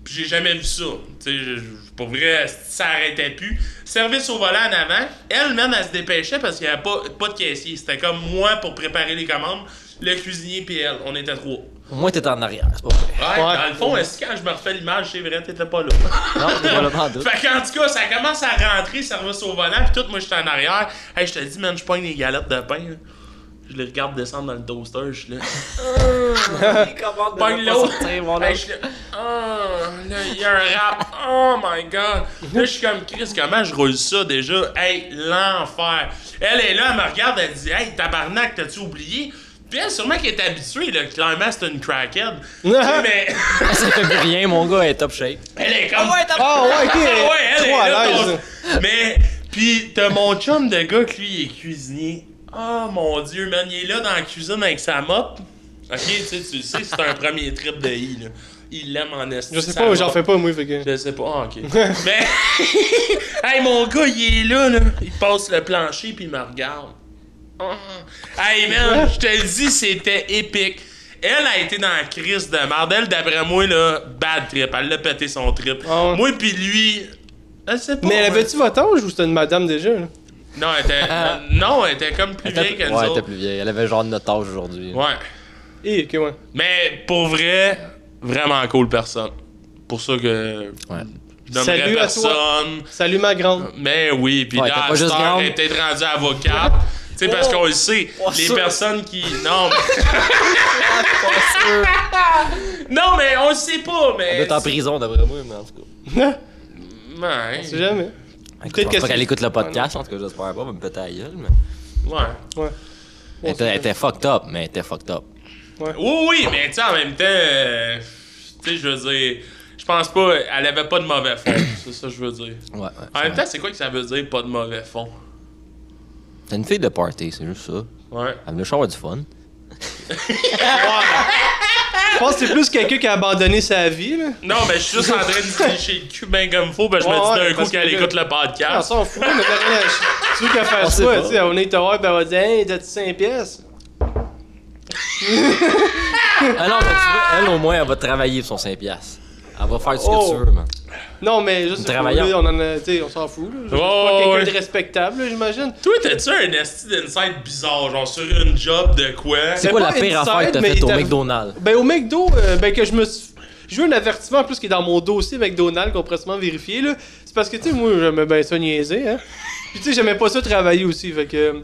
Speaker 1: Puis j'ai jamais vu ça. Tu sais, je- je- pour vrai, ça arrêtait plus. Service au volant en avant. Elle-même, elle se dépêchait parce qu'il n'y avait pas, pas de caissier. C'était comme moi pour préparer les commandes, le cuisinier puis elle. On était trois.
Speaker 3: Au moins, t'es en arrière. c'est pas vrai.
Speaker 1: Ouais,
Speaker 2: Ouais.
Speaker 1: dans le fond, est-ce que quand je me refais l'image, c'est vrai, t'étais pas là.
Speaker 3: Non, t'es pas là, pas en doute.
Speaker 1: fait qu'en tout cas, ça commence à rentrer, service au volant, pis tout, moi j'étais en arrière. Hey, je te dis, man, je pogne les galettes de pain, là. Je les regarde descendre dans le toaster, je suis là. Pogne l'autre. Hey, je suis là. Oh, là, il y a un rap. Oh my god. Là, je suis comme, Chris, comment je roule ça déjà? Hey, l'enfer. Elle est là, elle me regarde, elle dit, hey, tabarnak, t'as-tu oublié? Puis elle, sûrement qu'elle est habituée, là. Clairement, c'est une crackhead. Tu sais, mais.
Speaker 3: Ça fait plus rien, mon gars, elle est top shape.
Speaker 1: Elle est comme.
Speaker 2: Ah ouais, ok.
Speaker 1: Ah ouais, elle est
Speaker 2: Trop
Speaker 1: là,
Speaker 2: à l'aise.
Speaker 1: ton- Mais, pis t'as mon chum de gars que lui, il est cuisinier. Oh mon dieu, man, il est là dans la cuisine avec sa mop. Ok, tu sais, tu le sais, c'est un premier trip de I, là. Il l'aime en esti.
Speaker 2: Je sais
Speaker 1: sa
Speaker 2: pas,
Speaker 1: mop.
Speaker 2: j'en fais pas, moi, fait que...
Speaker 1: Je sais pas, ah, ok. Mais, hey, mon gars, il est là, là. Il passe le plancher, puis il me regarde. Ah. Hey, man, je te le dis, c'était épique. Elle a été dans la crise de merde. Elle, d'après moi, là, bad trip. Elle l'a pété son trip.
Speaker 2: Ah ouais.
Speaker 1: Moi, puis lui, je sais pas.
Speaker 2: Mais elle
Speaker 1: ouais.
Speaker 2: avait-tu Ah. votre âge ou c'était une madame déjà, là?
Speaker 1: Non, elle était, euh, non, elle était comme plus
Speaker 3: Elle était-
Speaker 1: vieille que nous
Speaker 3: ouais, elle était
Speaker 1: autres.
Speaker 3: plus vieille. Elle avait genre notre âge aujourd'hui.
Speaker 1: Ouais.
Speaker 2: Eh, ok, ouais.
Speaker 1: Mais pour vrai, vraiment cool personne. Pour ça que
Speaker 3: Ouais.
Speaker 1: je nommerais
Speaker 2: Salut à toi.
Speaker 1: personne.
Speaker 2: Salut, ma
Speaker 3: Ah.
Speaker 2: grande.
Speaker 1: Mais oui, puis
Speaker 3: Ouais,
Speaker 1: là,
Speaker 3: t'as
Speaker 1: à
Speaker 3: pas juste
Speaker 1: cette heure,
Speaker 3: grande.
Speaker 1: elle est peut-être rendue avocate. Tu sais, parce qu'on le sait, les personnes qui. Non, mais. non, mais on le sait pas,
Speaker 3: Elle
Speaker 1: mais.
Speaker 3: est en prison, d'après moi, mais en tout cas.
Speaker 1: Ouais.
Speaker 2: C'est jamais.
Speaker 3: Je
Speaker 2: Peut-être
Speaker 3: pense
Speaker 2: que
Speaker 3: pas qu'elle
Speaker 2: c'est-
Speaker 3: écoute le podcast, en tout cas, j'espère pas, elle va me péter la gueule, mais...
Speaker 1: Ouais.
Speaker 3: Elle était, elle était fucked up, mais elle était fucked up.
Speaker 1: Oui, oui, mais tu sais, en même temps, euh, tu sais, je veux dire, je pense pas, elle avait pas de mauvais fond, c'est ça que je veux dire.
Speaker 3: Ouais, ouais.
Speaker 1: En même temps, c'est quoi que ça veut dire, pas de mauvais fond?
Speaker 3: C'est une fille de party, c'est juste ça.
Speaker 1: Ouais.
Speaker 3: Elle voulait juste avoir du fun.
Speaker 2: Je pense que c'est plus quelqu'un qui a abandonné sa vie, là.
Speaker 1: Non, mais je suis juste en train de cliché le cul ben comme faut, ben je
Speaker 2: Ouais,
Speaker 1: me
Speaker 2: ouais,
Speaker 1: dis d'un coup
Speaker 2: parce
Speaker 1: qu'elle
Speaker 2: que-
Speaker 1: écoute le
Speaker 2: Ah, On
Speaker 1: podcast.
Speaker 2: s'en fout, mais rien. Tu veux qu'elle
Speaker 3: On
Speaker 2: fasse
Speaker 3: sait
Speaker 2: quoi,
Speaker 3: pas.
Speaker 2: tu sais? On est au ben elle va dire, hey, t'as-tu 5 pièces?
Speaker 3: Ah non, mais tu vois, elle, au moins, elle va travailler pour son 5 piastres. Elle va faire ce que
Speaker 2: Oh.
Speaker 3: tu veux, man.
Speaker 2: Non, mais juste,
Speaker 3: Travaillons.
Speaker 2: on en a, tu sais, on s'en fout, là. Je-
Speaker 1: Ouais,
Speaker 2: pas
Speaker 1: ouais.
Speaker 2: quelqu'un de respectable, là, j'imagine.
Speaker 1: Toi, t'as-tu un esti d'insight bizarre, genre sur une job de quoi?
Speaker 3: C'est
Speaker 2: Mais
Speaker 3: quoi la
Speaker 2: pas
Speaker 3: pire
Speaker 2: inside,
Speaker 3: affaire que t'as
Speaker 2: mais
Speaker 3: faite au
Speaker 2: t'as-
Speaker 3: McDonald's?
Speaker 2: Ben, au McDo, euh, ben, que je me suis. J'ai eu un avertissement en plus qui est dans mon dossier McDonald's qu'on pourrait sûrement vérifier, là. C'est parce que, tu sais, moi, j'aimais bien ça niaiser, hein. Puis, tu sais, j'aimais pas ça travailler aussi, fait que.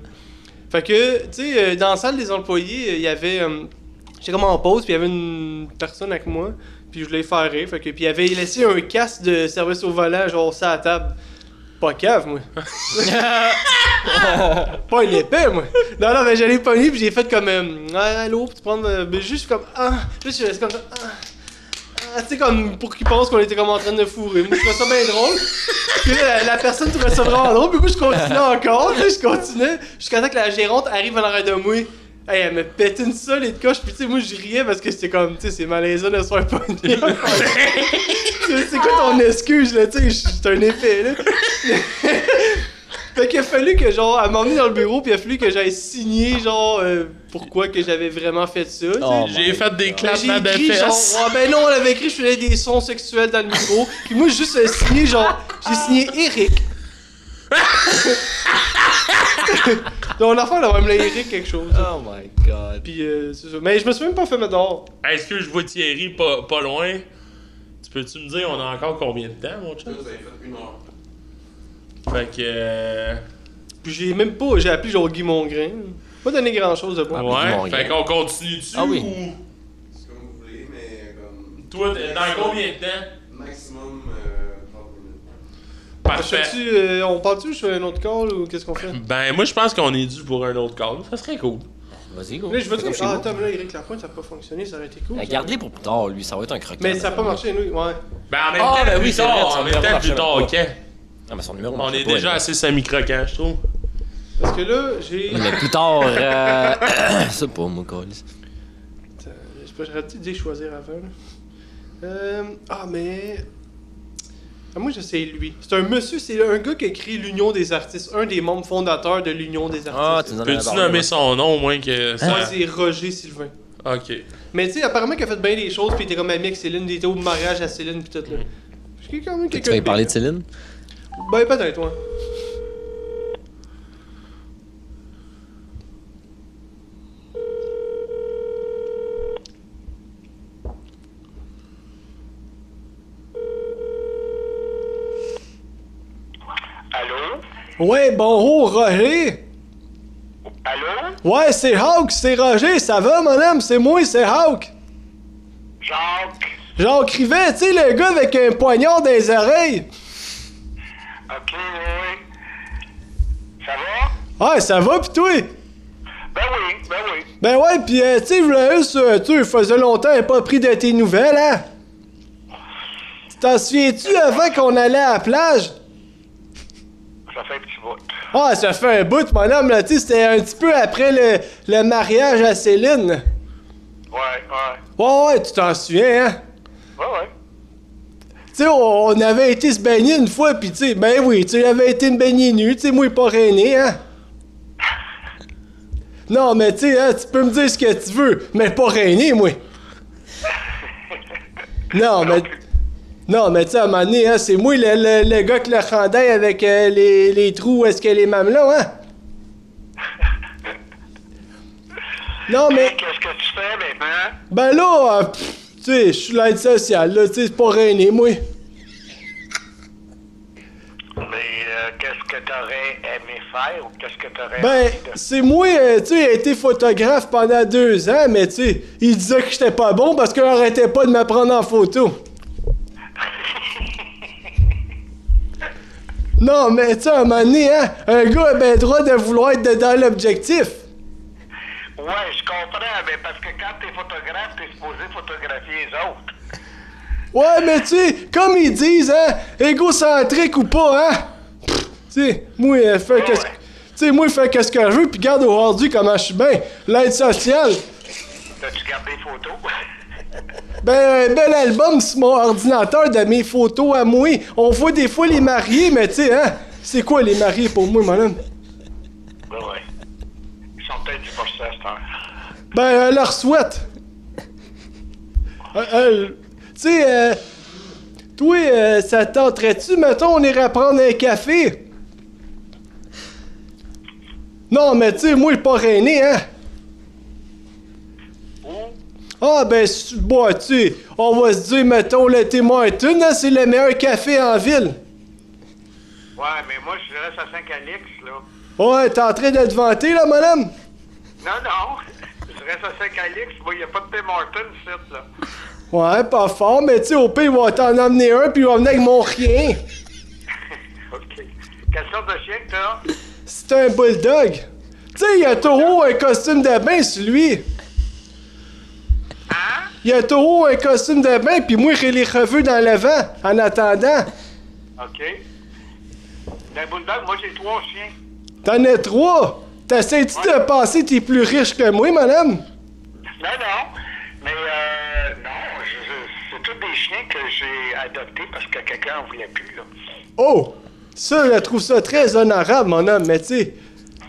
Speaker 2: Fait que, tu sais, euh, dans la salle des employés, euh, il y avait. euh, J'étais comme en pause, puis il y avait une personne avec moi, puis je l'ai faré, fait que. Puis, il avait laissé un casque de service au volant, genre, ça à table. Pas cave, moi. pas une épée, moi. Non, non, mais j'allais pogner, puis j'ai fait comme. Euh, ah, allô, puis tu prends. euh, ben, juste comme. Ah, juste, je reste comme ça. Ah, ah, tu sais, comme pour qu'ils pensent qu'on était comme en train de fourrer. Moi, je trouvais ça bien drôle. Puis là, la, la personne trouvait ça vraiment drôle, puis moi, je continuais encore, tu sais, je continuais. Jusqu'à temps que la gérante arrive en l'arrêt de moi. Hey, elle me pète une solide coche, puis tu sais, moi, je riais parce que c'était comme, tu sais, c'est malaisant de se faire pogner. C'est- c'est quoi ton excuse, là, tu sais, je- c'est un épée, là. Fait qu'il a fallu que, genre, elle m'a emmené dans le bureau, puis il a fallu que j'aille signer, genre, euh, pourquoi que j'avais vraiment fait ça, tu sais.
Speaker 3: Oh
Speaker 1: J'ai
Speaker 3: my
Speaker 1: fait des
Speaker 3: God.
Speaker 2: Mais
Speaker 1: clapements de
Speaker 2: J'ai écrit, genre,
Speaker 1: fesses.
Speaker 2: ah ben non, on l'avait écrit, je faisais des sons sexuels dans le micro. Puis moi, j'ai juste euh, signé, genre, j'ai signé Eric. Donc, l'enfant, elle va me Eric quelque chose.
Speaker 3: Oh my god.
Speaker 2: Puis, euh, c'est ça. Mais je me suis même pas fait mettre dehors.
Speaker 1: Est-ce que je vois Thierry pas, pas loin? Tu peux-tu me dire, on a encore combien de temps, mon chum?
Speaker 6: Vous avez fait une heure.
Speaker 1: Fait que. euh,
Speaker 2: Puis, j'ai même pas, j'ai appelé, genre, Guy Mongrain. Pas donné grand chose de bon.
Speaker 1: Ouais,
Speaker 3: mon
Speaker 1: fait
Speaker 3: gars.
Speaker 1: qu'on continue-tu
Speaker 3: Ah oui.
Speaker 1: ou.
Speaker 6: C'est comme vous voulez, mais comme.
Speaker 1: Toi, t'es- dans combien de temps?
Speaker 6: Maximum euh, 30 minutes.
Speaker 2: Je
Speaker 1: Parfait.
Speaker 2: fais-tu,
Speaker 1: Mm-hmm.
Speaker 2: euh, on parle-tu, je fais un autre call ou qu'est-ce qu'on fait?
Speaker 1: Ben, moi, je pense qu'on est dû pour un autre call. Ça serait cool.
Speaker 3: Vas-y, go.
Speaker 2: Là, je veux
Speaker 3: Fais comme
Speaker 2: dire,
Speaker 3: chez
Speaker 2: ah,
Speaker 3: vous.
Speaker 2: attends, mais là, Eric Lapointe, ça a pas fonctionné, ça aurait été cool.
Speaker 3: Ben,
Speaker 2: ça.
Speaker 3: Garde-les pour plus tard, lui, ça va être un croquant.
Speaker 2: Mais ça a pas marché, nous, ouais.
Speaker 1: Ben, en même
Speaker 3: Ah,
Speaker 1: temps,
Speaker 3: ben oui,
Speaker 1: plus
Speaker 3: c'est vrai,
Speaker 1: tard,
Speaker 3: tu
Speaker 1: en
Speaker 3: me
Speaker 1: même temps,
Speaker 3: l'avais
Speaker 1: plus tard,
Speaker 3: marché
Speaker 1: ok.
Speaker 3: Ah, mais son numéro
Speaker 1: On
Speaker 3: marchait
Speaker 1: est
Speaker 3: pas,
Speaker 1: déjà
Speaker 3: là.
Speaker 1: assez semi-croquant, je trouve.
Speaker 2: Parce que là, j'ai.
Speaker 3: Mais plus tard, euh... je sais pas, moi, câlisse.
Speaker 2: Attends, Euh, je sais pas, J'aurais peut-être dû les choisir avant. là. Euh, ah, mais. Ah, moi, je sais lui. C'est un monsieur, c'est un gars qui a créé l'Union des artistes, un des membres fondateurs de l'Union des
Speaker 3: Ah,
Speaker 2: artistes.
Speaker 3: tu nous en avais
Speaker 1: Peux-tu
Speaker 3: parlé,
Speaker 1: nommer
Speaker 3: ouais.
Speaker 1: son nom au moins
Speaker 3: Hein?
Speaker 1: que
Speaker 2: Moi,
Speaker 1: ça.
Speaker 2: c'est Roger Sylvain.
Speaker 1: Ok.
Speaker 2: Mais tu sais, apparemment qu'il a fait bien des choses, puis il était comme ami avec Céline, il était au mariage à Céline, puis tout là. Parce qu'il est quand même
Speaker 3: Mm. Tu
Speaker 2: quelqu'un.
Speaker 3: vas y
Speaker 2: de
Speaker 3: parler de
Speaker 2: big.
Speaker 3: Céline?
Speaker 2: Ben, peut-être, ouais.
Speaker 7: Allô?
Speaker 2: Ouais, bonjour, Roger!
Speaker 7: Allô?
Speaker 2: Ouais, c'est Hawk, c'est Roger, ça va, mon homme? C'est moi, c'est Hawk!
Speaker 7: Jacques?
Speaker 2: Genre, Crivet, tu sais, le gars avec un poignard dans les oreilles!
Speaker 7: Ok, oui. Ça va?
Speaker 2: Ah, ça va pis toi?
Speaker 7: Ben oui, ben oui.
Speaker 2: Ben ouais, pis euh, tu sais, je voulais juste, euh, tu sais, faisait longtemps pas pris de tes nouvelles, hein? Tu T'en souviens-tu avant qu'on allait à la plage?
Speaker 7: Ça fait un petit bout.
Speaker 2: Ah, ça fait un bout, mon homme, là, tu sais, c'était un petit peu après le, le mariage à Céline.
Speaker 7: Ouais, ouais.
Speaker 2: Ouais, ouais, tu t'en souviens, hein?
Speaker 7: Ouais, ouais.
Speaker 2: Tu sais, on, on avait été se baigner une fois, pis tu sais, ben oui, tu sais, j'avais été me baigner nu, tu sais, moi, pas rené, hein? Non, mais tu sais, hein, tu peux me dire ce que tu veux, mais pas rené, moi. Non, mais. Non, mais tu sais, à un moment donné, hein, c'est moi le, le- le gars que le rendait avec euh, les, les trous où est-ce que les mamelons, hein? Non, mais.
Speaker 7: Et Qu'est-ce que tu fais maintenant?
Speaker 2: Ben là, euh, pff, tu sais, je suis l'aide sociale, là, tu sais, c'est pas rené, moi.
Speaker 7: Mais euh, qu'est-ce que t'aurais aimé faire ou qu'est-ce que t'aurais
Speaker 2: Ben,
Speaker 7: envie de...
Speaker 2: c'est moi, euh, tu sais, j'ai été photographe pendant deux ans, mais tu sais, il disait que j'étais pas bon parce qu'il arrêtait pas de me prendre en photo. Non, mais tu sais, à un moment donné, hein, un gars a ben droit de vouloir être dedans l'objectif.
Speaker 7: Ouais, je comprends, mais parce que quand t'es photographe, t'es supposé photographier les autres.
Speaker 2: Ouais, mais tu sais, comme ils disent, hein, égocentrique ou pas, hein, pff, tu sais, moi, euh, fais qu'est-ce que... Tu sais, moi, fais qu'est-ce que je veux, puis garde aujourd'hui comment je suis bien. L'aide sociale,
Speaker 7: T'as-tu gardé les photos?
Speaker 2: Ben, un bel album sur mon ordinateur de mes photos à moi. On voit des fois les mariés, mais tu sais, hein? C'est quoi les mariés pour moi, mon homme?
Speaker 7: ben ouais. Ils sont peut-être divorcés à cette heure.
Speaker 2: Ben, euh, leur souhaite. Euh, euh, tu sais, euh, toi, euh, ça te tenterait-tu, mettons, on irait prendre un café? Non, mais tu sais, moi, je suis pas rené, hein? Ah, ben, su- bon, tu sais, on va se dire, mettons, le Tim Hortons, hein, c'est le meilleur café en ville.
Speaker 7: Ouais, mais moi, je reste à Saint-Calix, là.
Speaker 2: Ouais, t'es en train de te vanter, là, madame?
Speaker 7: Non, non. Je reste à Saint-Calix. Moi, il n'y a pas de Tim Hortons ici, là.
Speaker 2: Ouais, pas fort, mais tu sais, au pire, il va t'en emmener un, puis il va venir avec mon rien.
Speaker 7: OK. Quelle sorte de chien que t'as?
Speaker 2: C'est un bulldog. Tu sais, il a toujours un costume de bain sur lui. Il a toujours un costume de bain, puis moi, je les reveux dans le vent, en attendant.
Speaker 7: OK. D'un bulldog, moi, j'ai trois chiens.
Speaker 2: T'en as trois. T'essayes-tu de penser que t'es plus riche que moi, madame?
Speaker 7: Non, non. Mais, euh, non, je- je- c'est tous des chiens que j'ai adoptés parce que quelqu'un en voulait plus, là.
Speaker 2: Oh! Ça, je trouve ça très honorable, mon homme, mais tu sais,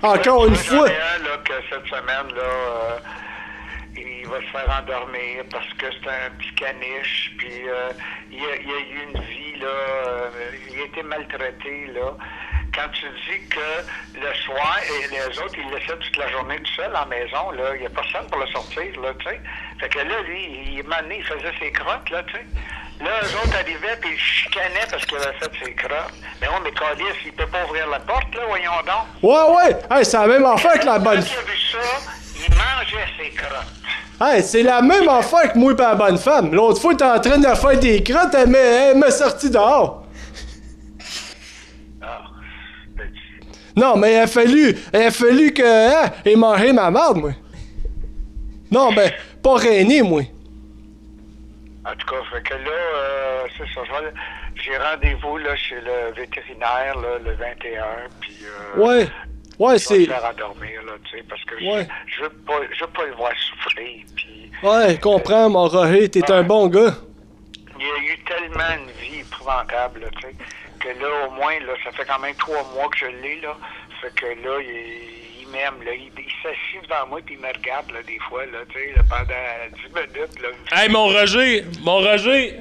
Speaker 2: encore une
Speaker 7: Moi, j'en
Speaker 2: fois...
Speaker 7: ai un, là, que cette semaine, là, euh, il va se faire endormir parce que c'est un petit caniche. Puis euh, il, a, il a eu une vie, là, euh, il a été maltraité, là. Quand tu dis que le soir, et les autres, ils le laissaient toute la journée tout seul en maison, là, il n'y a personne pour le sortir, là, tu sais. Fait que là, lui, il, mané, il faisait ses crottes, là, tu sais. Là, eux autres arrivaient, puis ils chicanaient parce qu'il avait fait ses crottes. Mais on, mais Calice, il peut pas ouvrir la porte, là, voyons donc.
Speaker 2: Ouais, ouais! Hey, c'est la même affaire que la
Speaker 7: Quand
Speaker 2: bonne...
Speaker 7: il a vu ça, il mangeait ses crottes.
Speaker 2: Hey, c'est la même affaire que moi et la bonne femme. L'autre fois, t'es en train de faire des crottes, elle m'a- elle m'a sorti dehors.
Speaker 7: Ah, petit.
Speaker 2: Non, mais il a fallu, il a fallu que, hein, ait mangé ma marde, moi. Non, ben, pas rainé, moi.
Speaker 7: En tout cas, fait que là, euh, c'est ça. je vais- J'ai rendez-vous là, chez le vétérinaire là, le 21, puis euh,
Speaker 2: Ouais. Ouais,
Speaker 7: je vais le
Speaker 2: c'est.
Speaker 7: faire endormir, là, tu sais, parce que je-
Speaker 2: Ouais.
Speaker 7: je, veux pas, je veux pas le voir souffrir, puis
Speaker 2: Ouais, comprends, mon Roger, t'es un bon gars.
Speaker 7: il y a eu tellement une vie épouvantable, là, tu sais, que là, au moins, là, ça fait quand même trois mois que je l'ai, là, fait que là, il, il m'aime, là, il, il s'assit devant moi, puis il me regarde, là, des fois, là, tu sais, là, pendant 10 minutes, là,
Speaker 1: Hey, mon Roger! Mon Roger!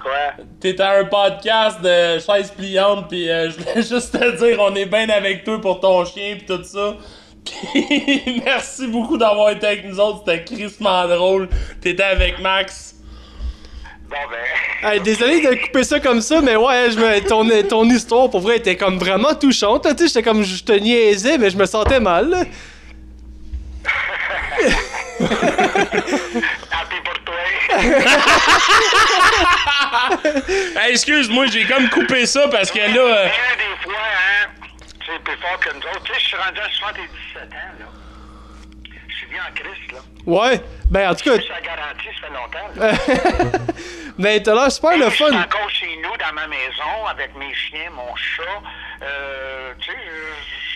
Speaker 7: quoi...
Speaker 1: T'es à un podcast de chaise pliante, puis euh, je voulais juste te dire, on est bien avec toi pour ton chien, puis tout ça. Puis merci beaucoup d'avoir été avec nous autres, c'était crissement drôle. T'étais avec Max.
Speaker 7: Bon, ben...
Speaker 2: Hey, désolé de couper ça comme ça, mais ouais, je me, ton, ton histoire, pour vrai, était comme vraiment touchante. là, Tu sais, j'étais comme, je te niaisais, mais je me sentais mal. là.
Speaker 7: Tant pis pour toi.
Speaker 1: Hey, excuse-moi, j'ai comme coupé ça parce que là. euh,
Speaker 7: Bien des fois, hein, c'est plus fort que nous autres. Tu sais, je suis rendu à 77 ans, là. Je suis bien en crise, là.
Speaker 2: Ouais, ben en tout cas,
Speaker 7: Ça garantit, ça fait longtemps. Là.
Speaker 2: ben t'as l'air super le
Speaker 7: Je suis
Speaker 2: fun.
Speaker 7: encore chez nous, dans ma maison, avec mes chiens, mon chat. Euh, tu sais, je,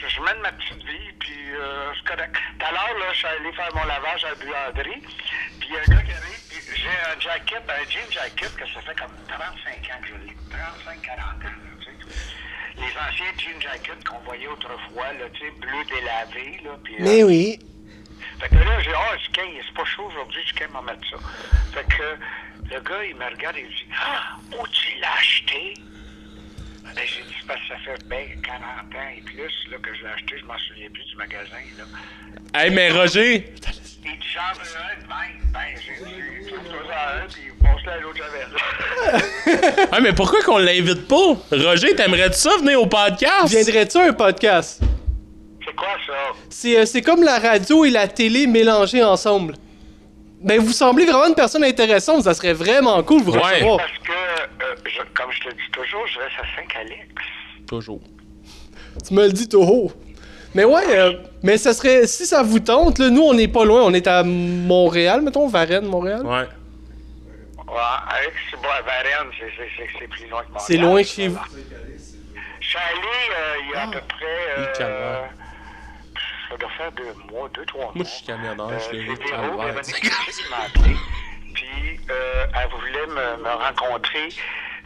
Speaker 7: je- je mène ma petite vie, puis euh, c'est correct. Tout à l'heure, là, je suis allé faire mon lavage à la buanderie, puis il y a un gars qui arrive, puis j'ai un jacket, ben, un jean jacket, que ça fait comme 35 ans que je l'ai. 35-40 ans, là, tu sais. Les anciens jean jackets qu'on voyait autrefois, là, tu sais, bleu délavé, là, puis... euh,
Speaker 2: oui.
Speaker 7: fait que là, j'ai dit, ah, je gagne, c'est pas chaud aujourd'hui, je gagne, m'en mettre ça. Fait que le gars, il me regarde et il dit, ah, où tu l'as acheté? Ben, j'ai dit, C'est parce que ça fait ben 40 ans et plus là, que je l'ai acheté, je m'en souviens plus du magasin. Là.
Speaker 1: Hey, mais Roger!
Speaker 7: Il dit, j'en veux un de même. Ben, j'ai dit, trouve-toi un, puis passe-le à l'autre javel.
Speaker 1: Ah, mais pourquoi qu'on l'invite pas? Roger, t'aimerais-tu ça venir au podcast?
Speaker 2: Viendrais-tu à un podcast?
Speaker 7: c'est quoi ça?
Speaker 2: C'est euh, c'est comme la radio et la télé mélangées ensemble. Ben vous semblez vraiment une personne intéressante, ça serait vraiment cool de vous
Speaker 1: Ouais.
Speaker 2: recevoir.
Speaker 7: Parce que, euh, je- comme je te dis toujours, je reste à Saint-Calix.
Speaker 1: Toujours.
Speaker 2: Tu me le dis tout haut. Mais ouais, euh, mais ça serait, si ça vous tente, là, nous on n'est pas loin, on est à Montréal, mettons, Varennes, Montréal.
Speaker 1: Ouais.
Speaker 7: Ouais, avec c'est bon, à Varennes, c'est- c'est- c'est c'est plus loin que Montréal.
Speaker 2: C'est loin que chez vous.
Speaker 7: Je suis allé euh, il y
Speaker 1: Ah.
Speaker 7: a à peu près.
Speaker 1: il
Speaker 7: euh,
Speaker 1: calvaire.
Speaker 7: ça doit faire deux mois, deux, trois mois.
Speaker 1: Moi, je suis camionneur,
Speaker 7: Euh,
Speaker 1: je l'ai
Speaker 7: c'est
Speaker 1: vu,
Speaker 7: Véro,
Speaker 1: calvaire.
Speaker 7: Véronique Cloutier qui m'a appelé. Puis, euh, elle voulait me, me rencontrer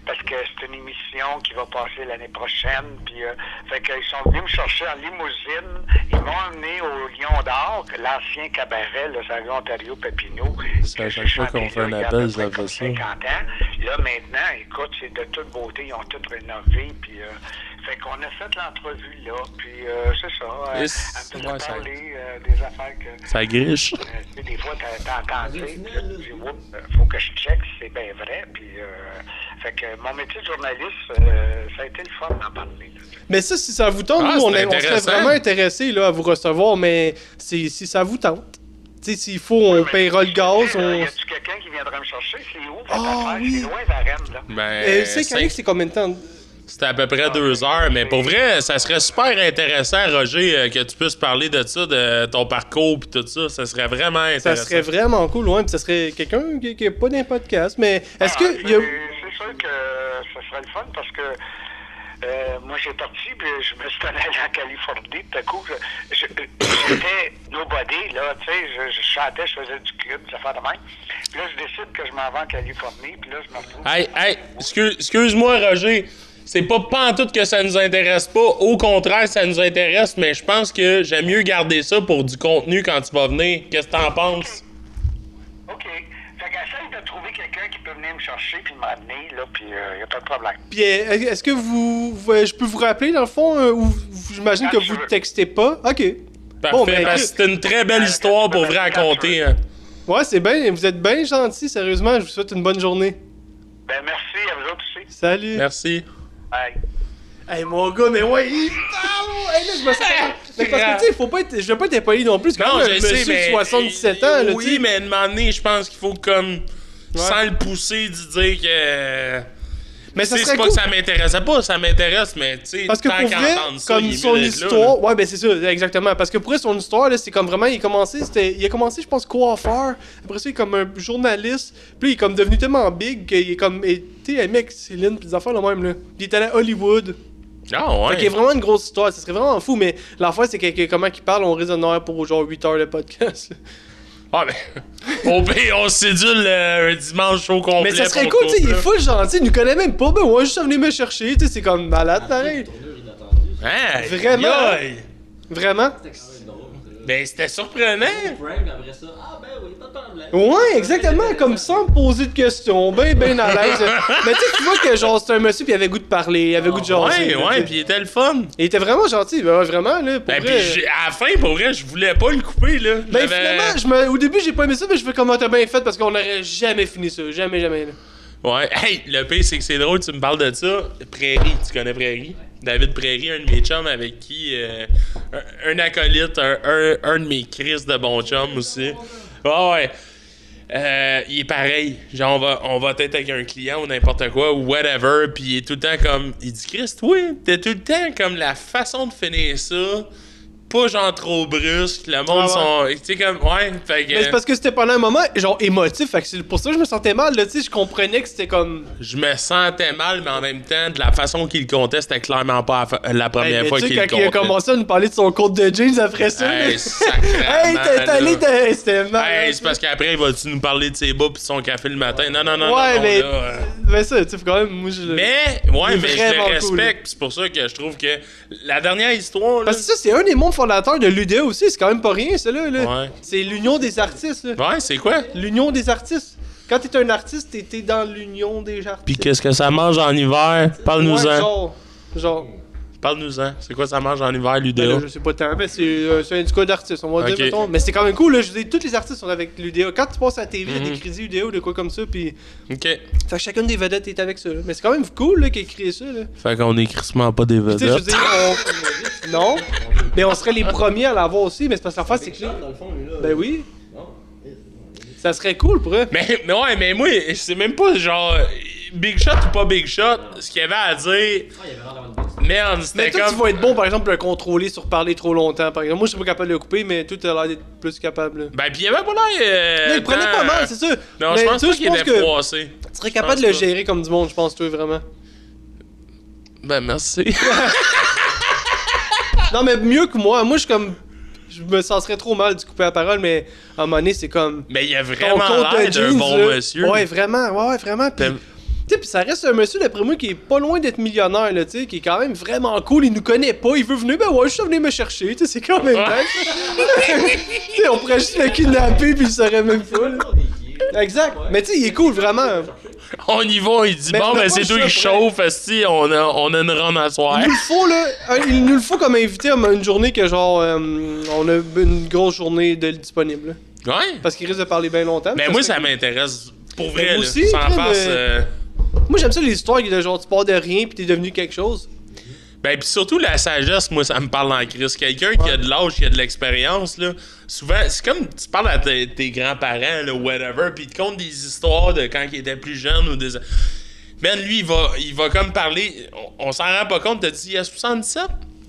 Speaker 7: parce que c'est une émission qui va passer l'année prochaine. Puis, euh, fait qu'ils sont venus me chercher en limousine. Ils m'ont emmené au Lion d'Or, l'ancien cabaret, le salon Ontario Papineau.
Speaker 1: C'est à
Speaker 7: Que
Speaker 1: chaque
Speaker 7: j'ai
Speaker 1: fois qu'on
Speaker 7: chanté
Speaker 1: fait un
Speaker 7: là, il y a
Speaker 1: appel,
Speaker 7: à peu près
Speaker 1: j'avais
Speaker 7: comme
Speaker 1: ça.
Speaker 7: 50 ans. Là, maintenant, écoute, c'est de toute beauté. Ils ont tout rénové. Puis, euh, fait qu'on a fait l'entrevue là. Puis, euh, c'est ça. euh,
Speaker 1: Et
Speaker 7: elle
Speaker 1: c'est-
Speaker 7: me faisait
Speaker 1: ouais, ça-
Speaker 7: parler euh, des affaires que.
Speaker 1: Ça griche.
Speaker 7: Euh, tu sais, des fois, t'as- t'entends dire, puis là, tu dis, Oups, euh, faut que je check si c'est bien vrai. Puis, euh, fait que mon métier de journaliste, euh, ça a été le fun d'en parler. là, tu sais.
Speaker 2: Mais ça, si ça vous tente,
Speaker 1: Ah,
Speaker 2: nous, on,
Speaker 1: c'est
Speaker 2: est- on serait
Speaker 1: intéressant.
Speaker 2: vraiment intéressés là, à vous recevoir, mais c'est- si ça vous tente. Tu sais, s'il faut, on
Speaker 7: Mais
Speaker 2: paiera le
Speaker 7: je te
Speaker 2: gaz.
Speaker 7: dis, là, Y
Speaker 2: On...
Speaker 7: a-tu quelqu'un qui viendrait me chercher? C'est où votre
Speaker 2: Ah,
Speaker 7: affaire?
Speaker 2: oui.
Speaker 7: C'est loin, Varennes, là.
Speaker 1: Ben.
Speaker 2: Euh, c'est
Speaker 1: cinq-
Speaker 2: correct, c'est combien de temps?
Speaker 1: C'était à peu près deux heures, mais pour vrai, ça serait super intéressant, Roger, euh, que tu puisses parler de ça, de ton parcours puis tout ça. Ça serait vraiment
Speaker 2: Ça
Speaker 1: intéressant.
Speaker 2: serait vraiment cool, ouais, puis ça serait quelqu'un qui n'est pas d'un podcast, mais est-ce
Speaker 7: Ah,
Speaker 2: que... y a-
Speaker 7: c'est- C'est sûr que ça serait le fun parce que euh, moi j'ai parti, puis je me suis allé en Californie, tout à coup, je- je- j'étais nobody, là, tu sais, je, je chantais, je faisais du club, ça fait de même. Puis là, je décide que je m'en vais en Californie, puis là, je me retrouve.
Speaker 1: Hey, hey, excuse- excuse-moi, Roger. C'est pas pantoute que ça nous intéresse pas. Au contraire, ça nous intéresse, mais je pense que j'aime mieux garder ça pour du contenu quand tu vas venir. Qu'est-ce que t'en penses?
Speaker 7: OK. Fait qu'essaye de trouver quelqu'un qui peut venir me chercher, puis m'amener, là, puis il n'y a pas de problème.
Speaker 2: Puis euh, est-ce que vous... vous- euh, Je peux vous rappeler, dans le fond, euh, ou vous- j'imagine que
Speaker 7: Quand tu
Speaker 2: vous
Speaker 7: Ah, veux.
Speaker 2: textez pas? OK.
Speaker 1: Parfait,
Speaker 2: Bon, ben,
Speaker 1: parce que c'est une très belle histoire pour vrai raconter. hein.
Speaker 2: Ouais, c'est bien, vous êtes bien gentil, sérieusement, je vous souhaite une bonne journée.
Speaker 7: Ben merci à vous autres aussi.
Speaker 2: Salut!
Speaker 1: Merci.
Speaker 7: Bye.
Speaker 2: Hey mon gars, mais ouais, il parle! Hey là, je me sens. Mais parce que tu sais, faut pas être. Je vais pas être impoli non plus. C'est quand
Speaker 1: Non,
Speaker 2: même
Speaker 1: je
Speaker 2: un
Speaker 1: sais,
Speaker 2: monsieur de
Speaker 1: mais...
Speaker 2: 77 ans, là, tu
Speaker 1: Oui,
Speaker 2: sais.
Speaker 1: mais de m'amener, je pense qu'il faut comme... Sans le pousser, d'y dire que...
Speaker 2: Mais Ben, ça
Speaker 1: Tu sais,
Speaker 2: serait
Speaker 1: c'est pas
Speaker 2: cool.
Speaker 1: que ça m'intéressait pas, ça m'intéresse, mais tu sais,
Speaker 2: Parce que
Speaker 1: tant
Speaker 2: pour
Speaker 1: qu'à
Speaker 2: vrai,
Speaker 1: entendre ça, il
Speaker 2: comme
Speaker 1: est
Speaker 2: son
Speaker 1: mieux d'être là, là.
Speaker 2: histoire, ouais ben c'est ça, exactement. Parce que pour vrai, son histoire là, c'est comme vraiment, il a commencé, c'était, il a commencé, je pense, coiffeur. Après ça, il est comme un journaliste. Puis il est comme devenu tellement big qu'il est comme, et, tu sais, un mec, Céline, puis des affaires le même là. Puis il est allé à Hollywood.
Speaker 1: Ah ouais.
Speaker 2: Fait qu'il y a vraiment une grosse histoire. Ça serait vraiment fou, mais l'affaire c'est que, que comment qu'il parle, on risque d'en avoir pour genre 8 heures de podcast. là.
Speaker 1: Ah, mais. Au pire, on sédule euh, un dimanche au complet.
Speaker 2: Mais ça serait
Speaker 1: pour
Speaker 2: cool, tu sais, il est
Speaker 1: couple,
Speaker 2: full gentil, il nous connaît même pas. Ben ouais, juste à venir me chercher, tu sais, c'est comme malade pareil.
Speaker 1: là. Hein?
Speaker 2: Vraiment?
Speaker 1: yoï.
Speaker 2: Vraiment.
Speaker 1: Ben, c'était surprenant.
Speaker 2: Ouais, exactement, comme sans me poser de questions, ben ben à l'aise. Mais tu sais, tu vois que genre c'était un monsieur puis il avait goût de parler, il avait goût de
Speaker 1: Ouais,
Speaker 2: jaser. là,
Speaker 1: ouais,
Speaker 2: tu sais.
Speaker 1: pis il était le fun.
Speaker 2: Il était vraiment gentil, ben ouais, vraiment là, pour
Speaker 1: Ben,
Speaker 2: vrai.
Speaker 1: pis j'ai- à la fin, pour vrai, je voulais pas le couper, là.
Speaker 2: Ben
Speaker 1: J'avais-
Speaker 2: finalement, je me... au début j'ai pas aimé ça, mais je fais comment t'as bien fait parce qu'on aurait jamais fini ça, jamais jamais. Là.
Speaker 1: Ouais, hey, le pire, c'est que c'est drôle, tu me parles de ça. Prairie, tu connais Prairie? David Prairie, un de mes chums avec qui. euh, un, un acolyte, un, un- un de mes crises de bon chum aussi. Ouais, ouais. Euh, il est pareil. Genre, on va, on va être avec un client ou n'importe quoi ou whatever. Puis il est tout le temps comme. Il dit, Christ, oui, t'es tout le temps comme la façon de finir ça. Pas genre trop brusque. Le monde
Speaker 2: Ah
Speaker 1: sont. Tu sais, comme. Ouais, fait que.
Speaker 2: Mais c'est parce que c'était pendant un moment genre émotif, fait que c'est pour ça que je me sentais mal là, tu sais, je comprenais que c'était comme
Speaker 1: Je me sentais mal, mais en même temps, de la façon qu'il le comptait, c'était clairement pas la fa- la première
Speaker 2: Ben,
Speaker 1: fois
Speaker 2: tu
Speaker 1: qu'il
Speaker 2: sais,
Speaker 1: le
Speaker 2: quand il a
Speaker 1: comptait.
Speaker 2: commencé à nous parler de son compte de jeans après ça. là.
Speaker 1: Hey, sacrément,
Speaker 2: Hey, t'es t'es allé,
Speaker 1: là.
Speaker 2: t'es- c'était mal.
Speaker 1: Hey, c'est parce qu'après, il va-tu nous parler de ses bas pis de son café le matin? Non, non, non,
Speaker 2: Ouais,
Speaker 1: non, non,
Speaker 2: mais.
Speaker 1: là, euh.
Speaker 2: Mais ça, tu sais, faut quand même, moi je. le-
Speaker 1: Mais, ouais,
Speaker 2: Il est
Speaker 1: mais je
Speaker 2: vraiment
Speaker 1: le
Speaker 2: cool.
Speaker 1: respecte, pis c'est pour ça que je trouve que la dernière histoire, là...
Speaker 2: Parce que ça, c'est un des membres fondateurs de l'UDA aussi, c'est quand même pas rien, ça, là. là.
Speaker 1: Ouais.
Speaker 2: C'est l'union des artistes, là.
Speaker 1: Ouais, c'est quoi?
Speaker 2: L'union des artistes. Quand t'es un artiste, t'es- t'es dans l'union des artistes.
Speaker 1: Pis qu'est-ce que ça mange en hiver?
Speaker 2: Ouais,
Speaker 1: Parle-nous-en.
Speaker 2: genre. Genre.
Speaker 1: Parle-nous-en. C'est quoi ça mange en hiver,
Speaker 2: Ben là,
Speaker 1: Ludo?
Speaker 2: je sais pas tant, mais c'est euh, c'est un syndicat d'artistes, on va
Speaker 1: Ok.
Speaker 2: dire, mettons. Mais c'est quand même cool, là. Je veux dire, tous les artistes sont avec l'UDA. Quand tu passes à la TV, il y a
Speaker 1: Mhm.
Speaker 2: des crédits UDA ou de quoi comme ça, puis.
Speaker 1: OK.
Speaker 2: Fait que chacune des vedettes est avec ça, là. Mais c'est quand même cool, là, qu'ils aient créé ça, là.
Speaker 1: Fait qu'on est crissement pas des
Speaker 2: Tu sais, je veux
Speaker 1: vedettes.
Speaker 2: dire, on- Non. Mais on serait les premiers à l'avoir aussi, mais c'est parce que l'affaire, c'est que. Ben oui. Ça serait cool pour eux.
Speaker 1: Mais, mais ouais, mais moi, c'est même pas genre euh, Big Shot ou pas Big Shot. Ce qu'il y avait à dire. Merde,
Speaker 2: Mais
Speaker 1: c'était
Speaker 2: toi, tu
Speaker 1: comme.
Speaker 2: vas être bon, par exemple, le contrôler sur parler trop longtemps. Par exemple, moi, je suis pas capable de le couper, mais toi, t'as l'air d'être plus capable. là.
Speaker 1: Ben, pis il y avait pas l'air. euh,
Speaker 2: Là, il prenait
Speaker 1: tant-
Speaker 2: pas mal, c'est sûr.
Speaker 1: Non,
Speaker 2: mais
Speaker 1: je pense
Speaker 2: toi,
Speaker 1: pas qu'il était
Speaker 2: que
Speaker 1: froissé.
Speaker 2: tu serais capable
Speaker 1: Je
Speaker 2: de le
Speaker 1: pense pas.
Speaker 2: gérer comme du monde, je pense, toi, vraiment.
Speaker 1: Ben, merci.
Speaker 2: Non, mais mieux que moi. Moi, je suis comme. Je me sentirais trop mal de couper la parole, mais à un moment donné, c'est comme.
Speaker 1: mais il y a
Speaker 2: Ton
Speaker 1: vraiment
Speaker 2: compte
Speaker 1: l'air d'un
Speaker 2: de jeans,
Speaker 1: bon
Speaker 2: là.
Speaker 1: monsieur.
Speaker 2: Ouais, vraiment, ouais, ouais, vraiment. Puis,
Speaker 1: T'aimes-
Speaker 2: tu sais, puis ça reste un monsieur, d'après moi, qui est pas loin d'être millionnaire, là, tu sais, qui est quand même vraiment cool. Il nous connaît pas, il veut venir, ben ouais, je suis venu me chercher, tu sais, c'est quand même nice. tu sais, on pourrait juste le kidnapper, puis il saurait même pas, là. Exact. Mais tu sais, il est cool, vraiment.
Speaker 1: On y va, il dit
Speaker 2: Mais
Speaker 1: bon,
Speaker 2: je me
Speaker 1: ben,
Speaker 2: vois,
Speaker 1: c'est
Speaker 2: je
Speaker 1: toi
Speaker 2: suis
Speaker 1: qui
Speaker 2: après.
Speaker 1: chauffe, si on a, on a une run à soir.
Speaker 2: Il nous le faut, là. un- Il nous le faut comme invité à une journée que, genre, euh, on a une grosse journée de disponible, là.
Speaker 1: ouais.
Speaker 2: Parce qu'il risque de parler bien longtemps.
Speaker 1: Mais
Speaker 2: puis
Speaker 1: Ben, moi,
Speaker 2: serait
Speaker 1: ça m'intéresse. Pour
Speaker 2: Mais
Speaker 1: vrai,
Speaker 2: Ben, moi
Speaker 1: là,
Speaker 2: aussi,
Speaker 1: sans
Speaker 2: crème,
Speaker 1: farce,
Speaker 2: euh,
Speaker 1: euh,
Speaker 2: Moi, j'aime ça les histoires de genre, tu pars de rien, puis t'es devenu quelque chose.
Speaker 1: Ben, puis surtout la sagesse, moi, ça me parle en crise. Quelqu'un qui a de l'âge, qui a de l'expérience, là, souvent, c'est comme tu parles à tes, tes grands-parents, là, whatever, puis ils te comptent des histoires de quand ils étaient plus jeunes ou des. Ben, lui, il va, il va comme parler. On, on s'en rend pas compte, t'as dit, il y a 77?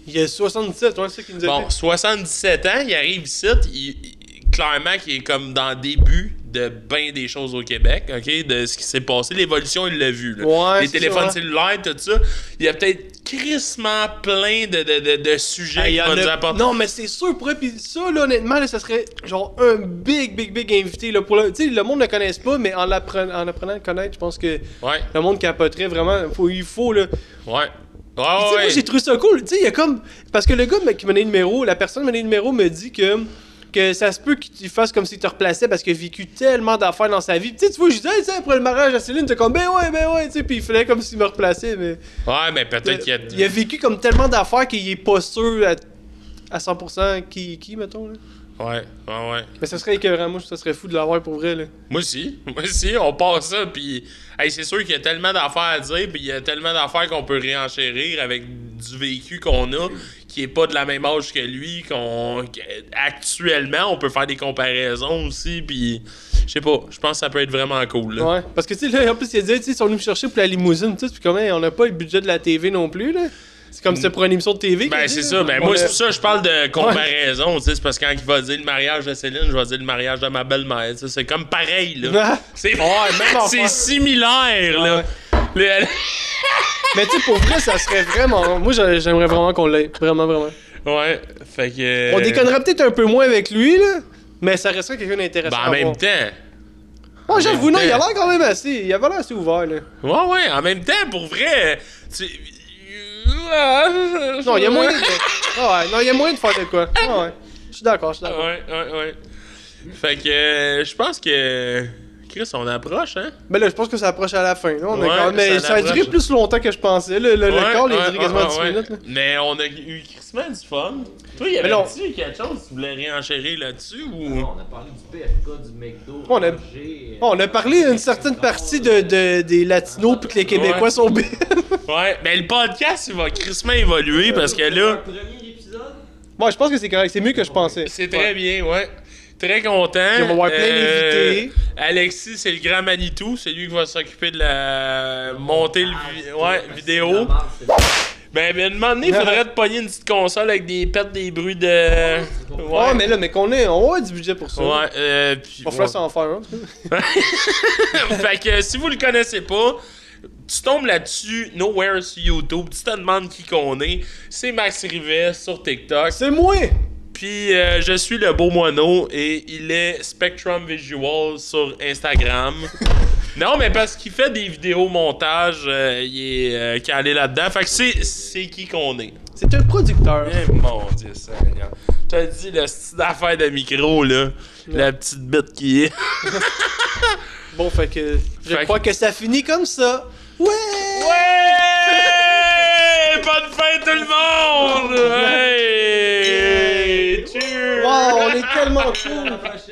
Speaker 2: Il y a 77, ouais, c'est ça qu'il nous a
Speaker 1: Bon,
Speaker 2: fait.
Speaker 1: 77 ans, il arrive ici, il- il- clairement qu'il est comme dans le début de bien des choses au Québec, OK, de ce qui s'est passé. L'évolution, il l'a vu. là.
Speaker 2: Ouais,
Speaker 1: Les
Speaker 2: c'est
Speaker 1: téléphones
Speaker 2: ça, ouais.
Speaker 1: cellulaires, tout ça. Il y a peut-être crissement plein de, de, de, de sujets
Speaker 2: Ah, il
Speaker 1: qu'il
Speaker 2: y en
Speaker 1: va nous
Speaker 2: a-
Speaker 1: apporter.
Speaker 2: Non, mais c'est sûr, pour eux, pis ça, là, honnêtement, là, ça serait genre un big, big, big invité. Là, pour le... Tu sais, le monde ne le connaisse pas, mais en, l'appren- en apprenant à le connaître, je pense que
Speaker 1: Ouais,
Speaker 2: le monde capoterait vraiment. Faut, il faut, là.
Speaker 1: ouais. Ouais,
Speaker 2: Tu sais,
Speaker 1: Ah ouais.
Speaker 2: Moi, j'ai trouvé ça cool. Tu sais, il y a comme. Parce que le gars m'a- qui m'a donné le numéro, la personne qui m'a donné le numéro me dit que. Que ça se peut qu'il fasse comme s'il te replaçait parce qu'il a vécu tellement d'affaires dans sa vie. Puis, Tu sais, tu vois, je disais, hey, tu sais, après le mariage à Céline, t'es comme, ben ouais, ben ouais, tu sais, puis il fallait comme s'il me replaçait, mais.
Speaker 1: Ouais, mais peut-être qu'il y a...
Speaker 2: Il a vécu comme tellement d'affaires qu'il est pas sûr à, à 100% qui, qui, mettons, là.
Speaker 1: Ouais, ouais, ouais.
Speaker 2: Mais ça serait écœurant, moi, ça serait fou de l'avoir pour vrai, là.
Speaker 1: Moi aussi, moi aussi, on passe ça, puis hey, c'est sûr qu'il y a tellement d'affaires à dire, puis il y a tellement d'affaires qu'on peut réenchérir avec du vécu qu'on a, qui est pas de la même âge que lui, qu'on actuellement on peut faire des comparaisons aussi, puis je sais pas, je pense que ça peut être vraiment cool. Là.
Speaker 2: Ouais. Parce que, tu sais, là, en plus, il a dit, tu sais, ils sont venus me chercher pour la limousine, tout, puis comment on n'a pas le budget de la TV non plus, là. C'est comme si c'était pour une émission de TV. qu'il a
Speaker 1: Ben
Speaker 2: dit,
Speaker 1: c'est
Speaker 2: là.
Speaker 1: ça, ben
Speaker 2: On
Speaker 1: moi c'est
Speaker 2: a-
Speaker 1: pour ça que je parle de comparaison, tu sais, c'est parce que quand il va dire le mariage de Céline, je vais dire le mariage de ma belle-mère, tu sais, c'est comme pareil là.
Speaker 2: Ah.
Speaker 1: C'est
Speaker 2: même
Speaker 1: c'est
Speaker 2: affaire.
Speaker 1: similaire là. Le-
Speaker 2: Mais tu sais, pour vrai, ça serait vraiment. Moi, j'a- j'aimerais vraiment qu'on l'ait. Vraiment, vraiment.
Speaker 1: Ouais, fait que.
Speaker 2: On déconnerait peut-être un peu moins avec lui, là. Mais ça resterait quelqu'un d'intéressant.
Speaker 1: Ben,
Speaker 2: à
Speaker 1: en même
Speaker 2: voir.
Speaker 1: temps.
Speaker 2: Oh, j'avoue,
Speaker 1: même
Speaker 2: non, il a
Speaker 1: temps.
Speaker 2: l'air quand même assez. Il avait l'air assez ouvert, là.
Speaker 1: Ouais, ouais, en même temps, pour vrai. Tu. euh,
Speaker 2: Non,
Speaker 1: Non,
Speaker 2: il y a moyen de. Ah ouais, non, il y a moyen de faire de quoi. Ah ouais. Je suis d'accord, je suis d'accord.
Speaker 1: Ouais, ouais, ouais. Fait que. euh, Je pense que. Chris, on approche, hein?
Speaker 2: Mais là, je pense que ça approche à la fin. Là, on a
Speaker 1: Ouais,
Speaker 2: quand même- Mais
Speaker 1: ça
Speaker 2: ça a duré
Speaker 1: approche.
Speaker 2: plus longtemps que je pensais. Le, le, le
Speaker 1: Ouais,
Speaker 2: corps, il
Speaker 1: ouais,
Speaker 2: a duré quasiment
Speaker 1: ouais,
Speaker 2: 10
Speaker 1: ouais.
Speaker 2: minutes. Là.
Speaker 1: Mais on a eu crissement du fun. Toi, il y
Speaker 2: non.
Speaker 1: avait-tu quelque chose que tu voulais réenchérir là-dessus ou.
Speaker 9: On a parlé du PFK, du McDo.
Speaker 2: On a-
Speaker 9: Roger,
Speaker 2: Bon, on a parlé d'une certaine partie de, de- des Latinos puis que les Québécois
Speaker 1: Ouais.
Speaker 2: sont belles.
Speaker 1: Ouais, mais le podcast, il va crissement évoluer parce que là.
Speaker 9: euh, Premier épisode.
Speaker 2: Bon, je pense que c'est correct. C'est mieux que je pensais.
Speaker 1: C'est très bien, ouais. Très content. Euh,
Speaker 2: Puis on va voir plein d'invités.
Speaker 1: Alexis, c'est le grand Manitou. C'est lui qui va s'occuper de la monter le vi- ouais, vidéo.
Speaker 9: Ah, c'est bon.
Speaker 1: Ben, ben, un moment donné, il faudrait te pogner une petite console avec des pertes, des bruits de. Ouais,
Speaker 2: Ouais, Ah, mais là, mais qu'on ait, on a du budget pour ça.
Speaker 1: Ouais, euh, puis-
Speaker 2: On va falloir
Speaker 1: ouais.
Speaker 2: s'en faire un.
Speaker 1: fait que si vous le connaissez pas, tu tombes là-dessus, nowhere sur YouTube, tu te demandes qui qu'on est. C'est Max Rivet sur TikTok.
Speaker 2: C'est moi!
Speaker 1: Puis euh, je suis le beau moineau et il est Spectrum Visual sur Instagram. non, mais parce qu'il fait des vidéos montage, euh, il est euh, calé là-dedans. Fait que c'est, c'est qui qu'on est.
Speaker 2: C'est un producteur.
Speaker 1: Eh mon dieu, Seigneur. T'as dit le style d'affaire de micro, là. La petite bête qui est.
Speaker 2: Bon, fait que je
Speaker 1: Fait
Speaker 2: crois que ça finit comme ça. Ouais!
Speaker 1: Ouais! Bonne fête tout le monde! Hey! Cheers!
Speaker 2: Wow, on est tellement cool!
Speaker 9: Ah, je-